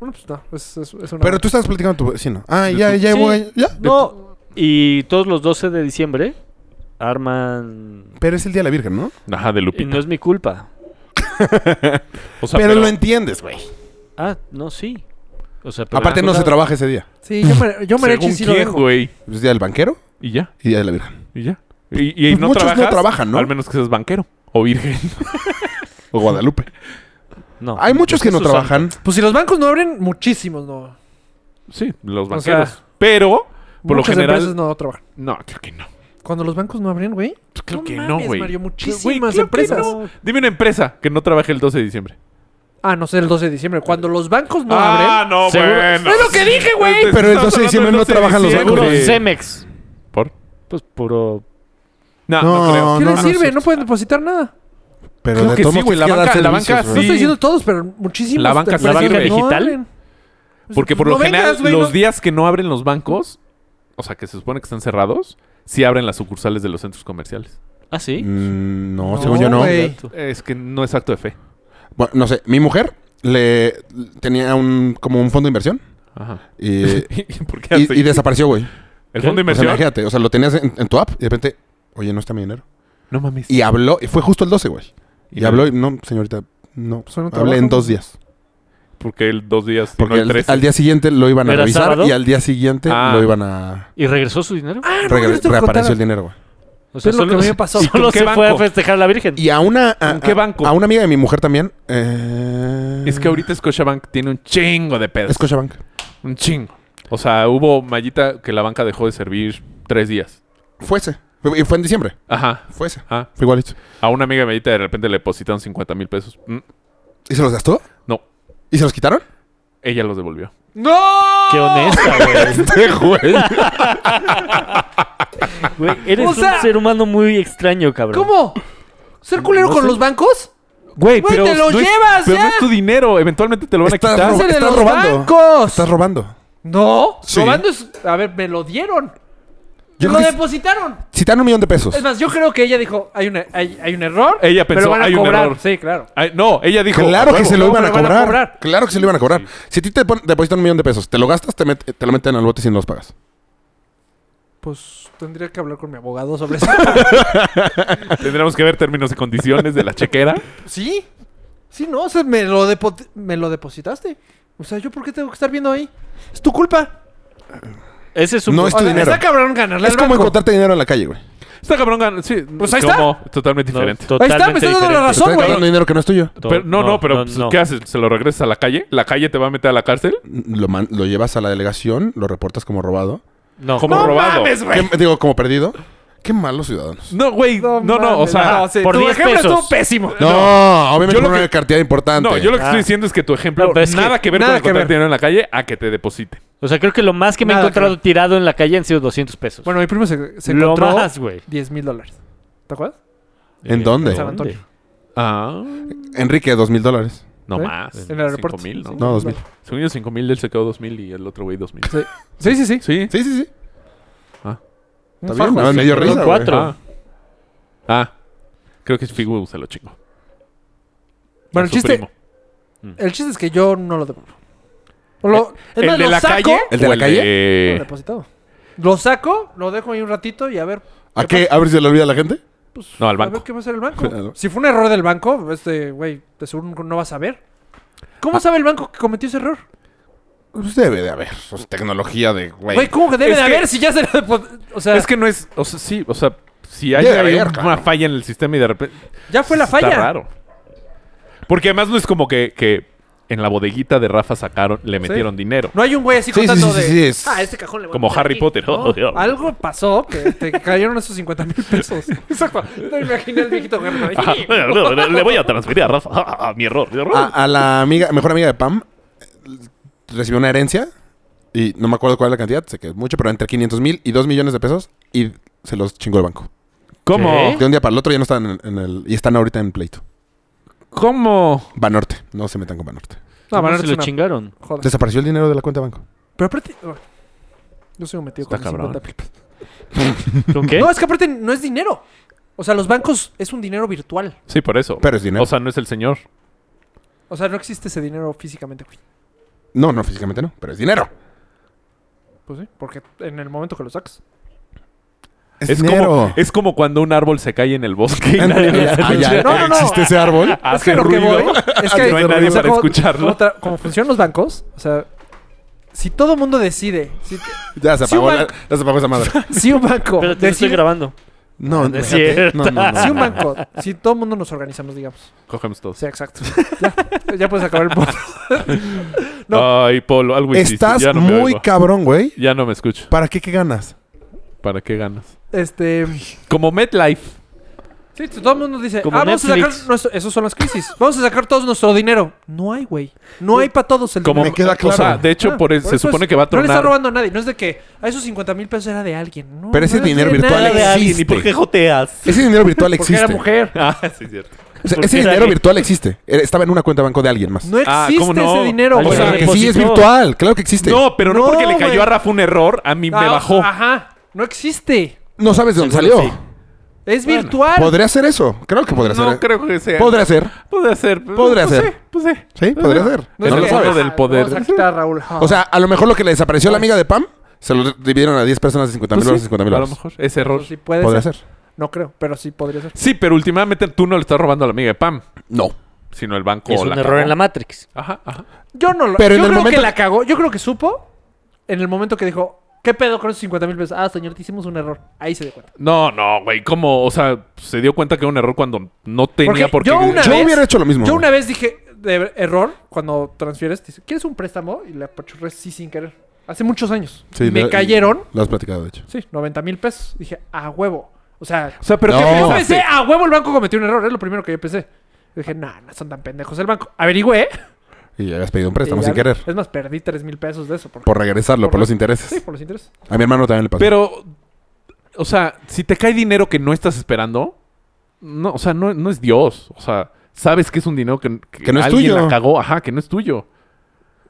Speaker 7: Bueno, pues no. Es, es- es una.
Speaker 5: Pero tú estabas platicando con tu vecino. Ah,
Speaker 4: De
Speaker 5: ya,
Speaker 4: tu-
Speaker 5: ya
Speaker 6: Sí.
Speaker 5: voy. Ya.
Speaker 6: No, y todos los 12 de diciembre arman...
Speaker 5: Pero es el día de la Virgen, ¿no?
Speaker 7: Ah.
Speaker 4: ajá, de
Speaker 6: Y
Speaker 4: Lupita.
Speaker 6: no es mi culpa.
Speaker 4: O sea,
Speaker 5: pero,
Speaker 4: pero-
Speaker 5: lo entiendes, güey.
Speaker 6: Ah, no, sí. O sea, pero
Speaker 5: Aparte
Speaker 6: la
Speaker 5: no
Speaker 6: cosa-
Speaker 5: se trabaja ese día.
Speaker 7: Sí, yo, me, yo mariachi
Speaker 4: según
Speaker 7: sí lo
Speaker 4: quién,
Speaker 7: dejo.
Speaker 4: güey.
Speaker 5: Es día del banquero
Speaker 4: Y ya.
Speaker 5: y día de la Virgen.
Speaker 4: Y ya. Y, y
Speaker 5: Pues
Speaker 4: no
Speaker 5: muchos no
Speaker 4: trabajas,
Speaker 5: trabajan, ¿no?
Speaker 4: Al menos que seas banquero o virgen.
Speaker 5: O Guadalupe.
Speaker 6: No.
Speaker 5: Hay muchos que no
Speaker 6: Jesús Santo.
Speaker 5: trabajan.
Speaker 7: Pues si los bancos no abren, muchísimos no.
Speaker 4: Sí, los
Speaker 7: O sea,
Speaker 4: banqueros. Pero, por lo
Speaker 7: Muchas
Speaker 4: general.
Speaker 7: empresas no trabajan.
Speaker 4: No, creo que no.
Speaker 7: Cuando los bancos no abren, güey.
Speaker 4: Pues Creo
Speaker 7: No
Speaker 4: que no,
Speaker 7: mames,
Speaker 4: güey.
Speaker 7: Mario,
Speaker 4: Güey,
Speaker 7: muchísimas
Speaker 4: creo que
Speaker 7: empresas.
Speaker 4: no. Dime una empresa que no trabaje el 12 de diciembre.
Speaker 7: Ah, no sé, el 12 de diciembre. Cuando los bancos no
Speaker 4: ah,
Speaker 7: abren.
Speaker 4: no,
Speaker 6: Seguro-
Speaker 4: bueno.
Speaker 7: Es lo que dije, güey.
Speaker 4: Entonces,
Speaker 5: Pero el
Speaker 4: estamos
Speaker 5: 12 de diciembre
Speaker 4: hablando del
Speaker 5: no trabajan los
Speaker 4: diciembre.
Speaker 6: Seguro
Speaker 5: bancos.
Speaker 6: Cemex.
Speaker 4: ¿Por?
Speaker 6: Pues puro.
Speaker 4: No,
Speaker 5: No,
Speaker 4: no, creo.
Speaker 7: ¿Qué
Speaker 5: no,
Speaker 7: les
Speaker 5: no es
Speaker 7: sirve?
Speaker 5: cierto.
Speaker 7: No pueden depositar nada.
Speaker 5: Pero
Speaker 4: Creo
Speaker 5: de
Speaker 4: que
Speaker 5: todos
Speaker 4: sí,
Speaker 5: modos
Speaker 4: güey, la
Speaker 5: tienes que
Speaker 4: banca-
Speaker 5: dar
Speaker 4: la banca
Speaker 5: servicios,
Speaker 7: No
Speaker 5: güey.
Speaker 4: sí.
Speaker 7: estoy diciendo todos, pero muchísimos.
Speaker 4: La banca-
Speaker 6: la banca
Speaker 7: empresas no
Speaker 6: digital.
Speaker 7: abren. Pues
Speaker 4: Porque por
Speaker 7: No
Speaker 4: lo
Speaker 7: vengas,
Speaker 4: general,
Speaker 7: güey,
Speaker 4: los
Speaker 7: no-
Speaker 4: días que no abren los bancos, o sea, que se supone que están cerrados, sí abren las sucursales de los centros comerciales.
Speaker 6: Ah, sí.
Speaker 5: Mm, no,
Speaker 7: No,
Speaker 5: según yo no.
Speaker 7: güey.
Speaker 4: Es que no es acto de fe.
Speaker 5: Bueno, no sé. Mi mujer le tenía un como un fondo de inversión
Speaker 4: Ajá.
Speaker 5: y, y-
Speaker 4: ¿Por qué así?
Speaker 5: Eh, y desapareció, güey.
Speaker 4: ¿El fondo de
Speaker 5: O sea,
Speaker 4: inversión?
Speaker 5: imagínate, o sea, lo tenías en, en tu app y de repente, oye, no está mi dinero.
Speaker 4: no mames.
Speaker 5: Y habló, y fue justo el 12, güey. Y,
Speaker 4: Y-
Speaker 5: habló y no, señorita, no.
Speaker 7: Pues, no
Speaker 5: hablé en
Speaker 7: trabajo.
Speaker 5: dos días.
Speaker 4: Porque el dos días, y
Speaker 5: Porque
Speaker 4: no el
Speaker 5: al,
Speaker 4: tres.
Speaker 5: al día siguiente lo iban a
Speaker 6: ¿Era
Speaker 5: revisar
Speaker 6: sábado?
Speaker 5: y al día siguiente
Speaker 4: Ah.
Speaker 5: lo iban a...
Speaker 6: ¿Y regresó su dinero?
Speaker 7: Ah, no,
Speaker 5: Regre-
Speaker 7: yo les tengo que
Speaker 5: reapareció
Speaker 7: contar.
Speaker 5: el dinero, güey.
Speaker 6: O
Speaker 7: es lo que a mí me pasó.
Speaker 6: solo
Speaker 4: ¿Y con qué
Speaker 6: se fue a
Speaker 4: banco?
Speaker 6: festejar a la Virgen.
Speaker 5: Y a una... A,
Speaker 4: ¿Con qué
Speaker 5: a-
Speaker 4: banco?
Speaker 5: A una amiga de mi mujer también. eh,
Speaker 4: Es que ahorita Scotiabank tiene un chingo de pedos.
Speaker 5: Scotiabank.
Speaker 4: Un chingo. O sea, hubo mallita que la banca dejó de servir tres días.
Speaker 5: Fuese. Fue, y fue en diciembre.
Speaker 4: Ajá.
Speaker 5: Fuese.
Speaker 4: Ajá.
Speaker 5: Fue igualito.
Speaker 4: A una amiga de mallita de repente le depositaron 50 mil pesos. Mm,
Speaker 5: ¿Y se los gastó?
Speaker 4: No,
Speaker 5: ¿Y se los quitaron?
Speaker 4: ella los devolvió.
Speaker 7: ¡No!
Speaker 6: Qué honesta, güey.
Speaker 5: Este güey.
Speaker 6: güey. Eres
Speaker 7: O sea-
Speaker 6: un ser humano muy extraño, cabrón.
Speaker 7: ¿Cómo? ¿Ser culero con los bancos?
Speaker 4: Güey,
Speaker 7: Güey, pero te lo no es- llevas, pero
Speaker 4: Pero
Speaker 7: ya. no
Speaker 4: no
Speaker 7: es
Speaker 4: es
Speaker 7: tu
Speaker 4: tu dinero. Eventualmente te lo van a
Speaker 5: Estás
Speaker 4: quitar.
Speaker 5: roba-
Speaker 7: ¡Ese de
Speaker 5: estás
Speaker 7: los
Speaker 5: robando.
Speaker 7: bancos!
Speaker 5: Estás robando.
Speaker 7: No,
Speaker 5: Sí.
Speaker 7: robando es. A ver, me lo dieron.
Speaker 5: Yo
Speaker 7: lo
Speaker 5: creo que si-
Speaker 7: depositaron.
Speaker 5: si te dan un millón de pesos.
Speaker 7: Es más, yo creo que ella dijo: hay, una, hay, hay un error.
Speaker 4: Ella
Speaker 7: pero
Speaker 4: pensó,
Speaker 7: van a
Speaker 4: "Hay un
Speaker 7: cobrar".
Speaker 4: error.
Speaker 7: Sí, claro.
Speaker 4: Ay, no, ella dijo.
Speaker 5: Claro que
Speaker 4: "Huevo".
Speaker 5: se lo
Speaker 7: no,
Speaker 5: iban a
Speaker 7: pero van a
Speaker 5: cobrar.
Speaker 7: cobrar.
Speaker 5: Claro que se lo iban a cobrar. Si a ti te pon- depositan un millón de pesos, te lo gastas, te, met- te lo meten al bote si no los pagas.
Speaker 7: Pues tendría que hablar con mi abogado sobre eso.
Speaker 4: Tendremos que ver términos y condiciones de la chequera.
Speaker 7: sí. Sí, no, o sea, me lo, depo- me lo depositaste. O sea, ¿yo por qué tengo que estar viendo ahí? Es tu culpa.
Speaker 6: Ese es un. Ah,
Speaker 5: No es
Speaker 7: O
Speaker 5: tu
Speaker 7: sea,
Speaker 5: dinero.
Speaker 7: Está cabrón ganarle
Speaker 5: Es
Speaker 7: al
Speaker 5: como
Speaker 7: banco.
Speaker 5: encontrarte dinero en la calle, güey.
Speaker 4: Esta cabrón gan- Sí,
Speaker 7: Pues ahí está.
Speaker 4: ¿cómo? Totalmente
Speaker 6: No,
Speaker 4: diferente.
Speaker 7: Ahí está, me
Speaker 6: totalmente
Speaker 7: está dando la
Speaker 6: diferente.
Speaker 7: razón,
Speaker 5: Estás
Speaker 7: güey.
Speaker 5: encontrando dinero que no es tuyo.
Speaker 6: To-
Speaker 4: Pero- no, no, pero pues,
Speaker 6: no.
Speaker 4: ¿qué haces? ¿Se lo regresas a la calle? ¿La calle te va a meter a la cárcel?
Speaker 5: Lo, man- lo llevas a la delegación, lo reportas como robado.
Speaker 6: No.
Speaker 4: Como
Speaker 7: No
Speaker 4: robado.
Speaker 7: mames, güey.
Speaker 5: ¿Qué- digo, como perdido. Qué malos ciudadanos.
Speaker 4: No, güey. No, no, o
Speaker 7: mames,
Speaker 4: sea.
Speaker 7: no, sí,
Speaker 6: por
Speaker 7: tu
Speaker 6: 10
Speaker 7: ejemplo
Speaker 6: pesos.
Speaker 7: estuvo pésimo.
Speaker 5: No, obviamente
Speaker 4: Yo lo
Speaker 5: por una
Speaker 4: que-
Speaker 5: cantidad importante.
Speaker 4: No, yo lo que
Speaker 6: Ah.
Speaker 4: estoy diciendo es que tu ejemplo
Speaker 6: No, pero es
Speaker 4: nada
Speaker 6: que-
Speaker 4: que, ver
Speaker 7: nada
Speaker 4: con
Speaker 7: que
Speaker 4: encontrar
Speaker 7: ver.
Speaker 4: dinero en la calle a que te deposite.
Speaker 6: O sea, creo que lo más que me he
Speaker 7: Nada,
Speaker 6: encontrado
Speaker 7: claro.
Speaker 6: tirado en la calle han sido 200 pesos.
Speaker 7: Bueno, mi primo se, se
Speaker 6: Lo
Speaker 7: encontró
Speaker 6: más, güey.
Speaker 7: 10 mil dólares. ¿Te acuerdas?
Speaker 5: ¿En dónde?
Speaker 7: San Antonio.
Speaker 4: Ah.
Speaker 5: Enrique, dos mil dólares.
Speaker 4: No
Speaker 7: ¿Eh?
Speaker 4: más.
Speaker 7: En el aeropuerto.
Speaker 4: Cinco mil, ¿no?
Speaker 5: No, dos mil.
Speaker 4: Según yo, 5 mil, él se quedó 2 mil y el otro güey 2 mil.
Speaker 7: Sí. Sí, sí, sí.
Speaker 4: Sí.
Speaker 5: Sí, sí, sí.
Speaker 7: Un
Speaker 5: Está bien.
Speaker 7: fajo.
Speaker 5: Nada más me dio
Speaker 6: Pero
Speaker 5: risa, güey.
Speaker 6: cuatro.
Speaker 4: Ah. Ah. Creo que Figu se lo chingo.
Speaker 7: Bueno, el chiste, El chiste es que yo no lo devuelvo. O lo, es
Speaker 4: Eh, ¿El
Speaker 7: más,
Speaker 4: de
Speaker 7: lo
Speaker 4: la
Speaker 7: saco,
Speaker 4: calle? eh.
Speaker 5: ¿El de
Speaker 4: o
Speaker 5: la calle?
Speaker 4: de-
Speaker 7: no, depositado. Lo saco, lo dejo ahí un ratito y a ver.
Speaker 5: ¿A qué? A ver si se le olvida a la gente.
Speaker 7: Pues,
Speaker 4: No, al
Speaker 7: A ver
Speaker 4: banco.
Speaker 7: qué va a hacer el banco.
Speaker 5: Claro.
Speaker 7: si fue un error del banco, este güey, de seguro no va a saber.
Speaker 4: Ah.
Speaker 7: ¿Cómo sabe el banco que cometió ese error?
Speaker 5: Pues debe de haber. pues, tecnología de, güey.
Speaker 7: Güey, ¿cómo que debe
Speaker 4: Es
Speaker 7: de
Speaker 4: que-
Speaker 7: haber si ya se le depo- O sea,
Speaker 4: Es que no es. O sea, sí, o sea, si hay
Speaker 5: Debe
Speaker 4: hay
Speaker 5: haber,
Speaker 4: un-
Speaker 5: cabrón.
Speaker 4: una falla en el sistema y de repente.
Speaker 7: ya fue la
Speaker 4: Está
Speaker 7: falla.
Speaker 4: raro. Porque además no es como que, que en la bodeguita de Rafa sacaron, le metieron dinero.
Speaker 7: No hay un güey así
Speaker 5: Sí, sí,
Speaker 7: contando
Speaker 5: sí,
Speaker 7: de.
Speaker 5: sí, es-
Speaker 7: Ah, este cajón le voy a
Speaker 4: Como
Speaker 7: meter
Speaker 4: Harry
Speaker 7: aquí",
Speaker 4: Potter.
Speaker 7: ¿no? Algo pasó que te cayeron esos 50 mil pesos. Exacto. No imaginé al viejito Garra.
Speaker 4: Le voy a transferir a Rafa Ah, mi error.
Speaker 5: A, a la amiga, mejor amiga de Pam, eh, recibió una herencia y no me acuerdo cuál es la cantidad, sé que es mucho, pero entre 500 mil y 2 millones de pesos y se los chingó el banco.
Speaker 4: ¿Cómo?
Speaker 6: ¿Qué?
Speaker 5: De un día para el otro ya no están en, en el. Y están ahorita en pleito.
Speaker 4: ¿Cómo?
Speaker 5: Banorte, no se metan con Banorte.
Speaker 7: No,
Speaker 6: ¿Cómo
Speaker 7: bueno,
Speaker 6: se
Speaker 7: es
Speaker 6: lo
Speaker 7: una
Speaker 6: chingaron.
Speaker 7: joda.
Speaker 5: Desapareció el dinero de la cuenta de banco.
Speaker 7: Pero aparte. oh, Yo soy un metido
Speaker 4: Está
Speaker 7: con
Speaker 4: cabrón.
Speaker 7: 50 pesos.
Speaker 6: ¿Con qué?
Speaker 7: No, es que aparte no es dinero. O sea, los bancos es un dinero virtual.
Speaker 4: Sí, por eso.
Speaker 5: Pero es dinero.
Speaker 4: O sea, no es el señor.
Speaker 7: O sea, no existe ese dinero físicamente, güey.
Speaker 5: No, no, físicamente no, pero es dinero.
Speaker 7: Pues sí, porque en el momento que lo sacas.
Speaker 5: Es,
Speaker 4: Es
Speaker 5: dinero.
Speaker 4: como, es como cuando un árbol se cae en el bosque y nadie lo
Speaker 5: Ah,
Speaker 4: escucha.
Speaker 5: ya,
Speaker 7: No, no, no.
Speaker 5: Existe ese árbol.
Speaker 4: Hace
Speaker 7: es que lo
Speaker 4: ruido.
Speaker 7: que voy es que
Speaker 4: No hay nadie para
Speaker 7: como-
Speaker 4: escucharlo.
Speaker 7: como tra- como funcionan los bancos, o sea, si todo mundo decide, si,
Speaker 5: Ya se
Speaker 7: Sí,
Speaker 5: apagó,
Speaker 7: un
Speaker 5: la,
Speaker 7: banco.
Speaker 5: ya se apagó esa madre.
Speaker 7: si un banco,
Speaker 6: Pero te estoy
Speaker 7: decide-
Speaker 6: grabando.
Speaker 5: No,
Speaker 6: No es
Speaker 5: fíjate.
Speaker 6: cierto.
Speaker 5: No, no, no.
Speaker 7: si un banco, si todo mundo nos organizamos, digamos.
Speaker 4: Cogemos
Speaker 7: O
Speaker 4: todos.
Speaker 7: sea, exacto. Ya, ya puedes acabar el podcast.
Speaker 4: No. Ay, Polo, algo hiciste.
Speaker 5: Estás
Speaker 4: ya no me
Speaker 5: muy
Speaker 4: oigo.
Speaker 5: cabrón, güey.
Speaker 4: Ya no me escucho.
Speaker 5: ¿Para qué qué ganas?
Speaker 4: ¿Para qué ganas?
Speaker 7: Este,
Speaker 4: Como MetLife.
Speaker 7: sí, todo el mundo dice,
Speaker 6: Como
Speaker 7: ah, vamos a
Speaker 6: Netflix.
Speaker 7: sacar nuestro, esos son las crisis. Vamos a sacar todos nuestro dinero. No hay, güey. No hay para todos el
Speaker 4: Como
Speaker 7: dinero.
Speaker 5: Me queda claro.
Speaker 4: o sea, de hecho,
Speaker 7: Ah,
Speaker 4: por el- se
Speaker 7: eso
Speaker 4: supone
Speaker 7: es-
Speaker 4: que va a
Speaker 7: No le está
Speaker 4: tronar.
Speaker 7: robando a nadie. No es de que a esos 50 mil pesos era de alguien. No,
Speaker 5: Pero ese
Speaker 7: no era
Speaker 5: dinero
Speaker 7: de
Speaker 5: virtual
Speaker 7: nadie.
Speaker 5: existe.
Speaker 6: joteas?
Speaker 5: Ese dinero virtual
Speaker 7: Porque
Speaker 5: existe.
Speaker 7: era mujer.
Speaker 4: ah, sí, cierto.
Speaker 5: O sea,
Speaker 6: ¿Por
Speaker 5: ese
Speaker 6: qué era
Speaker 5: dinero
Speaker 6: gay?
Speaker 5: virtual existe. Eh, Estaba en una cuenta de banco de alguien más.
Speaker 7: No
Speaker 4: Ah,
Speaker 7: existe
Speaker 4: ¿cómo no?
Speaker 7: ese dinero,
Speaker 6: Ahí
Speaker 5: o
Speaker 7: güey. Pues,
Speaker 5: sea,
Speaker 6: lo
Speaker 5: que sí es
Speaker 6: depositó.
Speaker 5: virtual. Claro que existe. No,
Speaker 4: No, pero no,
Speaker 7: No,
Speaker 4: porque le cayó
Speaker 7: güey.
Speaker 4: a Rafa un error, a mí pues, me
Speaker 7: Ah,
Speaker 4: bajó.
Speaker 7: Ajá. No existe.
Speaker 5: sabes de dónde
Speaker 6: Seguro
Speaker 5: salió.
Speaker 6: sí.
Speaker 7: Es virtual.
Speaker 5: ¿Podría ser eso? Claro que podría ser. ¿eh?
Speaker 4: No creo que sea.
Speaker 5: Podría ser.
Speaker 4: Podría ser. pues,
Speaker 5: Podría
Speaker 4: pues
Speaker 5: ser.
Speaker 4: sí, Pues sí.
Speaker 5: Sí, podría ser.
Speaker 4: No
Speaker 5: No
Speaker 4: sé.
Speaker 5: lo
Speaker 4: El
Speaker 5: sabes.
Speaker 4: mundo del poder.
Speaker 7: Vamos a quitar a Raúl.
Speaker 5: O sea, a lo mejor lo que le desapareció a la amiga de Pam, se lo dividieron a 10 personas de 50 mil
Speaker 4: Pues
Speaker 5: dólares,
Speaker 4: sí,
Speaker 5: 50 mil
Speaker 4: A lo
Speaker 5: dólares.
Speaker 4: mejor. Ese error.
Speaker 7: sí puede
Speaker 5: Podría
Speaker 7: ser.
Speaker 5: ser.
Speaker 7: No creo, pero sí podría ser.
Speaker 4: Sí, pero últimamente tú no le estás robando a la amiga de Pam,
Speaker 5: No.
Speaker 4: sino el banco.
Speaker 6: Es
Speaker 4: o
Speaker 6: un
Speaker 4: la
Speaker 6: error
Speaker 4: cagó.
Speaker 6: en la Matrix.
Speaker 4: Ajá, ajá.
Speaker 7: Yo no lo.
Speaker 5: Pero
Speaker 7: yo
Speaker 5: en el
Speaker 7: creo
Speaker 5: momento-
Speaker 7: que la cagó. Yo creo que supo en el momento que dijo, ¿qué pedo con esos 50 mil pesos? Ah, señor, te hicimos un error. Ahí se dio cuenta.
Speaker 4: No, no, güey. ¿Cómo? O sea, se dio cuenta que era un error cuando no tenía
Speaker 7: Porque
Speaker 4: por qué.
Speaker 7: yo una-
Speaker 5: Yo
Speaker 7: vez-
Speaker 5: hubiera hecho lo mismo.
Speaker 7: Yo
Speaker 5: güey.
Speaker 7: una vez dije de error cuando transfieres, te dice, ¿quieres un préstamo? Y le apachurré sí sin querer. Hace muchos años.
Speaker 5: Sí,
Speaker 7: me
Speaker 5: lo-
Speaker 7: cayeron,
Speaker 5: Lo has platicado, de hecho.
Speaker 7: sí, 90 mil pesos. Dije, a huevo. O sea,
Speaker 4: O sea, pero
Speaker 5: No.
Speaker 4: ¿qué
Speaker 7: yo
Speaker 4: pensaste?
Speaker 7: pensé, a huevo el banco cometió un error. Es lo primero que yo pensé. Dije, no, no son tan pendejos el banco. Averigüé.
Speaker 5: Y ya habías pedido un préstamo
Speaker 7: Y ya-
Speaker 5: sin querer.
Speaker 7: Es más, perdí 3 mil pesos de eso. Porque,
Speaker 5: Por regresarlo, por,
Speaker 7: Por-
Speaker 5: los
Speaker 7: sí,
Speaker 5: intereses.
Speaker 7: por los intereses.
Speaker 5: A mi hermano también le pasó.
Speaker 4: Pero, o sea, si te cae dinero que no estás esperando, no, o sea, no, no es Dios. O sea, sabes que es un dinero que,
Speaker 5: Que no es
Speaker 4: alguien
Speaker 5: tuyo.
Speaker 4: la cagó, ajá, que no es tuyo.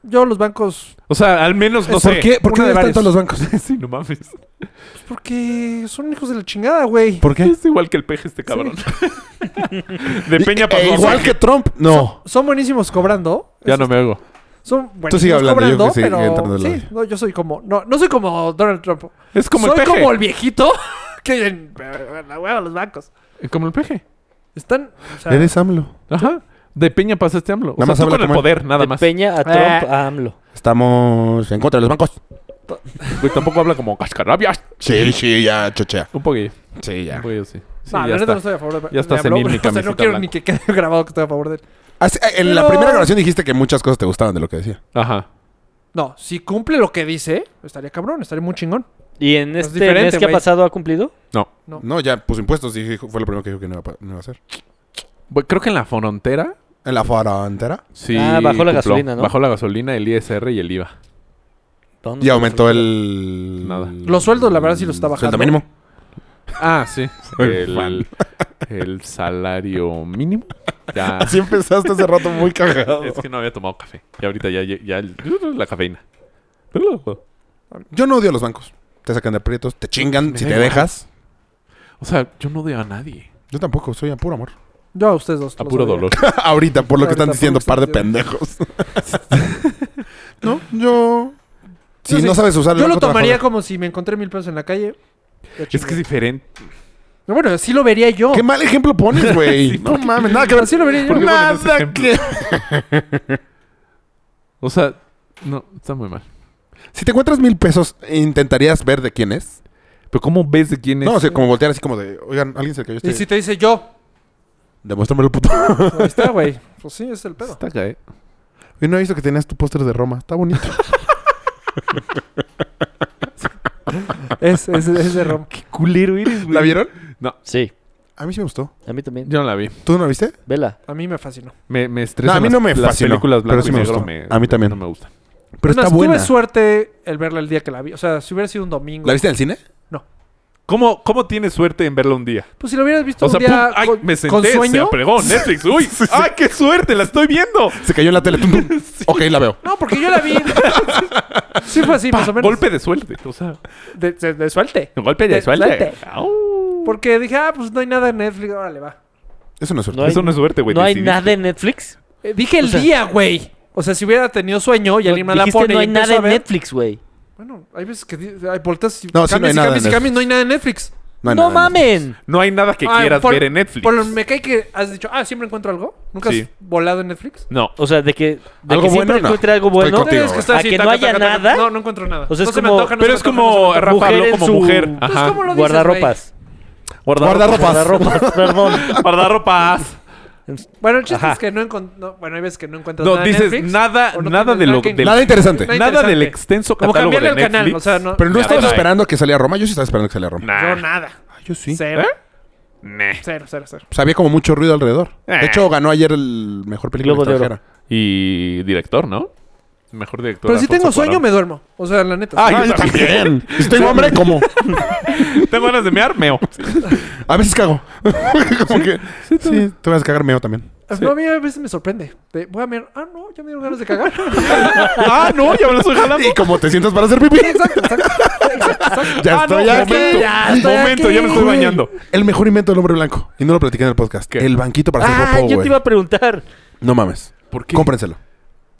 Speaker 7: Yo los bancos,
Speaker 4: O sea, al menos no
Speaker 5: ¿Por
Speaker 4: sé.
Speaker 5: qué? ¿Por qué
Speaker 7: Una de
Speaker 5: debes tanto a los bancos?
Speaker 4: sí, no mames.
Speaker 7: pues porque son hijos de la chingada, güey.
Speaker 5: ¿Por qué?
Speaker 4: Es igual que el peje este cabrón. De Peña
Speaker 5: Eh,
Speaker 4: pasó a
Speaker 5: igual
Speaker 4: Jorge.
Speaker 5: que Trump. No.
Speaker 7: Son buenísimos cobrando.
Speaker 4: Ya no me hago.
Speaker 7: Son buenísimos
Speaker 5: sigue hablando, yo
Speaker 7: cobrando,
Speaker 5: que sí, entrando
Speaker 7: pero
Speaker 5: en la
Speaker 7: sí,
Speaker 5: olla.
Speaker 7: no, yo soy como no, no soy como Donald Trump.
Speaker 4: Es como
Speaker 7: soy
Speaker 4: el peje.
Speaker 7: como el viejito que en, la hueva los bancos.
Speaker 4: Como el peje.
Speaker 7: Están o sea,
Speaker 5: Eres AMLO.
Speaker 4: Ajá. De Peña pasaste AMLO. O
Speaker 5: Nada más
Speaker 4: sea, tú
Speaker 5: habla
Speaker 4: con el
Speaker 5: como él.
Speaker 4: poder, nada
Speaker 6: de
Speaker 4: más.
Speaker 6: Peña a
Speaker 7: Ah.
Speaker 6: Trump a AMLO.
Speaker 5: Estamos en contra de los bancos.
Speaker 4: Güey, tampoco habla como cascarrabias.
Speaker 5: Sí, sí, ya, chochea.
Speaker 4: Un poquillo.
Speaker 5: Sí,
Speaker 4: Un
Speaker 5: ya.
Speaker 4: poquillo, sí. Sí,
Speaker 7: no, la
Speaker 4: ya
Speaker 7: neta
Speaker 4: está.
Speaker 7: no estoy a favor de
Speaker 4: Ya está
Speaker 7: de AMLO,
Speaker 4: senil mi
Speaker 7: pero, O sea,
Speaker 4: camiseta
Speaker 7: no quiero
Speaker 4: blanca.
Speaker 7: ni que quede grabado que estoy a favor de él.
Speaker 5: Así, eh, en la
Speaker 7: Pero-
Speaker 5: primera grabación dijiste que muchas cosas te gustaban de lo que decía.
Speaker 4: Ajá.
Speaker 7: No, si cumple lo que dice, estaría cabrón, estaría muy chingón.
Speaker 6: ¿Y en
Speaker 7: Es
Speaker 6: este
Speaker 7: diferente,
Speaker 6: mes que ha
Speaker 7: güey.
Speaker 6: pasado ha cumplido?
Speaker 4: No.
Speaker 7: No.
Speaker 5: No, ya puso impuestos y dijo- fue lo primero que dijo que no iba, a pa- no iba a hacer.
Speaker 4: Bueno, creo que en la frontera.
Speaker 5: En la frontera.
Speaker 4: Sí.
Speaker 6: Ah, bajó la gasolina, ¿no?
Speaker 4: Bajó la gasolina, el ISR y el IVA.
Speaker 6: ¿Dónde
Speaker 5: Y
Speaker 6: se
Speaker 5: aumentó
Speaker 6: fue?
Speaker 5: el...
Speaker 4: Nada.
Speaker 7: Los sueldos, la verdad, sí los está bajando.
Speaker 5: Sueldo mínimo.
Speaker 4: Ah, sí.
Speaker 5: Soy
Speaker 4: El, el salario mínimo. Ya.
Speaker 5: Así empezaste hace rato muy cagado.
Speaker 4: Es que no había tomado café. Y ahorita ya, ya, ya el- la cafeína.
Speaker 5: Yo no odio a los bancos. Te sacan de aprietos, te chingan
Speaker 4: Me
Speaker 5: si
Speaker 4: da
Speaker 5: te
Speaker 4: igual.
Speaker 5: dejas.
Speaker 4: O sea, yo no odio a nadie.
Speaker 5: Yo tampoco, soy a puro amor.
Speaker 7: Yo a ustedes dos.
Speaker 4: A
Speaker 7: los
Speaker 4: puro
Speaker 7: odio.
Speaker 4: dolor.
Speaker 5: Ahorita, por lo que
Speaker 7: Ahorita,
Speaker 5: están
Speaker 7: por
Speaker 5: diciendo,
Speaker 7: lo que
Speaker 5: par de
Speaker 7: están
Speaker 5: pendejos. no, yo... Si
Speaker 7: Yo sí.
Speaker 5: no sabes usar el
Speaker 7: Yo lo
Speaker 5: banco,
Speaker 7: tomaría
Speaker 5: trabajador.
Speaker 7: como si me encontré mil pesos en la calle. Ya
Speaker 4: Es que
Speaker 7: chingué.
Speaker 4: es diferente.
Speaker 7: No, Bueno, sí lo vería yo.
Speaker 5: Qué mal ejemplo pones, güey. no mames, nada que ver.
Speaker 7: Sí lo vería yo.
Speaker 4: ¿Por qué pones ese
Speaker 5: Nada
Speaker 4: ejemplo?
Speaker 5: que...
Speaker 4: O sea, no, está muy mal.
Speaker 5: Si te encuentras mil pesos, ¿intentarías ver de quién es?
Speaker 4: Pero ¿cómo ves de quién es?
Speaker 5: No, o sea, como voltear así como de... Oigan, alguien se le cayó
Speaker 7: Y
Speaker 5: este...
Speaker 7: si te dice yo,
Speaker 5: Demuéstrame el puto.
Speaker 7: ahí está, güey. Pues sí, es el pedo.
Speaker 4: Está acá, ¿eh?
Speaker 5: Y no he visto que tenías tu póster de Roma. Está bonito.
Speaker 7: Es, es, es de Rom.
Speaker 4: Qué culero eres, güey.
Speaker 5: ¿La vieron?
Speaker 6: Sí,
Speaker 5: A mí sí me gustó.
Speaker 6: a mí también.
Speaker 4: Yo no la vi.
Speaker 5: ¿Tú no la viste?
Speaker 6: Vela.
Speaker 7: A mí me fascinó.
Speaker 4: Me, me estresan
Speaker 5: No, a mí
Speaker 4: las-
Speaker 5: no me
Speaker 4: las
Speaker 5: fascinó,
Speaker 4: películas
Speaker 5: pero
Speaker 4: blanco
Speaker 5: sí
Speaker 4: y
Speaker 5: me
Speaker 4: negro
Speaker 5: gustó. A mí también.
Speaker 4: No me gustan.
Speaker 5: Pero
Speaker 7: Es más,
Speaker 5: está buena.
Speaker 7: Tuve suerte el verla el día que la vi. O sea, si hubiera sido un domingo.
Speaker 5: ¿La viste en el cine?
Speaker 4: ¿Cómo, ¿Cómo tienes suerte en verla un día?
Speaker 7: Pues si lo hubieras visto
Speaker 4: O sea,
Speaker 7: un día
Speaker 4: pum, ay,
Speaker 7: con,
Speaker 4: me
Speaker 7: con
Speaker 4: senté, se
Speaker 7: sueño.
Speaker 4: apregó Netflix, uy, ay, qué suerte, la estoy viendo.
Speaker 5: Se cayó en la tele. tum, tum. Ok, la veo.
Speaker 7: No, porque yo la vi. sí fue así, más o menos.
Speaker 4: Golpe de suerte, o sea,
Speaker 7: de, de- de suerte.
Speaker 4: golpe de,
Speaker 7: De
Speaker 4: suerte.
Speaker 7: suerte.
Speaker 4: Au.
Speaker 7: Porque dije, ah, pues no hay nada en Netflix, órale, va.
Speaker 5: Eso no es suerte.
Speaker 6: No hay-
Speaker 4: Eso no es suerte, güey.
Speaker 6: ¿No hay
Speaker 4: decidiste.
Speaker 6: nada en Netflix?
Speaker 7: Eh, dije el
Speaker 6: O sea-
Speaker 7: día, güey. O sea, si hubiera tenido sueño y alguien me la
Speaker 6: Dijiste,
Speaker 7: pone
Speaker 6: no
Speaker 7: y
Speaker 6: hay
Speaker 7: empiezo
Speaker 6: nada
Speaker 7: a
Speaker 6: en
Speaker 7: ver.
Speaker 6: Netflix, güey.
Speaker 7: Bueno, hay veces que di- hay volteas y
Speaker 5: No, sí, no hay
Speaker 7: cambias y
Speaker 5: nada
Speaker 7: cambias
Speaker 5: en
Speaker 7: y cambias, no hay nada en Netflix.
Speaker 5: No hay nada
Speaker 6: ¡No
Speaker 5: en
Speaker 6: mamen!
Speaker 4: No hay nada que
Speaker 7: Ah,
Speaker 4: quieras
Speaker 7: por-
Speaker 4: ver en Netflix.
Speaker 7: Por lo me cae que has dicho, ah, siempre encuentro algo. ¿Nunca
Speaker 4: Sí.
Speaker 7: has volado en Netflix?
Speaker 4: No.
Speaker 6: O sea, de que, de
Speaker 5: ¿Algo
Speaker 6: que siempre
Speaker 5: bueno? No.
Speaker 6: encuentre algo
Speaker 5: Estoy
Speaker 6: bueno.
Speaker 5: contigo.
Speaker 7: Es que
Speaker 5: güey.
Speaker 7: está
Speaker 6: A
Speaker 7: así,
Speaker 6: que no
Speaker 7: taca,
Speaker 6: haya
Speaker 7: taca, taca.
Speaker 6: nada.
Speaker 7: No, no encuentro nada.
Speaker 6: O sea,
Speaker 7: No
Speaker 6: es
Speaker 7: se me
Speaker 6: como-
Speaker 7: antoja, no
Speaker 4: Pero
Speaker 7: se
Speaker 4: es
Speaker 7: me antoja, no se me
Speaker 4: como
Speaker 7: antoja.
Speaker 4: Rafa
Speaker 6: Mujer
Speaker 4: Ló
Speaker 6: en
Speaker 4: como
Speaker 6: su-
Speaker 4: mujer.
Speaker 6: Pues,
Speaker 4: Ajá.
Speaker 7: ¿cómo lo dices,
Speaker 6: Guardarropas.
Speaker 5: Guardarropas.
Speaker 6: Guardarropas, perdón.
Speaker 4: Guardarropas.
Speaker 7: Bueno, el chiste
Speaker 6: Ajá.
Speaker 7: es que no encuentro. bueno, hay veces que no encuentras
Speaker 4: No,
Speaker 7: nada. en
Speaker 4: dices,
Speaker 7: Netflix,
Speaker 4: nada-
Speaker 7: o no
Speaker 4: nada
Speaker 7: tienes
Speaker 4: de lo-
Speaker 7: que-
Speaker 4: del-
Speaker 5: Nada interesante.
Speaker 7: Nada
Speaker 4: Nada del
Speaker 7: interesante.
Speaker 4: extenso
Speaker 7: Como
Speaker 4: catálogo
Speaker 7: cambiarle
Speaker 4: de
Speaker 7: el
Speaker 4: Netflix.
Speaker 7: canal. O sea, no.
Speaker 5: Pero no
Speaker 4: Ya,
Speaker 5: estabas
Speaker 4: bye.
Speaker 5: esperando que saliera Roma. Yo sí estaba esperando que saliera Roma.
Speaker 4: Nah.
Speaker 7: Yo nada.
Speaker 5: Ah, Yo sí.
Speaker 7: Cero.
Speaker 4: ¿Eh? Nah.
Speaker 7: Cero, cero, cero.
Speaker 5: Pues había como mucho ruido alrededor.
Speaker 4: Eh.
Speaker 5: De hecho, ganó ayer el mejor película
Speaker 6: Globo de Oro.
Speaker 5: extranjera.
Speaker 4: Y director, ¿no? Mejor director.
Speaker 7: Pero si
Speaker 4: Alfonso
Speaker 7: tengo sueño,
Speaker 4: Cuarón.
Speaker 7: me duermo. O sea, la neta.
Speaker 4: Ah,
Speaker 7: sí.
Speaker 4: yo
Speaker 5: también. Si tengo hambre, como.
Speaker 4: ¿Tengo ganas de mear? Meo.
Speaker 5: A veces cago. Como que- sí, te vas a cagar meo también.
Speaker 7: No, a mí a veces me sorprende. De, voy a mirar, ah, no, ya me dieron ganas de cagar.
Speaker 4: ah, no, ya me lo estoy jalando.
Speaker 5: Y como te sientas para hacer pipí.
Speaker 7: exacto, exacto, exacto, exacto.
Speaker 5: Ya
Speaker 4: Ah, no,
Speaker 5: estoy aquí.
Speaker 4: momento,
Speaker 7: ya estoy
Speaker 4: momento,
Speaker 7: aquí.
Speaker 4: ya me estoy
Speaker 5: Güey,
Speaker 4: bañando.
Speaker 5: El mejor invento del hombre blanco. Y no lo platiqué en el podcast.
Speaker 4: ¿Qué?
Speaker 5: El banquito para hacer
Speaker 6: Ah,
Speaker 5: popó,
Speaker 6: yo
Speaker 5: güey.
Speaker 6: te iba a preguntar.
Speaker 5: No mames.
Speaker 4: ¿Por qué?
Speaker 5: Cómprenselo.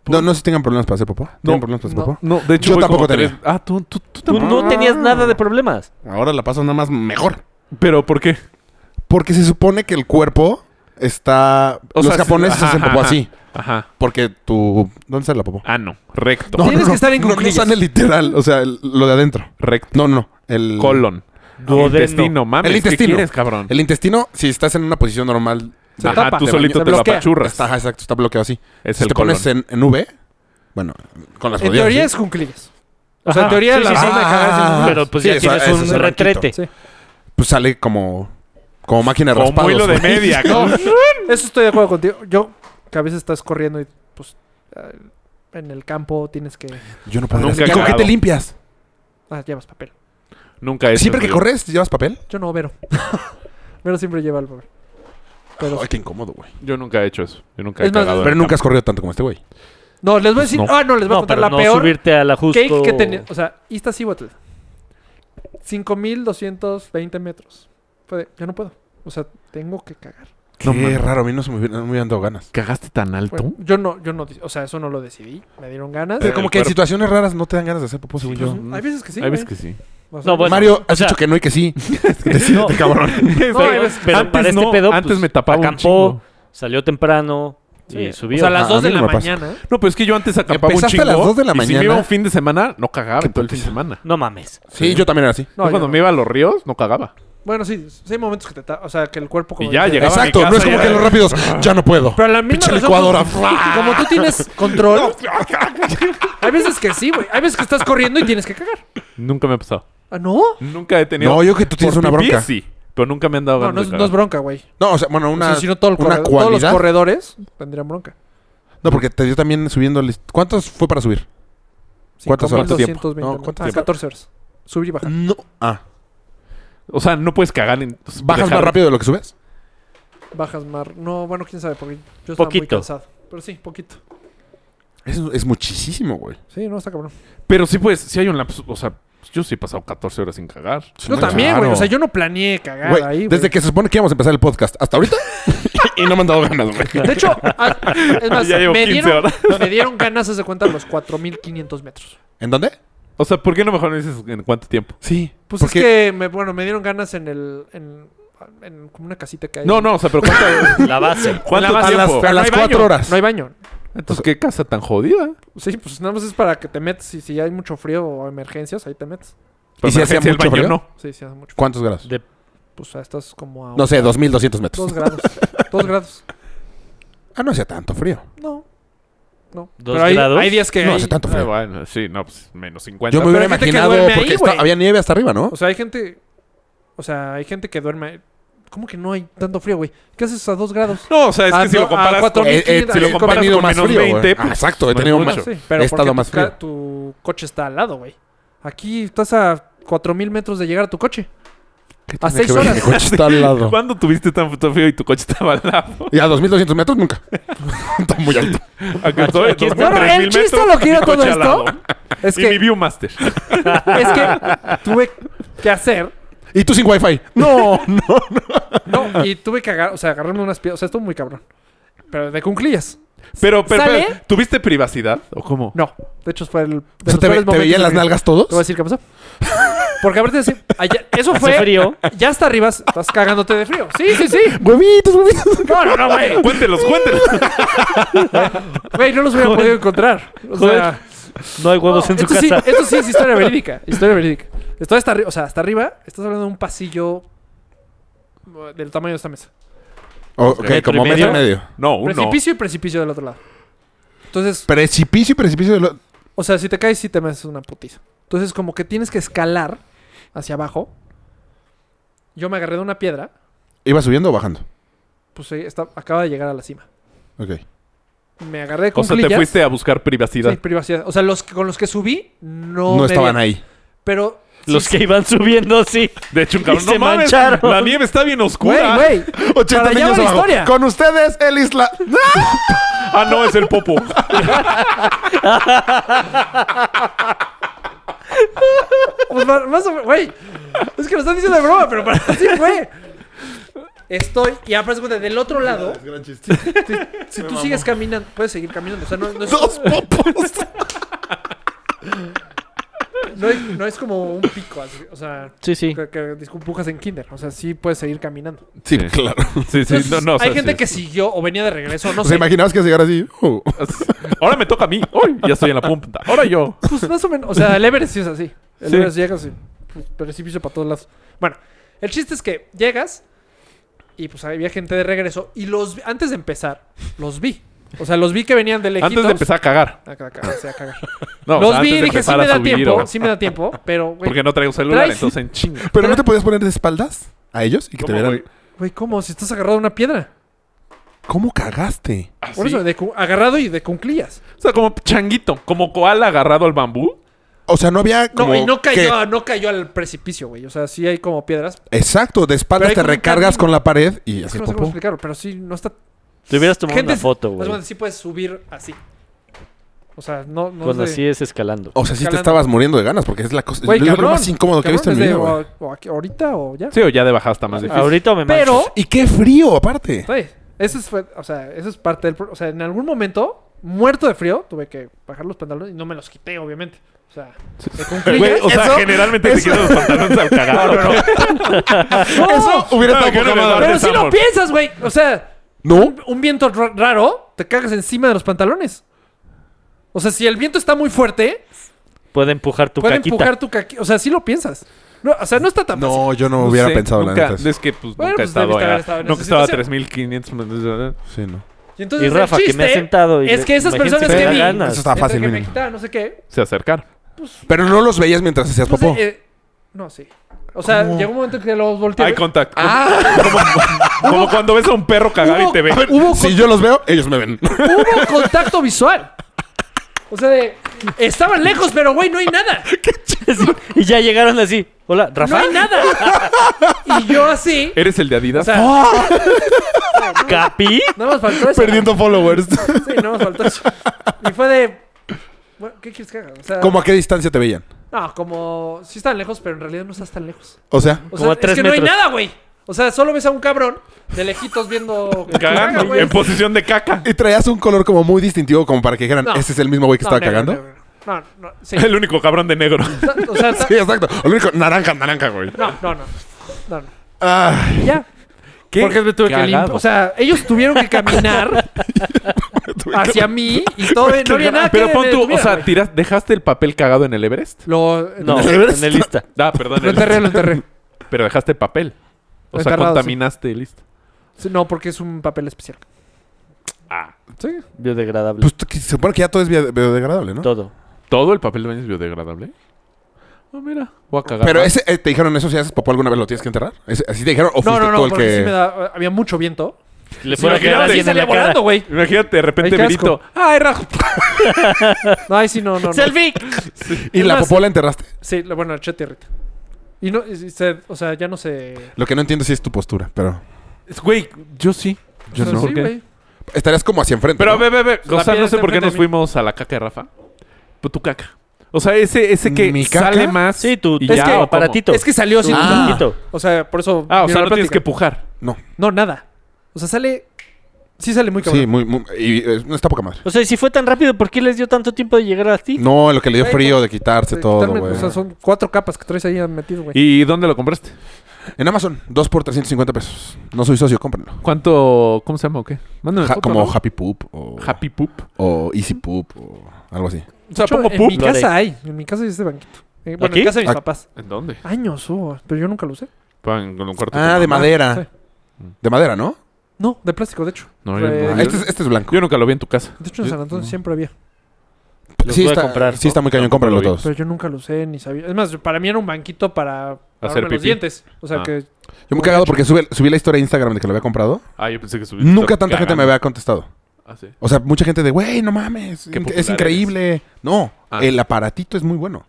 Speaker 5: No, no sé si tengan problemas para hacer popó. ¿Tienen problemas para hacer
Speaker 7: no.
Speaker 5: popó?
Speaker 4: No, de hecho,
Speaker 5: Yo
Speaker 4: voy
Speaker 5: tampoco
Speaker 4: como tres-
Speaker 5: tenía.
Speaker 4: Ah, tú, tú, tú
Speaker 6: Tú
Speaker 4: tampoco.
Speaker 6: no tenías nada de problemas.
Speaker 5: Ahora la paso nada más mejor.
Speaker 4: Pero ¿por qué?
Speaker 5: Porque se supone que el cuerpo está...
Speaker 4: O
Speaker 5: Los
Speaker 4: sea,
Speaker 5: japoneses
Speaker 4: ajá,
Speaker 5: hacen popó
Speaker 4: ajá.
Speaker 5: así.
Speaker 4: Ajá.
Speaker 5: Porque tu... ¿Dónde sale la popó?
Speaker 4: Ah, no. Recto.
Speaker 7: Tienes que estar en
Speaker 5: no, no
Speaker 7: cuclillas.
Speaker 5: sale literal. O sea, el- lo de adentro.
Speaker 4: Recto.
Speaker 5: No, no. El...
Speaker 4: Colon.
Speaker 6: Duodeno.
Speaker 4: Intestino, mames.
Speaker 5: el intestino.
Speaker 4: ¿Qué quieres, cabrón?
Speaker 5: El intestino, si estás en una posición normal...
Speaker 7: Se
Speaker 4: Ajá,
Speaker 7: tapa.
Speaker 4: tú
Speaker 7: Se
Speaker 4: solito
Speaker 7: baña,
Speaker 4: te
Speaker 7: se
Speaker 4: lo
Speaker 7: bloquea.
Speaker 4: apachurras.
Speaker 5: Está, ajá, exacto, está bloqueado así.
Speaker 4: Es
Speaker 5: si
Speaker 4: el
Speaker 5: te
Speaker 4: colon.
Speaker 5: pones en, en V, bueno, con las
Speaker 7: En
Speaker 5: rodillas,
Speaker 7: teoría
Speaker 5: ¿sí?
Speaker 7: es cuclillas. O sea, en
Speaker 6: Ajá.
Speaker 7: teoría
Speaker 6: Sí,
Speaker 7: la
Speaker 6: sí, sí.
Speaker 7: forma de cagar es en-
Speaker 5: Ah,
Speaker 6: Pero pues
Speaker 5: sí,
Speaker 6: ya
Speaker 5: eso-
Speaker 6: tienes
Speaker 5: eso
Speaker 6: un
Speaker 5: es el
Speaker 6: retrete.
Speaker 5: banquito. Pues sale como... Como máquina de
Speaker 4: Como
Speaker 5: raspados.
Speaker 4: hilo de
Speaker 5: güey.
Speaker 4: media. cabrón.
Speaker 7: Eso estoy de acuerdo contigo. Yo, que a veces estás corriendo y pues ah, en el campo tienes que.
Speaker 5: Yo no puedo.
Speaker 4: Nunca
Speaker 5: ¿Y
Speaker 4: he
Speaker 5: con qué
Speaker 4: cagado.
Speaker 5: te limpias?
Speaker 7: Ah, llevas papel.
Speaker 4: Nunca es.
Speaker 5: Siempre que corres, ¿llevas papel?
Speaker 7: Yo no, Vero. Vero siempre lleva el papel. Pero,
Speaker 5: Ay, qué incómodo, güey.
Speaker 4: Yo nunca he hecho eso. Yo nunca he
Speaker 7: Es más,
Speaker 4: cagado.
Speaker 5: Pero
Speaker 4: en
Speaker 5: nunca
Speaker 4: el
Speaker 5: has corrido tanto como este güey.
Speaker 7: no, les voy a decir.
Speaker 4: No.
Speaker 7: Ah, no, les voy a
Speaker 6: No,
Speaker 7: contar
Speaker 6: pero
Speaker 7: la
Speaker 6: no
Speaker 7: peor
Speaker 6: subirte a la justo.
Speaker 7: cake que tenía. O sea, esta sí, 5220 metros. Fue de, yo no puedo. O sea, tengo que cagar.
Speaker 5: No,
Speaker 4: Qué
Speaker 5: mames. raro, a mí no se me hubiera- no me hubieran dado ganas.
Speaker 4: campo. ¿Cagaste tan alto?
Speaker 7: Bueno, yo no, yo no, o sea, eso no lo decidí. Me dieron ganas.
Speaker 5: Pero como
Speaker 4: el
Speaker 5: que en
Speaker 4: cuerpo.
Speaker 5: situaciones raras no te dan ganas de hacer popó, según
Speaker 7: Pues,
Speaker 5: yo.
Speaker 7: hay veces que sí.
Speaker 4: Hay veces
Speaker 7: güey.
Speaker 4: que sí.
Speaker 7: O sea,
Speaker 6: No, bueno.
Speaker 5: Mario, has
Speaker 6: o sea-
Speaker 5: dicho que no y que sí. Decídete, Este cabrón.
Speaker 7: No, hay veces-
Speaker 6: pero
Speaker 4: antes
Speaker 6: para este
Speaker 4: no,
Speaker 6: pedo,
Speaker 4: antes
Speaker 6: pues,
Speaker 4: me tapaba un
Speaker 6: acampó,
Speaker 4: chingo.
Speaker 6: salió temprano
Speaker 7: sí.
Speaker 6: y subió.
Speaker 7: O sea, a las
Speaker 5: Ah,
Speaker 7: 2
Speaker 5: a
Speaker 7: de
Speaker 5: mí
Speaker 7: la
Speaker 5: no me pasa.
Speaker 7: mañana.
Speaker 4: No, pero es que yo antes acampaba un
Speaker 5: Empezaste
Speaker 4: chingo.
Speaker 5: a las dos de la
Speaker 4: y si me
Speaker 5: mañana.
Speaker 4: iba un fin de semana, no cagaba en todo el fin de semana.
Speaker 6: No mames.
Speaker 5: Sí, yo también era así.
Speaker 4: Yo
Speaker 7: No, yo
Speaker 4: cuando
Speaker 7: no.
Speaker 4: me iba a los ríos, no cagaba.
Speaker 7: Bueno, sí, sí hay momentos que te ta- O sea, que el cuerpo como...
Speaker 4: Y ya
Speaker 7: dice-
Speaker 4: llegaba a mi
Speaker 5: Exacto,
Speaker 4: casa
Speaker 5: no es
Speaker 4: y
Speaker 5: como
Speaker 4: era-
Speaker 5: que los rápidos, ya no puedo.
Speaker 7: Pero a la misma
Speaker 5: Pinche
Speaker 7: razón,
Speaker 5: licuadora.
Speaker 7: Como tú tienes control... hay veces que sí, güey. Hay veces que estás corriendo y tienes que cagar.
Speaker 4: Nunca me ha pasado.
Speaker 7: ¿Ah, no?
Speaker 4: Nunca he tenido.
Speaker 5: No, yo que tú tienes
Speaker 4: Por
Speaker 5: una
Speaker 4: pipí,
Speaker 5: bronca.
Speaker 4: Sí, pero nunca me han dado
Speaker 7: No, no
Speaker 4: ganas
Speaker 7: es,
Speaker 4: de
Speaker 7: no es
Speaker 4: cagar.
Speaker 7: bronca, güey.
Speaker 5: No, o sea, bueno,
Speaker 7: O sea,
Speaker 5: una,
Speaker 7: si no todo el
Speaker 5: una
Speaker 7: corredor- todos los
Speaker 5: cualidad.
Speaker 7: corredores tendrían bronca.
Speaker 5: No, porque te dio también subiendo... el- ¿Cuántos fue para subir? ¿Cuántas horas?
Speaker 4: ¿Cuánto
Speaker 7: 5.220
Speaker 5: tiempo? No,
Speaker 7: metros.
Speaker 5: ¿cuánto
Speaker 7: Ah,
Speaker 5: tiempo?
Speaker 7: 14 horas. Subir y bajar.
Speaker 5: No. Ah.
Speaker 4: O sea, no puedes cagar en.
Speaker 5: ¿Bajas
Speaker 4: dejar-
Speaker 5: más Pues rápido de lo que subes?
Speaker 7: Bajas mar... No, bueno, quién sabe, porque yo estaba muy
Speaker 6: Poquito.
Speaker 7: cansado. Pero sí, poquito.
Speaker 5: Es, es muchísimo, güey.
Speaker 7: Sí, no, está cabrón.
Speaker 4: Pero sí, pues, sí hay un lapso. O sea, yo sí he pasado 14 horas sin cagar.
Speaker 7: Yo
Speaker 5: No,
Speaker 7: también, güey.
Speaker 5: claro.
Speaker 7: O sea, yo no planeé cagar
Speaker 5: Güey,
Speaker 7: ahí, güey.
Speaker 5: desde que se supone que íbamos a empezar el podcast hasta ahorita y no me han dado ganas, güey.
Speaker 7: De hecho, ah, es más,
Speaker 4: Ya llevo
Speaker 7: me
Speaker 4: 15
Speaker 7: dieron,
Speaker 4: horas.
Speaker 7: me dieron ganas, haz de cuenta, los 4.500 metros.
Speaker 5: ¿En dónde?
Speaker 4: O sea, ¿por qué no mejor me dices en cuánto tiempo?
Speaker 5: Sí.
Speaker 7: Pues
Speaker 5: porque-
Speaker 7: es que, me, bueno, me dieron ganas en el... En, en como una casita que hay.
Speaker 4: No, no, o sea, pero ¿cuánto,
Speaker 6: La base.
Speaker 4: cuánto
Speaker 7: En la base,
Speaker 4: tiempo?
Speaker 7: pero
Speaker 5: a
Speaker 7: no
Speaker 5: las
Speaker 7: hay
Speaker 5: cuatro
Speaker 7: baño,
Speaker 5: horas.
Speaker 7: No hay baño.
Speaker 4: Entonces, ¿qué casa tan jodida?
Speaker 7: Sí, pues nada más es para que te metas. Y si hay mucho frío o emergencias, ahí te metes.
Speaker 5: ¿Y si hacía
Speaker 4: emergencia, el
Speaker 5: mucho
Speaker 4: baño
Speaker 5: frío?
Speaker 4: No.
Speaker 7: Sí, sí, hace mucho.
Speaker 5: ¿Cuántos grados?
Speaker 6: De-
Speaker 7: Pues ah, estás como a
Speaker 5: No sé, 2200 metros.
Speaker 7: dos grados. dos grados.
Speaker 5: Ah, no hacía tanto frío.
Speaker 7: No. No.
Speaker 6: ¿Dos
Speaker 7: Pero hay,
Speaker 6: grados?
Speaker 7: Hay días que
Speaker 5: No
Speaker 7: hay-
Speaker 5: hace tanto
Speaker 4: Ah,
Speaker 5: frío.
Speaker 4: bueno, sí, no, pues menos 50.
Speaker 5: Yo me hubiera
Speaker 7: hay gente que
Speaker 5: imaginado
Speaker 7: duerme ahí,
Speaker 5: porque
Speaker 7: güey.
Speaker 5: está- había nieve hasta arriba, ¿no?
Speaker 7: O sea, hay gente... O sea, hay gente que duerme... ¿Cómo que no hay tanto frío, güey? ¿Qué haces a dos grados?
Speaker 4: No, o sea, es
Speaker 7: Ah,
Speaker 4: que si
Speaker 7: no,
Speaker 4: lo comparas
Speaker 7: a cuatro
Speaker 4: con...
Speaker 7: mil. si lo
Speaker 4: comparas con menos 20,
Speaker 5: güey. Ah,
Speaker 4: pues,
Speaker 5: exacto, he
Speaker 4: no es
Speaker 5: tenido
Speaker 4: mucho.
Speaker 5: más.
Speaker 4: Claro.
Speaker 7: Sí, pero
Speaker 5: He estado
Speaker 7: porque
Speaker 5: más
Speaker 7: tu, ca-
Speaker 5: frío.
Speaker 7: tu coche está al lado, güey. Aquí estás a 4000 metros de llegar a tu coche. A
Speaker 5: Tiene
Speaker 7: 6
Speaker 5: que ver que
Speaker 7: horas.
Speaker 5: Mi coche está al lado.
Speaker 4: ¿Cuándo tuviste tan tan frío y tu coche estaba al lado?
Speaker 5: Y a 2200 metros nunca. está muy alto.
Speaker 4: Aquí estoy,
Speaker 6: aquí
Speaker 4: dos mil,
Speaker 6: estoy.
Speaker 7: Bueno,
Speaker 4: tres
Speaker 7: el
Speaker 4: mil
Speaker 7: chiste
Speaker 4: metros,
Speaker 7: lo que
Speaker 4: mi
Speaker 7: era todo
Speaker 4: coche al
Speaker 7: esto
Speaker 4: lado.
Speaker 7: Es
Speaker 4: Y mi
Speaker 7: que,
Speaker 4: Viewmaster.
Speaker 7: es que tuve que hacer.
Speaker 5: Y tú sin wifi. No, no.
Speaker 7: No, y tuve que agarrar, o sea, agarrarme unas piedras. O sea, estuvo muy cabrón. Pero de cunclillas.
Speaker 4: Pero, pero,
Speaker 7: ¿Sale?
Speaker 4: pero, ¿tuviste privacidad? ¿O cómo?
Speaker 7: No. De hecho, fue el. de
Speaker 5: O sea,
Speaker 7: los
Speaker 5: ¿te, ve-
Speaker 7: peores
Speaker 5: te
Speaker 7: momentos
Speaker 5: veían
Speaker 7: de
Speaker 5: las
Speaker 7: mi vida.
Speaker 5: nalgas
Speaker 7: Te voy a
Speaker 5: todos?
Speaker 7: decir qué pasó. Porque aparte sí, allá- eso fue.
Speaker 6: frío.
Speaker 7: Ya hasta arriba estás cagándote de frío. Sí, sí, sí.
Speaker 5: Huevitos, huevitos.
Speaker 7: No, no, no, güey.
Speaker 4: Cuéntelos, cuéntelos.
Speaker 7: Güey, no los hubiera podido encontrar. O
Speaker 6: Joder.
Speaker 7: sea,
Speaker 6: No hay huevos en su
Speaker 7: esto,
Speaker 6: casa.
Speaker 7: este sí, esto sí es historia verídica. Historia verídica. Esto hasta arriba, o sea, hasta arriba estás hablando de un pasillo uh, del tamaño de esta mesa.
Speaker 5: Ok, como metro y
Speaker 6: medio.
Speaker 5: medio.
Speaker 4: No, uno.
Speaker 7: Precipicio y precipicio del otro lado. Entonces,
Speaker 5: Precipicio y precipicio de lo-
Speaker 7: o sea, si te caes, sí te metes una putiza. Entonces, como que tienes que escalar hacia abajo. Yo me agarré de una piedra,
Speaker 5: ¿Iba subiendo o bajando?
Speaker 7: pues eh, está, acaba de llegar a la cima.
Speaker 5: Ok.
Speaker 7: Me agarré con
Speaker 4: O sea, te fuiste a buscar privacidad.
Speaker 7: privacidad. O sea, los que- con los que subí no.
Speaker 5: No
Speaker 7: me
Speaker 5: estaban
Speaker 7: vi-
Speaker 5: ahí.
Speaker 7: Pero.
Speaker 6: Los que iban subiendo, sí.
Speaker 4: De hecho, un
Speaker 6: Y
Speaker 4: cabrón,
Speaker 6: se
Speaker 4: no mames,
Speaker 6: mancharon.
Speaker 4: la nieve está bien
Speaker 7: Güey,
Speaker 4: oscura.
Speaker 7: güey. Para
Speaker 5: 80
Speaker 7: allá va
Speaker 5: niños
Speaker 7: la
Speaker 5: abajo.
Speaker 7: historia.
Speaker 5: Con ustedes, el Isla.
Speaker 4: Ah, no, es el popo.
Speaker 7: Pues, ma- más o menos, güey. Es que lo están diciendo de broma, pero para así fue. Estoy, y ahora se cuenta, del otro lado, si tú sigues caminando, puedes seguir caminando. O sea, no, no es,
Speaker 5: Dos popos.
Speaker 7: no hay- no es como un pico, así, o sea,
Speaker 6: Sí, sí.
Speaker 7: que, que empujas en kinder. O sea, sí puedes seguir caminando.
Speaker 5: Sí, claro.
Speaker 4: Sí, sí, no, no. o sea,
Speaker 7: hay gente
Speaker 4: sí.
Speaker 7: que siguió o venía de regreso, no
Speaker 5: ¿Se
Speaker 7: sé.
Speaker 5: imaginabas que llegara así? Uh.
Speaker 4: Ahora me toca a mí. Uy, ya estoy en la punta. Ahora yo.
Speaker 7: Pues más o menos, o sea, el Everest sí es así. El
Speaker 4: Sí.
Speaker 7: Everest llegas y pues, precipicio para todos lados. Bueno, el chiste es que llegas y pues había gente de regreso y los vi- antes de empezar, los vi. O sea, los vi que venían de lejitos.
Speaker 4: Antes de empezar a cagar.
Speaker 7: Ah, caga- caga- se va a cagar.
Speaker 4: No, o
Speaker 7: los
Speaker 4: sea,
Speaker 7: vi
Speaker 4: antes
Speaker 7: y
Speaker 4: de
Speaker 7: dije, sí
Speaker 4: empezar
Speaker 7: me
Speaker 4: a
Speaker 7: da
Speaker 4: subir,
Speaker 7: tiempo,
Speaker 4: o-
Speaker 7: sí me da tiempo, pero güey,
Speaker 4: Porque no traigo celular,
Speaker 7: Traes-
Speaker 4: entonces en chinga.
Speaker 5: Pero no te podías poner de espaldas a ellos y que te
Speaker 4: ¿Cómo,
Speaker 5: vieran.
Speaker 4: güey?
Speaker 7: güey, ¿cómo? Si estás agarrado a una piedra.
Speaker 5: ¿Cómo cagaste?
Speaker 7: Por
Speaker 4: Ah, ¿Sí?
Speaker 7: eso, de cu- agarrado y de cunclillas.
Speaker 4: O sea, como changuito, como koala agarrado al bambú.
Speaker 5: O sea, no había
Speaker 7: No,
Speaker 5: como
Speaker 7: y no cayó,
Speaker 5: que-
Speaker 7: a- no cayó al precipicio, güey. O sea, sí hay como piedras.
Speaker 5: Exacto, de
Speaker 7: Pero
Speaker 5: espaldas
Speaker 7: hay
Speaker 5: te
Speaker 7: como un
Speaker 5: recargas
Speaker 7: camino.
Speaker 5: con la pared y
Speaker 7: Es
Speaker 5: haces
Speaker 7: que no sé cómo
Speaker 5: popó.
Speaker 7: explicarlo, pero sí, no está
Speaker 6: Te hubieras tomado una foto,
Speaker 7: haz
Speaker 6: güey.
Speaker 7: cuenta, sí puedes subir así. O sea, no, no
Speaker 6: Cuando
Speaker 7: es de-
Speaker 6: Pues así es escalando.
Speaker 5: O sea, sí te
Speaker 7: Escalando.
Speaker 5: estabas muriendo de ganas porque es la cosa
Speaker 7: Güey,
Speaker 5: es lo
Speaker 7: cabrón,
Speaker 5: más incómodo que he visto en
Speaker 7: cabrón,
Speaker 5: mi
Speaker 7: es
Speaker 5: vida,
Speaker 7: de,
Speaker 5: güey.
Speaker 7: o- o aquí- ahorita o ya.
Speaker 4: Sí, o ya de bajada
Speaker 7: Ah,
Speaker 4: está más difícil.
Speaker 6: Ahorita me mancho.
Speaker 7: Pero,
Speaker 5: Y qué frío aparte.
Speaker 7: güey, eso es, fue- o sea, eso es parte del... pro- O sea, en algún momento, muerto de frío, tuve que bajar los pantalones y no me los quité, obviamente. O sea, de cunclillas.
Speaker 4: Güey, o sea,
Speaker 5: Eso-
Speaker 4: generalmente te
Speaker 5: eso-
Speaker 4: quitan los pantalones al cagado. Ah,
Speaker 7: ¡No!
Speaker 5: Eso hubiera
Speaker 4: Claro
Speaker 5: estado
Speaker 4: que no
Speaker 5: poca
Speaker 4: me
Speaker 5: madre.
Speaker 7: Pero si lo
Speaker 4: Samor.
Speaker 7: piensas, güey. O sea,
Speaker 5: ¿No?
Speaker 7: un, un viento ra- raro, te cagas encima de los pantalones. O sea, si el viento está muy fuerte,
Speaker 6: Puede empujar tu
Speaker 7: puede
Speaker 6: caquita.
Speaker 7: empujar tu caqui... O sea, sí lo piensas. No, o sea, no está tan fácil.
Speaker 5: No, yo no, hubiera
Speaker 4: sé,
Speaker 5: pensado
Speaker 4: nunca,
Speaker 5: la neta.
Speaker 4: Es que pues, nunca
Speaker 7: Bueno,
Speaker 4: he
Speaker 7: pues,
Speaker 4: estado,
Speaker 7: debiste haber
Speaker 4: allá.
Speaker 7: estado en
Speaker 4: nunca
Speaker 7: esa
Speaker 4: estaba a
Speaker 7: situación.
Speaker 4: 3500.
Speaker 5: Sí, no.
Speaker 7: Y, entonces
Speaker 6: Y
Speaker 7: el
Speaker 6: Rafa, que me ha
Speaker 7: chiste
Speaker 6: sentado. y
Speaker 7: Es
Speaker 6: de-
Speaker 7: que esas
Speaker 6: imagínate
Speaker 7: personas
Speaker 6: si
Speaker 7: que
Speaker 6: me
Speaker 7: vi-
Speaker 6: da ganas.
Speaker 5: Eso estaba
Speaker 7: Entre
Speaker 5: Ah, fácil,
Speaker 7: que me
Speaker 5: mínimo.
Speaker 7: quitaba, no sé qué.
Speaker 4: Se acercaron.
Speaker 5: Pero no los veías mientras hacías
Speaker 7: Pues,
Speaker 5: popó.
Speaker 7: eh, no, sí. O sea, llegó un momento en que los volteé.
Speaker 4: Hay contacto. Como, como cuando ves a un perro cagar y te ve.
Speaker 7: hubo,
Speaker 5: Si
Speaker 7: con-
Speaker 5: yo los veo, ellos me ven.
Speaker 7: hubo contacto visual. O sea, de, estaban lejos, pero güey, no hay nada.
Speaker 6: y ya llegaron así. Hola,
Speaker 7: No
Speaker 6: Rafa.
Speaker 7: hay nada. Y yo así.
Speaker 4: ¿Eres el de Adidas?
Speaker 7: O sea,
Speaker 5: ¡Ah!
Speaker 6: ¿Capi?
Speaker 7: nada más faltó eso.
Speaker 5: Perdiendo followers.
Speaker 7: Sí, nada más faltó eso. Y fue de. Bueno, ¿qué quieres que haga? O sea,
Speaker 5: ¿Cómo a qué distancia te veían?
Speaker 7: no, como. Sí, están lejos, pero en realidad no estás tan lejos.
Speaker 5: O sea,
Speaker 7: O
Speaker 6: Como
Speaker 7: sea,
Speaker 6: a
Speaker 7: es
Speaker 6: tres
Speaker 7: que no hay
Speaker 6: metros.
Speaker 7: nada, güey. O sea, solo ves a un cabrón de lejitos viendo.
Speaker 4: Cagando
Speaker 7: Caga, güey.
Speaker 4: en posición de caca.
Speaker 5: y traías un color como muy distintivo como para que dijeran,
Speaker 7: No.
Speaker 5: ¿ese es el mismo güey que estaba
Speaker 7: negro,
Speaker 5: cagando?
Speaker 7: negro, negro. No, no, sí.
Speaker 4: El único cabrón de negro.
Speaker 7: Ta- O sea, ta-
Speaker 5: Sí, exacto. Lo único, naranja, naranja, güey.
Speaker 7: no, no, no. No, no.
Speaker 5: Ay,
Speaker 7: Y Ya. Porque me tuve que limpiar. O sea, ellos tuvieron que caminar hacia mí y todo. No había nada
Speaker 4: Pero
Speaker 7: que
Speaker 4: pon tú, o
Speaker 7: detuviera,
Speaker 4: sea,
Speaker 7: güey.
Speaker 4: tiras, ¿dejaste el papel cagado en el Everest?
Speaker 7: Lo,
Speaker 6: No,
Speaker 5: ¿De veras?
Speaker 6: en el lista.
Speaker 4: Ah, perdón.
Speaker 7: lo
Speaker 4: el-
Speaker 7: enterré, lo enterré.
Speaker 4: Pero dejaste el papel. O sea,
Speaker 7: Enterrado, sí.
Speaker 4: contaminaste y listo.
Speaker 7: Sí, no, porque es un papel especial.
Speaker 4: Ah.
Speaker 7: Sí.
Speaker 6: Biodegradable.
Speaker 5: Pues que se supone que ya todo es bio- biodegradable, ¿no?
Speaker 6: Todo.
Speaker 4: ¿Todo el papel de baño es biodegradable? Ah, mira. Voy a cagar.
Speaker 5: Pero
Speaker 4: más.
Speaker 5: ese, eh, te dijeron eso, si haces popó alguna vez lo tienes que enterrar. ¿Ese- ¿Así te dijeron o
Speaker 7: No,
Speaker 5: fuiste
Speaker 7: no,
Speaker 5: tú
Speaker 7: no,
Speaker 5: el
Speaker 7: porque
Speaker 5: que...
Speaker 7: sí me da, había mucho viento.
Speaker 4: fuera
Speaker 6: Le fuera
Speaker 4: a quedar
Speaker 6: quedar
Speaker 4: así
Speaker 7: Sí,
Speaker 6: así en
Speaker 7: salía
Speaker 6: la cara.
Speaker 7: volando, güey.
Speaker 4: Imagínate, de repente
Speaker 7: Ay, qué
Speaker 4: Benito.
Speaker 7: asco.
Speaker 4: ¡Ay, rajo!
Speaker 7: No, ahí sí, no, no. no.
Speaker 6: ¡Selfie!
Speaker 5: ¿Y
Speaker 7: Es
Speaker 5: la
Speaker 7: más-
Speaker 5: popó la enterraste?
Speaker 7: Sí, lo- bueno, eché tierrita. Y no, y se- o sea, ya no se...
Speaker 5: Lo que no entiendo si es tu postura, pero...
Speaker 4: Güey, yo sí.
Speaker 5: Yo
Speaker 7: o sea,
Speaker 5: no.
Speaker 7: sí,
Speaker 4: ¿Por qué?
Speaker 7: güey.
Speaker 5: Estarías como hacia enfrente,
Speaker 4: Pero
Speaker 5: ¿no?
Speaker 4: ve, ve, ve. O
Speaker 7: La
Speaker 4: sea, no
Speaker 7: piedra
Speaker 4: sé
Speaker 7: está
Speaker 4: por qué
Speaker 7: enfrente
Speaker 4: nos
Speaker 7: de mí.
Speaker 4: fuimos a la caca de Rafa. Pues tu caca. O sea, ese, ese que
Speaker 5: ¿Mi caca?
Speaker 4: sale más.
Speaker 6: Sí, tu,
Speaker 4: y
Speaker 6: tu
Speaker 4: ya,
Speaker 6: tu
Speaker 4: ¿o cómo?
Speaker 6: aparatito.
Speaker 7: Es que salió
Speaker 6: Tu
Speaker 7: sin...
Speaker 5: Ah.
Speaker 6: aparatito.
Speaker 7: O sea, por eso...
Speaker 4: Ah, o
Speaker 7: vino
Speaker 4: sea,
Speaker 7: la
Speaker 4: no tienes que
Speaker 7: plática.
Speaker 4: pujar.
Speaker 5: No.
Speaker 7: No, nada. O sea, sale Sí sale muy cabrón.
Speaker 5: Sí, muy, muy- y, eh, no está poca madre.
Speaker 6: O sea, y si fue tan rápido, ¿por qué les dio tanto tiempo de llegar a ti?
Speaker 5: No, lo que le dio
Speaker 7: Güey,
Speaker 5: frío
Speaker 7: por-
Speaker 5: de quitarse
Speaker 7: Eh,
Speaker 5: todo,
Speaker 7: quitarme-
Speaker 5: güey.
Speaker 7: O sea, son cuatro capas que traes ahí metido, güey.
Speaker 4: ¿Y dónde lo compraste?
Speaker 5: En Amazon, 2 por 350 pesos. No soy socio, cómprenlo.
Speaker 4: ¿Cuánto? ¿Cómo se llama o qué? Mándame
Speaker 5: Ja-
Speaker 4: foto,
Speaker 5: como
Speaker 4: ¿no?
Speaker 5: Happy Poop o,
Speaker 4: Happy Poop.
Speaker 5: o Easy Poop o algo así.
Speaker 7: O sea,
Speaker 4: Yo
Speaker 7: pongo
Speaker 4: en
Speaker 7: pup.
Speaker 4: mi
Speaker 7: En mi
Speaker 6: casa
Speaker 7: casa hay. En mi casa hay este banquito. Eh, bueno,
Speaker 6: ¿Aquí?
Speaker 7: en casa de mis
Speaker 5: Ac-
Speaker 7: papás.
Speaker 4: ¿En dónde? Pues,
Speaker 7: Años hubo, pero yo nunca lo usé.
Speaker 4: En un cuarto.
Speaker 5: Ah, de
Speaker 4: madera.
Speaker 5: madera. De madera, ¿no?
Speaker 7: No, de plástico, de hecho.
Speaker 4: No, yo
Speaker 7: Fue-
Speaker 4: no.
Speaker 5: Ah, este, es, este es blanco.
Speaker 4: Yo nunca lo vi en tu casa.
Speaker 7: De hecho, en
Speaker 5: yo-
Speaker 7: San Antonio siempre había.
Speaker 6: Los
Speaker 5: sí,
Speaker 6: voy a
Speaker 5: está,
Speaker 6: comprar,
Speaker 5: sí
Speaker 6: ¿no?
Speaker 5: está muy cañón,
Speaker 4: Tampoco lo
Speaker 5: cómprenlo
Speaker 4: vi.
Speaker 5: todos.
Speaker 7: Pero yo nunca lo usé ni sabía. Es más, yo- para mí era un banquito para lavarme los
Speaker 4: pipí.
Speaker 7: dientes. O sea
Speaker 4: Ah.
Speaker 7: que.
Speaker 5: Yo me he cagado porque sube- subí la historia de Instagram de que lo había comprado.
Speaker 4: Ah, yo pensé que subí.
Speaker 5: Nunca tanta gente me había contestado.
Speaker 4: Ah, sí.
Speaker 5: O sea, mucha gente de, güey, no mames,
Speaker 4: Qué
Speaker 5: inc-
Speaker 4: popular
Speaker 5: es increíble. No,
Speaker 4: Ah.
Speaker 5: el aparatito es muy bueno.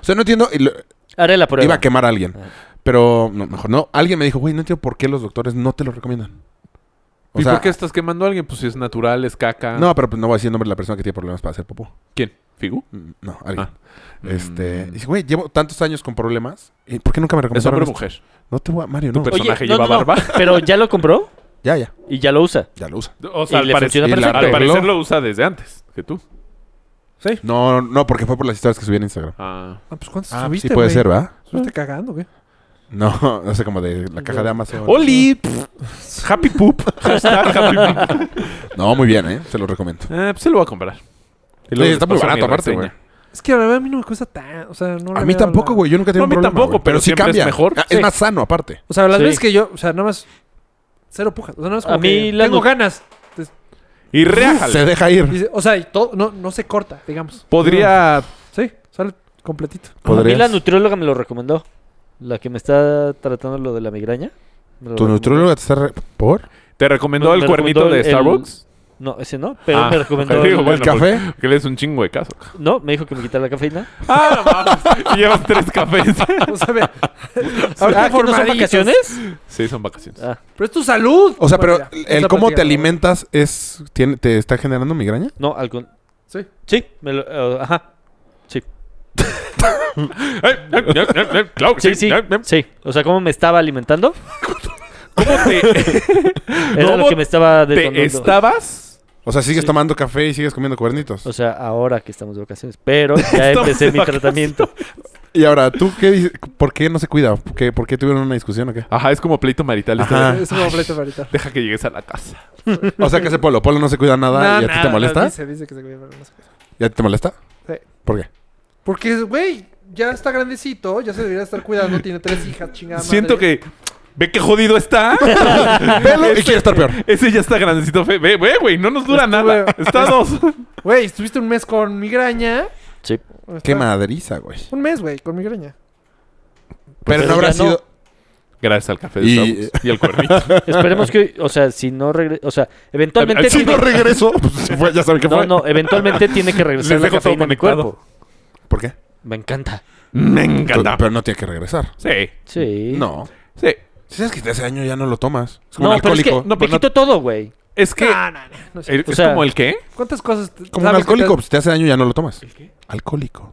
Speaker 5: O sea, no entiendo, y lo-
Speaker 6: Haré la prueba.
Speaker 5: iba a quemar a alguien,
Speaker 6: Ah.
Speaker 5: pero no, mejor no. Alguien me dijo, güey, no entiendo por qué los doctores no te lo recomiendan. O
Speaker 4: ¿Y
Speaker 5: sea,
Speaker 4: por qué estás quemando a alguien? Pues si es natural, es caca.
Speaker 5: No, pero pues, no voy a decir el nombre de la persona que tiene problemas para hacer popó.
Speaker 4: ¿Quién? ¿Figu?
Speaker 5: Mm, No, alguien.
Speaker 4: Ah.
Speaker 5: Este,
Speaker 4: Mm.
Speaker 5: dice, güey, llevo tantos años con problemas. ¿y ¿Por qué nunca me
Speaker 4: ¿Es hombre
Speaker 5: recomendaron?
Speaker 4: o
Speaker 5: esto?"
Speaker 4: mujer?
Speaker 5: No te voy a, Mario, no.
Speaker 4: per- personaje lleva barba.
Speaker 6: Pero ya lo compró
Speaker 5: Ya, ya,
Speaker 6: y ya lo usa.
Speaker 5: ya lo usa.
Speaker 4: O sea,
Speaker 6: Y
Speaker 4: al,
Speaker 6: le
Speaker 4: parec-
Speaker 6: funciona
Speaker 4: y la-
Speaker 5: perfecto.
Speaker 4: al parecer lo usa desde antes que tú.
Speaker 7: Sí.
Speaker 5: No, no, porque fue por las historias que subí en Instagram.
Speaker 4: Ah.
Speaker 7: Ah, pues ¿cuántos
Speaker 5: Ah,
Speaker 7: subiste?
Speaker 5: sí puede
Speaker 7: güey?
Speaker 5: ser, ¿verdad? Ah.
Speaker 7: Estuviste cagando, güey.
Speaker 5: No, no sé, como de la caja de Amazon.
Speaker 4: ¡Oli! Pff, happy poop. Hashtag happy poop.
Speaker 5: No, muy bien, ¿eh? Se lo recomiendo.
Speaker 4: Eh, pues se lo voy a comprar. Y
Speaker 5: Sí,
Speaker 4: luego
Speaker 5: está
Speaker 4: les
Speaker 5: muy
Speaker 4: paso mi
Speaker 5: barato aparte, güey.
Speaker 4: reseña.
Speaker 7: Es que la verdad a mí no me cuesta tan. O sea, no le
Speaker 5: A mí
Speaker 7: veo
Speaker 5: tampoco,
Speaker 7: la-
Speaker 5: güey. Yo
Speaker 4: No,
Speaker 5: nunca he tenido
Speaker 4: a mí
Speaker 5: un problema,
Speaker 4: tampoco,
Speaker 5: güey.
Speaker 4: pero
Speaker 5: sí
Speaker 4: siempre es
Speaker 5: cambia.
Speaker 4: mejor.
Speaker 5: Ah, Es
Speaker 4: Sí.
Speaker 5: más sano, aparte.
Speaker 7: O sea, las
Speaker 6: Sí.
Speaker 7: veces que yo. O sea, nada más. Cero pujas. O sea, nada más como
Speaker 6: A mí
Speaker 7: que
Speaker 6: la
Speaker 7: Tengo
Speaker 6: nu-
Speaker 7: ganas.
Speaker 4: Y reájale.
Speaker 5: Se deja ir.
Speaker 7: Y- o sea, y todo. No, no se corta, digamos.
Speaker 4: Podría...
Speaker 7: Sí, sale completito.
Speaker 6: A mí la
Speaker 5: ¿Podrías?
Speaker 6: nutrióloga me lo recomendó. La que me está tratando lo de la migraña. me lo
Speaker 5: ¿Tu
Speaker 6: recomendó.
Speaker 5: nutriólogo te está re- por?
Speaker 4: ¿Te recomendó
Speaker 6: Me-
Speaker 4: el
Speaker 6: me
Speaker 4: cuernito
Speaker 6: recomendó
Speaker 4: de
Speaker 6: el-
Speaker 4: Starbucks?
Speaker 6: No, ese no, pero
Speaker 4: Ah,
Speaker 6: me recomendó.
Speaker 4: ok, digo,
Speaker 6: el-
Speaker 4: bueno. pues,
Speaker 5: ¿El café?
Speaker 4: Que le des un chingo de caso.
Speaker 6: No, me dijo que me quitara la cafeína.
Speaker 4: ¡Ah, no mames! Llevas tres cafés.
Speaker 7: O sea, ve.
Speaker 6: ¿Ah, que no son
Speaker 7: formaditos.
Speaker 6: vacaciones?
Speaker 4: sí, son vacaciones.
Speaker 6: Ah,
Speaker 7: Pero es tu salud.
Speaker 5: O sea,
Speaker 7: Bueno,
Speaker 5: pero
Speaker 7: ya, es
Speaker 5: el
Speaker 7: la
Speaker 5: cómo
Speaker 7: plática,
Speaker 5: te
Speaker 7: ¿no?
Speaker 5: alimentas es tiene- te está generando migraña.
Speaker 6: no, al con-
Speaker 7: Sí.
Speaker 6: Sí, me lo, eh, ajá. Sí,
Speaker 4: Eh, eh, eh, eh, eh, claro que
Speaker 6: sí, sí,
Speaker 4: eh, eh.
Speaker 6: sí. O sea, cómo me estaba alimentando.
Speaker 4: ¿Cómo te,
Speaker 6: Era
Speaker 4: ¿Cómo
Speaker 6: lo que me estaba
Speaker 4: te
Speaker 6: detonando.
Speaker 4: estabas?
Speaker 5: O sea, sigues
Speaker 6: Sí.
Speaker 5: tomando café y sigues comiendo cuernitos.
Speaker 6: O sea, ahora que estamos de vacaciones. Pero ya
Speaker 4: Estamos
Speaker 6: empecé
Speaker 4: de
Speaker 6: mi tratamiento.
Speaker 5: Y ahora, ¿tú qué dices? ¿Por qué no se cuida? ¿Por qué, por qué tuvieron una discusión o qué?
Speaker 4: Ajá, es como pleito marital. esto
Speaker 5: Ajá.
Speaker 4: de-
Speaker 7: Es un completo para evitar.
Speaker 4: Deja que llegues a la casa.
Speaker 5: O sea, ¿qué hace Polo? ¿Polo no se cuida nada y a ti te molesta?
Speaker 7: Dice, dice que se cuida, pero no se cuida.
Speaker 5: ¿Y a ti te molesta?
Speaker 7: Sí.
Speaker 5: ¿Por qué?
Speaker 7: Porque, güey, ya está grandecito, ya se debería estar cuidando, tiene tres hijas, chingada madre.
Speaker 4: Siento que... ¿Ve qué jodido está?
Speaker 5: Pelo y quiere estar peor.
Speaker 4: Ese ya está grandecito. fe- Ve, ve, güey, no nos dura nada. Está a dos.
Speaker 7: Güey, estuviste un mes con migraña.
Speaker 6: Sí.
Speaker 5: Qué
Speaker 7: más?
Speaker 5: maderiza, güey.
Speaker 7: Un mes, güey, con migraña.
Speaker 5: Pero
Speaker 6: Pues ya
Speaker 5: no habrá
Speaker 6: no.
Speaker 5: sido.
Speaker 4: Gracias al café de
Speaker 5: Y-
Speaker 4: Starbucks y al cuernito.
Speaker 6: Esperemos que, o sea, si no regre... O sea, eventualmente...
Speaker 5: Si no regreso, pues, se fue, ya saben qué
Speaker 6: no,
Speaker 5: fue.
Speaker 6: no, eventualmente tiene que regresar
Speaker 4: Les
Speaker 6: la
Speaker 4: dejo todo
Speaker 6: cafeína a mi
Speaker 4: conectado.
Speaker 6: cuerpo.
Speaker 5: ¿Por qué?
Speaker 6: Me encanta.
Speaker 4: Me encanta.
Speaker 5: Pero no tiene que regresar.
Speaker 4: Sí,
Speaker 6: Sí.
Speaker 5: No.
Speaker 4: sí.
Speaker 5: Si sabes que desde hace año ya no lo tomas. Es como
Speaker 6: No,
Speaker 5: un
Speaker 6: pero es que
Speaker 5: alcohólico.
Speaker 4: No,
Speaker 6: me
Speaker 4: pero no-
Speaker 6: quito todo, güey.
Speaker 4: Es que...
Speaker 7: No, no, no, no sé.
Speaker 4: el-
Speaker 6: O
Speaker 4: ¿Es
Speaker 6: sea-
Speaker 4: como el qué?
Speaker 7: ¿Cuántas cosas? te-
Speaker 5: Como un
Speaker 7: sabes que
Speaker 5: alcohólico,
Speaker 7: te-
Speaker 5: pues te hace daño ya no lo tomas.
Speaker 4: ¿El qué?
Speaker 5: Alcohólico.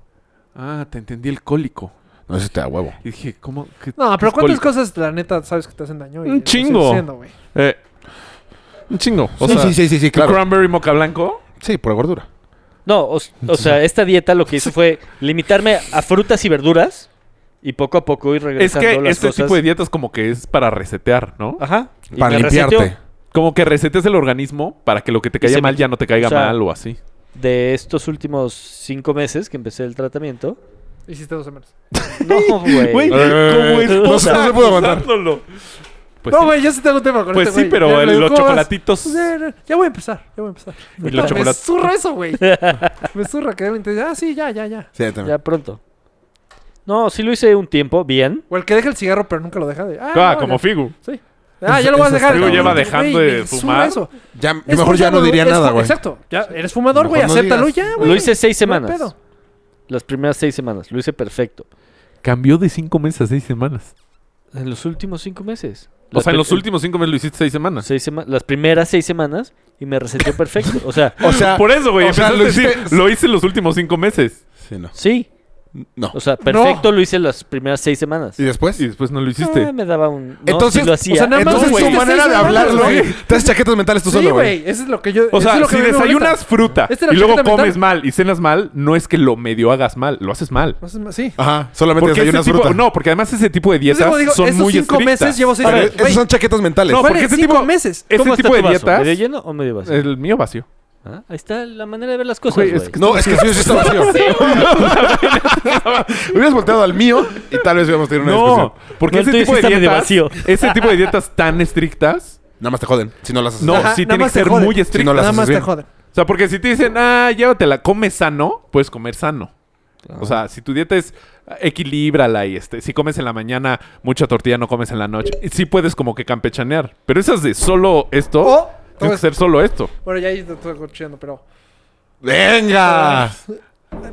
Speaker 4: Ah, te entendí el cólico.
Speaker 5: No, eso te da huevo.
Speaker 4: Y dije, ¿cómo? ¿Qué-
Speaker 7: No, pero
Speaker 4: qué
Speaker 7: ¿cuántas
Speaker 4: cólico?
Speaker 7: cosas, la neta, sabes que te hacen daño? Y
Speaker 4: Un
Speaker 7: lo sigues
Speaker 4: chingo.
Speaker 7: haciendo, güey?
Speaker 4: Eh, un chingo. O
Speaker 5: sí,
Speaker 4: sea,
Speaker 5: sí, sí, sí, sí,
Speaker 4: ¿tu
Speaker 5: claro.
Speaker 4: cranberry moca blanco.
Speaker 5: Sí, por la gordura.
Speaker 6: No, o, o sea, esta dieta lo que hizo fue limitarme a frutas y verduras y poco a poco ir
Speaker 4: Es
Speaker 6: regresando
Speaker 4: que
Speaker 6: las
Speaker 4: este
Speaker 6: cosas. Ah.
Speaker 4: tipo de dietas como que es para resetear, ¿no?
Speaker 6: Ajá. Y
Speaker 5: Para
Speaker 6: me
Speaker 5: limpiarte.
Speaker 6: reseteó
Speaker 4: Como que reseteas el organismo para que lo que te
Speaker 6: se
Speaker 4: caiga
Speaker 6: me-
Speaker 4: mal ya no te caiga
Speaker 6: o sea,
Speaker 4: mal o así.
Speaker 6: De estos últimos cinco meses que empecé el tratamiento.
Speaker 7: Hiciste dos semanas.
Speaker 6: No, güey.
Speaker 5: Eh, no se- no se pudo aguantar.
Speaker 4: aguantar. Pues
Speaker 7: no,
Speaker 4: sí,
Speaker 7: güey, yo sí tengo un tema con
Speaker 4: pues
Speaker 7: este,
Speaker 4: sí
Speaker 7: güey.
Speaker 4: pero
Speaker 7: Ya
Speaker 4: el-
Speaker 7: le digo,
Speaker 4: los
Speaker 7: ¿cómo vas? Pues, eh,
Speaker 4: chocolatitos.
Speaker 7: O sea, no, ya voy a empezar, ya voy a empezar.
Speaker 4: Y los
Speaker 7: me
Speaker 4: chocolates.
Speaker 7: zurra eso, güey. me zurra que alguien te diga, ah, sí, ya, ya, ya.
Speaker 5: Sí, también.
Speaker 6: Ya pronto. No, sí lo hice un tiempo, bien.
Speaker 7: O el que deja el cigarro pero nunca lo deja de. Ah,
Speaker 4: Ah,
Speaker 7: no,
Speaker 4: como
Speaker 7: ya.
Speaker 4: Figu.
Speaker 7: Ah, ya lo vas a dejar.
Speaker 5: Figu lleva
Speaker 7: Güey,
Speaker 4: dejando
Speaker 7: me
Speaker 4: de
Speaker 7: zurra
Speaker 4: fumar.
Speaker 7: eso.
Speaker 5: Ya,
Speaker 7: Es
Speaker 5: mejor ya no
Speaker 7: fumador,
Speaker 5: diría
Speaker 7: es
Speaker 5: nada,
Speaker 7: fu-
Speaker 5: güey.
Speaker 7: Exacto. Ya eres fumador,
Speaker 5: Mejor
Speaker 7: güey.
Speaker 5: no
Speaker 7: acéptalo
Speaker 5: digas.
Speaker 7: ya, güey.
Speaker 6: Lo hice seis
Speaker 7: No hay
Speaker 6: semanas.
Speaker 7: pedo.
Speaker 6: Las primeras seis semanas. Lo hice perfecto.
Speaker 4: Cambió de cinco meses a seis semanas.
Speaker 6: En los últimos cinco meses.
Speaker 4: O sea, en los últimos
Speaker 6: últimos
Speaker 4: cinco meses lo hiciste seis semanas.
Speaker 6: seis sema- las primeras seis semanas y me reseteó perfecto. O sea,
Speaker 5: O sea,
Speaker 4: Por eso, güey.
Speaker 5: o sea,
Speaker 4: empezaste
Speaker 5: lo
Speaker 4: a decir,
Speaker 5: hiciste-
Speaker 4: lo hice en los últimos cinco meses.
Speaker 5: Sí, no.
Speaker 6: sí,
Speaker 5: No.
Speaker 6: O sea, perfecto lo hice las primeras seis semanas.
Speaker 5: ¿Y después?
Speaker 4: Y después no lo hiciste.
Speaker 6: Ah, me daba un. No,
Speaker 5: Entonces,
Speaker 6: sí lo hacía.
Speaker 7: o sea, nada más-
Speaker 5: Entonces,
Speaker 7: güey.
Speaker 5: tu manera de
Speaker 7: Sí,
Speaker 5: hablarlo,
Speaker 7: güey.
Speaker 5: güey. Te haces chaquetas mentales tú
Speaker 7: Sí,
Speaker 5: solo, güey.
Speaker 7: güey. Eso es lo que yo.
Speaker 4: O
Speaker 7: eso es
Speaker 4: sea,
Speaker 7: lo que
Speaker 4: si
Speaker 7: a mí me
Speaker 4: desayunas
Speaker 7: molesta.
Speaker 4: fruta
Speaker 7: Esta es la
Speaker 4: y luego
Speaker 7: chaqueta
Speaker 4: comes
Speaker 7: mental.
Speaker 4: mal y cenas mal, no es que lo medio hagas mal, lo haces mal.
Speaker 7: No sé más- Sí.
Speaker 5: Ajá, solamente
Speaker 4: Porque ese
Speaker 5: desayunas
Speaker 4: tipo,
Speaker 5: fruta.
Speaker 4: no, porque además ese tipo de dietas
Speaker 7: Entonces, digo,
Speaker 4: son
Speaker 7: esos
Speaker 4: muy
Speaker 7: cinco
Speaker 4: estrictas.
Speaker 7: meses llevo seis
Speaker 5: Pero
Speaker 7: Güey.
Speaker 5: Esas son chaquetas mentales.
Speaker 4: No,
Speaker 7: Vale,
Speaker 4: porque ese
Speaker 7: cinco
Speaker 4: tipo
Speaker 7: meses.
Speaker 4: Ese
Speaker 6: ¿Cómo
Speaker 4: tipo de
Speaker 6: está tu vaso?
Speaker 4: dietas,
Speaker 6: ¿Medio lleno o medio vacío?
Speaker 4: el mío vacío.
Speaker 6: Ah, ahí está la manera de ver las cosas.
Speaker 4: Güey, es
Speaker 6: güey.
Speaker 4: que-
Speaker 5: No, es que sí, sí está vacío. Hubieras volteado al mío y tal vez hubiéramos tenido una
Speaker 4: No,
Speaker 5: discusión.
Speaker 4: porque
Speaker 6: No, el
Speaker 4: ese
Speaker 6: tuyo
Speaker 4: tipo
Speaker 6: sí
Speaker 4: de
Speaker 6: está medio
Speaker 4: dietas,
Speaker 6: vacío.
Speaker 4: ese tipo de dietas tan estrictas,
Speaker 5: Nada más te joden si no las haces.
Speaker 4: no,
Speaker 5: Ajá.
Speaker 4: sí tiene
Speaker 7: nada
Speaker 4: que
Speaker 7: más te
Speaker 4: ser
Speaker 7: joden.
Speaker 4: muy
Speaker 5: Si no
Speaker 4: estrictas.
Speaker 5: las
Speaker 7: Nada
Speaker 5: haces
Speaker 7: más
Speaker 5: bien.
Speaker 7: te joden.
Speaker 4: O sea, porque si te dicen, ah, llévatela, come sano, puedes comer sano. O sea, si tu dieta es ah, equilíbrala y este, si comes en la mañana mucha tortilla, no comes en la noche. Y Sí puedes como que campechanear, pero esas de solo esto,
Speaker 7: O-
Speaker 4: tienes que ser solo esto.
Speaker 7: Bueno, ya ahí te estoy corcheando, pero.
Speaker 5: ¡Venga!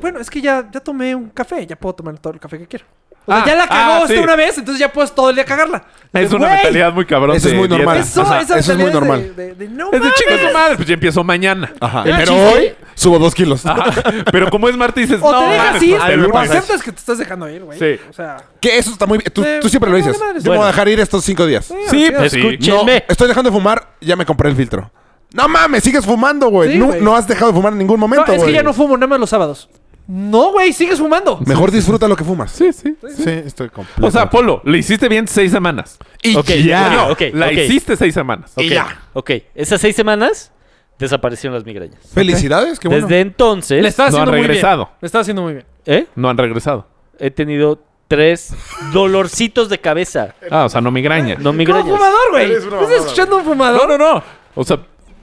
Speaker 7: Bueno, es que ya, ya tomé un café, ya puedo tomar todo el café que quiero. O sea,
Speaker 4: Ah,
Speaker 7: ya la cagó
Speaker 4: ah,
Speaker 7: usted
Speaker 4: sí.
Speaker 7: una vez, entonces ya puedes todo el día cagarla. Pues,
Speaker 4: Es una
Speaker 7: Güey,
Speaker 4: mentalidad muy cabrón.
Speaker 5: Eso es
Speaker 4: de
Speaker 5: muy normal.
Speaker 4: dieta.
Speaker 7: Eso,
Speaker 5: Ajá,
Speaker 7: esa
Speaker 5: eso es muy
Speaker 7: mentalidad
Speaker 5: normal.
Speaker 7: De, de- de no
Speaker 4: Es de
Speaker 7: mames.
Speaker 4: chicas su madre, pues ya empiezo mañana.
Speaker 5: Ajá.
Speaker 6: El
Speaker 5: Pero
Speaker 6: chiste-
Speaker 5: hoy subo dos kilos.
Speaker 4: Pero como es martes, dices,
Speaker 7: O
Speaker 4: no,
Speaker 7: te dejas
Speaker 4: mames, pues,
Speaker 7: ir,
Speaker 4: hasta el
Speaker 5: me
Speaker 7: o
Speaker 4: lunes".
Speaker 5: pasa.
Speaker 7: aceptas que te estás dejando ir, güey.
Speaker 4: Sí.
Speaker 7: O sea,
Speaker 5: Que eso está muy bien. Tú,
Speaker 7: Eh,
Speaker 5: tú siempre lo
Speaker 7: vale
Speaker 5: dices. Yo
Speaker 7: madres.
Speaker 5: me voy a
Speaker 6: Bueno.
Speaker 5: dejar ir estos cinco días.
Speaker 4: Sí,
Speaker 7: chido.
Speaker 4: pues sí.
Speaker 5: No,
Speaker 6: Escúchenme.
Speaker 5: estoy dejando de fumar, ya me compré el filtro. No mames, sigues fumando, güey.
Speaker 7: Sí,
Speaker 5: no,
Speaker 7: güey.
Speaker 5: no has dejado de fumar en ningún
Speaker 7: No,
Speaker 5: momento, güey.
Speaker 7: es que ya no fumo nada más los sábados. No, güey, sigues fumando.
Speaker 5: Mejor disfruta lo que fumas.
Speaker 4: Sí, sí.
Speaker 5: Sí, estoy completo.
Speaker 4: O sea, Polo, le hiciste bien seis semanas.
Speaker 5: y
Speaker 6: ok,
Speaker 5: ya.
Speaker 4: No,
Speaker 6: ok,
Speaker 4: la
Speaker 6: ok.
Speaker 4: hiciste seis semanas.
Speaker 5: Y
Speaker 6: Ok,
Speaker 5: ya.
Speaker 6: Ok, esas seis semanas desaparecieron las migrañas.
Speaker 5: Felicidades, qué bueno.
Speaker 6: Desde entonces.
Speaker 7: Le
Speaker 4: No
Speaker 7: estaba
Speaker 4: han
Speaker 7: haciendo muy bien.
Speaker 4: regresado.
Speaker 7: Le estaba haciendo muy bien.
Speaker 6: ¿eh?
Speaker 4: No han regresado.
Speaker 6: He tenido tres dolorcitos de cabeza.
Speaker 4: Ah, o sea, no migraña.
Speaker 6: No
Speaker 7: Eh, No,
Speaker 6: migrañas.
Speaker 7: fumador, güey.
Speaker 5: Eres una
Speaker 7: ¿Estás
Speaker 5: mamada,
Speaker 7: escuchando un fumador?
Speaker 4: No, no, no. O sea,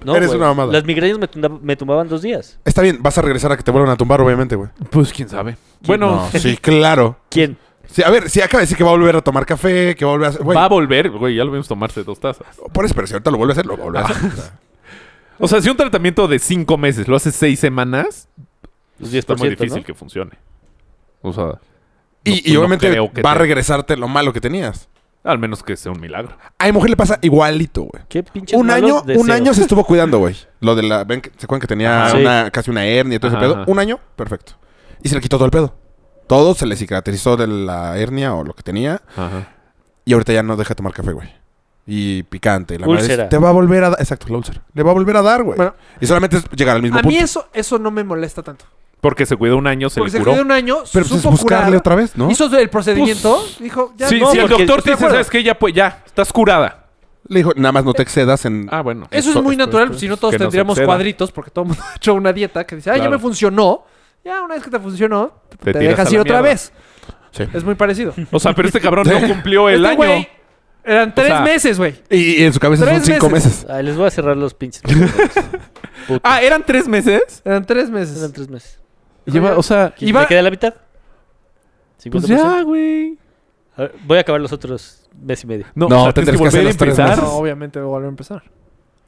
Speaker 6: No,
Speaker 5: Eres
Speaker 6: güey.
Speaker 5: una mamada.
Speaker 6: Las migrañas me, tunda- me tumbaban dos días.
Speaker 5: Está bien, vas a regresar a que te vuelvan a tumbar, obviamente, güey.
Speaker 4: pues quién sabe. Bueno,
Speaker 5: No, sí, claro.
Speaker 6: ¿Quién?
Speaker 5: Sí, a ver, si acaba de decir que va a volver a tomar café, que va a volver a hacer. Güey,
Speaker 4: va a volver, güey, ya lo vimos tomarse dos tazas.
Speaker 5: por eso, pero si ahorita lo vuelve a hacer, lo vuelve a hacer.
Speaker 4: O sea, si un tratamiento de cinco meses lo haces seis semanas,
Speaker 6: Los 10%,
Speaker 4: está muy difícil
Speaker 6: ¿no?
Speaker 4: que funcione. O sea,
Speaker 5: Y, y
Speaker 4: No
Speaker 5: obviamente
Speaker 4: creo que
Speaker 5: va a
Speaker 4: te-
Speaker 5: regresarte lo malo que tenías.
Speaker 4: al menos que sea un milagro.
Speaker 5: A mi mujer le pasa igualito, güey.
Speaker 6: ¿Qué pinche
Speaker 5: Un año, un año se estuvo cuidando, güey. Lo de la. ¿ven que- ¿Se acuerdan que tenía
Speaker 6: Ajá.
Speaker 5: una- casi una hernia y todo
Speaker 4: Ajá,
Speaker 5: ese pedo?
Speaker 4: ajá.
Speaker 5: Un año, perfecto. Y se le quitó todo el pedo. Todo se le cicatrizó de la hernia o lo que tenía.
Speaker 4: Ajá.
Speaker 5: Y ahorita ya no deja de tomar café, güey. Y picante. La madre
Speaker 6: Úlcera.
Speaker 5: es- te va a volver a dar. Exacto, la úlcera. Le va a volver a dar, güey.
Speaker 7: Bueno.
Speaker 5: y solamente es llegar al mismo
Speaker 7: A mí
Speaker 5: punto.
Speaker 7: eso, eso no me molesta tanto.
Speaker 4: Porque se cuidó un año, se
Speaker 7: Porque
Speaker 4: le
Speaker 7: se
Speaker 4: curó.
Speaker 7: cuidó un año,
Speaker 5: Pero pues es
Speaker 7: supo
Speaker 5: buscarle
Speaker 7: curar,
Speaker 5: otra vez, ¿no?
Speaker 7: Hizo el procedimiento, dijo, ya
Speaker 4: Pues, Sí,
Speaker 7: no,
Speaker 4: si el
Speaker 7: porque-
Speaker 4: doctor te
Speaker 7: estoy de
Speaker 4: dice,
Speaker 7: acuerdo.
Speaker 4: ¿sabes qué? Ya, pues, ya, estás curada.
Speaker 5: Le dijo, nada más no te excedas en.
Speaker 4: Ah, bueno.
Speaker 7: Eso
Speaker 5: Esto-
Speaker 7: es muy
Speaker 5: esto-
Speaker 7: natural, pues,
Speaker 5: esto-
Speaker 7: si no todos
Speaker 4: que no se
Speaker 7: tendríamos
Speaker 4: exceda.
Speaker 7: cuadritos, porque todo el mundo ha hecho una dieta que dice, ah, ya
Speaker 4: Claro.
Speaker 7: me funcionó. Ya una vez que te funcionó, te,
Speaker 4: Te tiras a
Speaker 7: dejas
Speaker 4: la
Speaker 7: ir otra
Speaker 4: mierda.
Speaker 7: vez.
Speaker 5: Sí.
Speaker 7: Es muy parecido.
Speaker 4: O sea, pero este cabrón no cumplió el
Speaker 7: Este
Speaker 4: año.
Speaker 7: güey, eran tres
Speaker 4: sea,
Speaker 7: meses, güey.
Speaker 5: Y, y en su cabeza son
Speaker 7: Tres
Speaker 5: cinco meses.
Speaker 6: Ay, les voy a cerrar los pinches. Puta,
Speaker 4: Ah, ¿eran tres meses?
Speaker 7: Eran tres meses.
Speaker 6: eran tres meses.
Speaker 4: Lleva, o sea,
Speaker 7: Y va-
Speaker 6: ¿Me quedé a la mitad? 50%.
Speaker 4: pues ya, güey.
Speaker 6: Pues A ver, voy a acabar los otros mes y medio.
Speaker 4: No,
Speaker 5: No,
Speaker 4: o sea, tienes
Speaker 5: tendrás
Speaker 4: que
Speaker 5: que hacer
Speaker 4: volver a
Speaker 5: los tres
Speaker 4: empezar.
Speaker 7: No, obviamente voy a volver a empezar.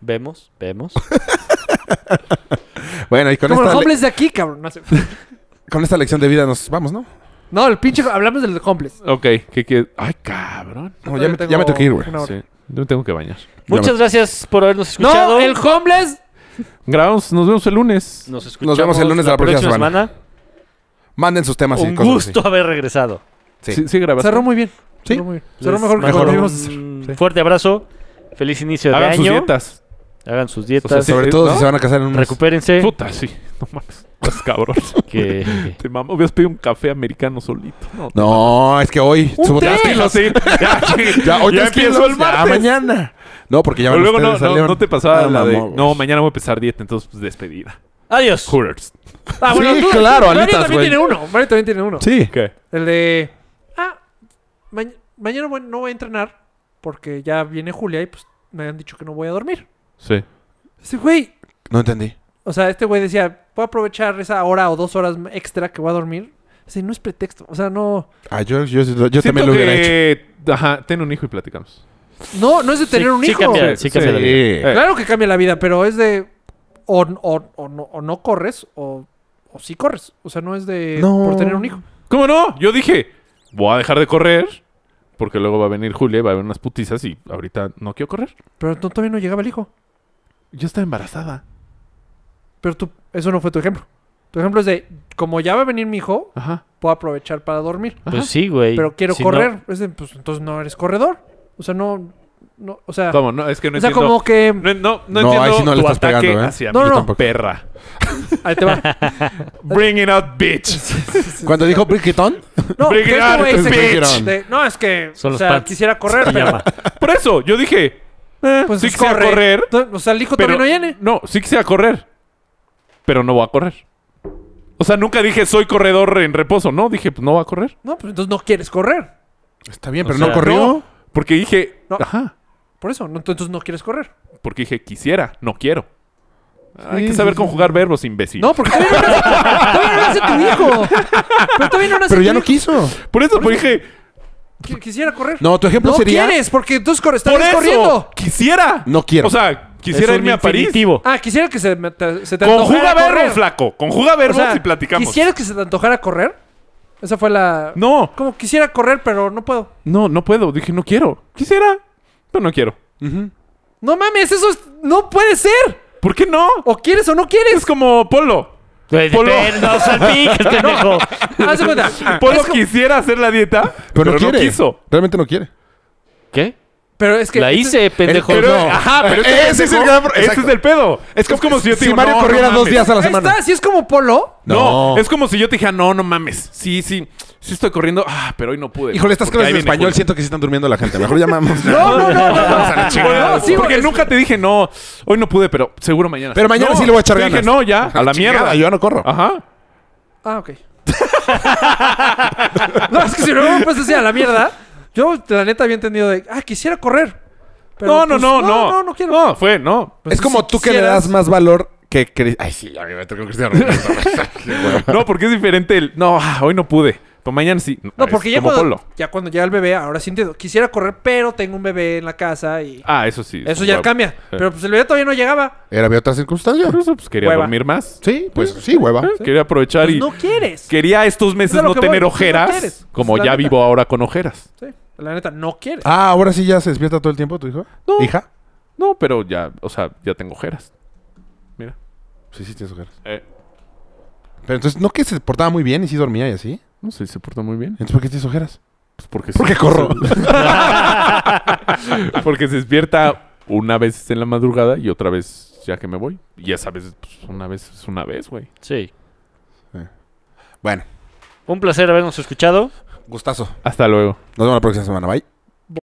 Speaker 6: Vemos, vemos.
Speaker 5: Bueno, y con
Speaker 7: Como los
Speaker 5: esta, le-
Speaker 7: hombres de aquí, cabrón. No, sé.
Speaker 5: con esta lección de vida nos vamos, ¿no?
Speaker 7: No, el pinche... Hablamos del homeless.
Speaker 4: Ok, ¿qué quieres? Ay, cabrón.
Speaker 5: No, ya, me,
Speaker 7: Todavía
Speaker 5: ya me tengo que ir, güey.
Speaker 7: una hora.
Speaker 4: Sí, yo me tengo que bañar.
Speaker 6: Muchas gracias por habernos
Speaker 7: No,
Speaker 6: escuchado.
Speaker 7: el homeless...
Speaker 4: Grabamos, nos vemos el lunes.
Speaker 6: Nos
Speaker 5: Nos
Speaker 6: escuchamos
Speaker 5: vemos el lunes de la próxima semana. Manden sus temas y
Speaker 6: Un
Speaker 5: cosas. así.
Speaker 6: gusto haber regresado.
Speaker 5: Sí.
Speaker 4: Sí, sí grabaste.
Speaker 7: Cerró muy bien.
Speaker 5: Sí.
Speaker 7: Cerró muy bien. Cerró
Speaker 6: Les
Speaker 7: mejor que
Speaker 6: mando
Speaker 7: cuando
Speaker 5: mejoró.
Speaker 7: vimos.
Speaker 6: un Fuerte abrazo. Feliz inicio de
Speaker 4: Hagan
Speaker 6: año.
Speaker 4: sus dietas.
Speaker 6: Hagan sus
Speaker 4: O sea,
Speaker 6: dietas.
Speaker 4: sí.
Speaker 5: Sobre todo
Speaker 4: ¿no?
Speaker 5: si se van a casar en un
Speaker 6: Recupérense.
Speaker 4: Puta, sí. No mames. Estás cabrón.
Speaker 6: Que...
Speaker 4: Te mamo. Hubieras pedido un café americano solito. No.
Speaker 5: No, es que hoy
Speaker 7: Un
Speaker 5: subo Ah,
Speaker 7: té.
Speaker 5: tres kilos.
Speaker 4: sí. Ya, sí.
Speaker 5: Ya, hoy
Speaker 4: Ya
Speaker 5: tres
Speaker 4: empiezo
Speaker 5: kilos,
Speaker 4: el
Speaker 5: ya
Speaker 4: martes.
Speaker 5: mañana. No, porque ya
Speaker 4: Pero
Speaker 5: van
Speaker 4: luego no,
Speaker 5: ustedes al
Speaker 4: no,
Speaker 5: León.
Speaker 4: no te pasaba
Speaker 5: Ah,
Speaker 4: la de...
Speaker 5: mamón,
Speaker 4: No,
Speaker 5: güey.
Speaker 4: mañana voy a empezar dieta, entonces pues despedida.
Speaker 6: Adiós.
Speaker 4: Hooters.
Speaker 7: Ah,
Speaker 5: Sí,
Speaker 7: tú-
Speaker 5: claro,
Speaker 7: Mario
Speaker 5: alitas,
Speaker 7: también
Speaker 5: güey.
Speaker 7: tiene uno. Mario también tiene uno.
Speaker 5: Sí.
Speaker 4: ¿Qué?
Speaker 7: El de. Ah, ma- mañana voy- no voy a entrenar porque ya viene Julia y pues me han dicho que no voy a dormir.
Speaker 4: Sí.
Speaker 7: Este güey.
Speaker 5: No entendí.
Speaker 7: O sea, este güey decía, voy a aprovechar esa hora o dos horas extra que voy a dormir. Así, no es pretexto. O sea, no.
Speaker 5: Ah, yo, yo, yo, también
Speaker 4: Siento
Speaker 5: lo hubiera hecho.
Speaker 4: que... Ajá, ten un hijo y platicamos.
Speaker 7: No, no es de tener un
Speaker 6: sí
Speaker 7: hijo.
Speaker 6: cambia, sí
Speaker 4: Sí,
Speaker 6: cambia la vida.
Speaker 4: Eh.
Speaker 7: Claro que cambia la vida, pero es de. O, o- o no, o no corres o, o sí corres. O sea, no es de.
Speaker 5: No.
Speaker 7: Por tener un hijo.
Speaker 4: ¿Cómo no? Yo dije, voy a dejar de correr porque luego va a venir Julia y va a haber unas putizas y ahorita no quiero correr.
Speaker 7: Pero no- todavía no llegaba el hijo.
Speaker 4: Yo estaba embarazada.
Speaker 7: Pero tú. Eso no fue tu ejemplo. Tu ejemplo es de, como ya va a venir mi hijo,
Speaker 6: Ah.
Speaker 4: Ajá.
Speaker 7: puedo aprovechar para dormir.
Speaker 6: Pues sí, güey.
Speaker 7: Pero quiero
Speaker 6: Si no-
Speaker 7: correr. Es de, pues entonces no eres corredor. O sea, no. no o sea,
Speaker 4: ¿Cómo? No, es que no
Speaker 7: o sea
Speaker 4: entiendo.
Speaker 7: como que.
Speaker 4: No, no, no
Speaker 5: No, ahí
Speaker 4: entiendo
Speaker 5: sí no le
Speaker 4: tu
Speaker 5: estás
Speaker 4: ataque
Speaker 5: pegando, ¿eh?
Speaker 4: hacia
Speaker 7: No,
Speaker 4: mí,
Speaker 7: no.
Speaker 4: tampoco. perra.
Speaker 7: Ahí te va.
Speaker 4: Bring it out, bitch.
Speaker 5: Cuando dijo Bridgetón,
Speaker 7: No,
Speaker 4: Bring
Speaker 7: que
Speaker 4: it
Speaker 7: este
Speaker 4: on,
Speaker 7: güey se-
Speaker 5: bitch.
Speaker 7: de- no, es que.
Speaker 6: Son
Speaker 7: o
Speaker 6: los
Speaker 7: sea,
Speaker 6: pants.
Speaker 7: quisiera correr, pero.
Speaker 6: Pijama.
Speaker 4: Por eso, yo dije, eh,
Speaker 7: Pues
Speaker 4: sí quisiera correr,
Speaker 7: No, O sea, el hijo
Speaker 4: pero
Speaker 7: todavía no viene.
Speaker 4: no, sí quisiera correr, pero no voy a correr. O sea, nunca dije soy corredor en reposo, no, dije pues no voy a correr.
Speaker 7: No, pues entonces no quieres correr.
Speaker 5: Está bien, pero
Speaker 6: sea,
Speaker 5: no corrió.
Speaker 4: No, porque dije,
Speaker 7: No.
Speaker 4: ajá,
Speaker 7: Por eso, no, entonces no quieres correr.
Speaker 4: porque dije quisiera, no quiero. Hay
Speaker 5: Sí,
Speaker 4: que
Speaker 5: sí,
Speaker 4: saber
Speaker 5: sí.
Speaker 4: conjugar verbos, imbécil.
Speaker 7: No, porque todavía no nace, todavía no nace tu hijo. Pero todavía no nace
Speaker 5: Pero
Speaker 7: tu
Speaker 5: ya no
Speaker 7: hijo.
Speaker 5: quiso.
Speaker 4: Por eso pues, dije,
Speaker 7: Qui- Quisiera correr.
Speaker 5: No, tu ejemplo
Speaker 7: No
Speaker 5: sería.
Speaker 7: quieres, porque entonces cor-
Speaker 4: por
Speaker 7: estarías
Speaker 4: eso
Speaker 7: corriendo.
Speaker 4: quisiera.
Speaker 5: No quiero.
Speaker 4: O sea,
Speaker 6: Es
Speaker 4: quisiera
Speaker 6: un
Speaker 4: irme a París.
Speaker 6: infinitivo.
Speaker 7: Ah, quisiera que se, me- te- se te
Speaker 4: Conjuga
Speaker 7: antojara correr.
Speaker 4: verbos, flaco. Conjuga verbos
Speaker 7: O sea,
Speaker 4: y platicamos.
Speaker 7: ¿Quisieras que se te antojara correr? Esa fue la.
Speaker 4: No,
Speaker 7: Como quisiera correr, pero no puedo.
Speaker 4: no, no puedo. Dije no quiero. Quisiera, pero no quiero.
Speaker 7: No mames, eso es- no puede ser.
Speaker 4: ¿Por qué no?
Speaker 7: O quieres o no quieres.
Speaker 4: Es como Polo.
Speaker 6: Güey,
Speaker 4: Polo.
Speaker 6: espera, No salpiques, pendejo.
Speaker 7: Ah, Haz de cuenta.
Speaker 4: Polo
Speaker 7: Es como-
Speaker 4: quisiera hacer la dieta,
Speaker 5: Pero, no quiere.
Speaker 4: quiso.
Speaker 5: Realmente no quiere.
Speaker 6: ¿Qué?
Speaker 7: Pero es que.
Speaker 6: La hice, pendejo.
Speaker 4: Pero,
Speaker 5: No.
Speaker 4: ajá, pero
Speaker 5: Ese
Speaker 4: este
Speaker 5: es
Speaker 4: pendejo-
Speaker 5: el gran pro-
Speaker 4: ese
Speaker 5: exacto.
Speaker 4: es el pedo. Es,
Speaker 5: que-
Speaker 4: como si yo te
Speaker 5: si
Speaker 4: digo,
Speaker 5: Mario
Speaker 4: no,
Speaker 5: corriera
Speaker 4: no
Speaker 5: dos
Speaker 4: mames.
Speaker 5: días a la
Speaker 7: Ahí
Speaker 5: semana.
Speaker 7: está, si es como polo.
Speaker 4: No,
Speaker 5: No.
Speaker 4: es como si yo te dijera, no, no mames. Sí, sí, sí estoy corriendo. Ah, pero hoy no pude.
Speaker 5: Híjole, estas
Speaker 4: Porque
Speaker 5: clases
Speaker 4: ahí
Speaker 5: de
Speaker 4: viene
Speaker 5: español
Speaker 4: Julio.
Speaker 5: siento que sí están durmiendo la gente. Mejor llamamos.
Speaker 7: No, no, no, no.
Speaker 4: Vamos a la chingada,
Speaker 7: No, sí,
Speaker 4: porque
Speaker 7: güey, es-
Speaker 4: nunca te dije, no, hoy no pude, pero seguro mañana.
Speaker 5: Pero mañana
Speaker 4: No,
Speaker 5: sí le voy a echar
Speaker 4: te
Speaker 5: ganas.
Speaker 4: dije, no, ya, a la mierda.
Speaker 5: Chingada, Yo ya no corro.
Speaker 4: Ajá.
Speaker 7: Ah, ok. no, es que si no me puedes decir a la mierda. Yo, la neta, había entendido de. Ah, quisiera correr. Pero,
Speaker 4: No, no,
Speaker 7: pues,
Speaker 4: no, no.
Speaker 7: No, no, no quiero.
Speaker 4: No, fue, no.
Speaker 7: Pues
Speaker 5: es como
Speaker 7: si
Speaker 5: tú que le
Speaker 7: quisieras-
Speaker 5: das más valor que. Cri- Ay, sí, a mí me tocó Cristiano Ronaldo.
Speaker 4: No, porque es diferente el, no, ah, hoy no pude. Pero mañana sí.
Speaker 7: No,
Speaker 4: Es
Speaker 7: porque ya
Speaker 4: como
Speaker 7: cuando,
Speaker 4: Polo.
Speaker 7: ya cuando llega el bebé, ahora sí entiendo. Quisiera correr, pero tengo un bebé en la casa y.
Speaker 4: Ah, eso sí. es
Speaker 7: eso
Speaker 4: un
Speaker 7: ya
Speaker 4: huevo. Eh,
Speaker 7: cambia. Pero pues el bebé todavía no llegaba.
Speaker 5: Era de otra circunstancia.
Speaker 4: Por eso, pues quería
Speaker 7: Hueva.
Speaker 4: dormir más.
Speaker 5: Sí, pues sí, hueva.
Speaker 4: Eh, Quería aprovechar
Speaker 7: Pues
Speaker 4: y.
Speaker 7: no quieres.
Speaker 4: Quería estos
Speaker 7: Es
Speaker 4: meses
Speaker 7: a lo
Speaker 4: no
Speaker 7: que
Speaker 4: tener
Speaker 7: voy, pues, no
Speaker 4: ojeras,
Speaker 7: quieres.
Speaker 4: como
Speaker 7: Es la
Speaker 4: ya
Speaker 7: neta.
Speaker 4: vivo ahora con ojeras.
Speaker 7: Sí, la neta, no quieres.
Speaker 5: Ah, ahora sí ya se despierta todo el tiempo tu hijo.
Speaker 4: No.
Speaker 5: ¿Hija?
Speaker 4: No, pero ya, o sea, ya tengo ojeras. Mira.
Speaker 5: Sí, sí, tienes ojeras.
Speaker 4: Eh,
Speaker 5: Pero entonces, ¿no que se portaba muy bien y sí dormía y así?
Speaker 4: no sé, se porta muy bien.
Speaker 5: Entonces, ¿por qué tienes ojeras?
Speaker 4: Pues porque,
Speaker 5: Porque
Speaker 4: se,
Speaker 5: corro.
Speaker 4: porque se despierta una vez en la madrugada y otra vez ya que me voy. Y esa vez, pues una vez es una vez, güey.
Speaker 6: Sí.
Speaker 5: bueno,
Speaker 6: Un placer habernos escuchado.
Speaker 5: gustazo. Nos
Speaker 4: Hasta luego.
Speaker 5: vemos la próxima semana. Bye.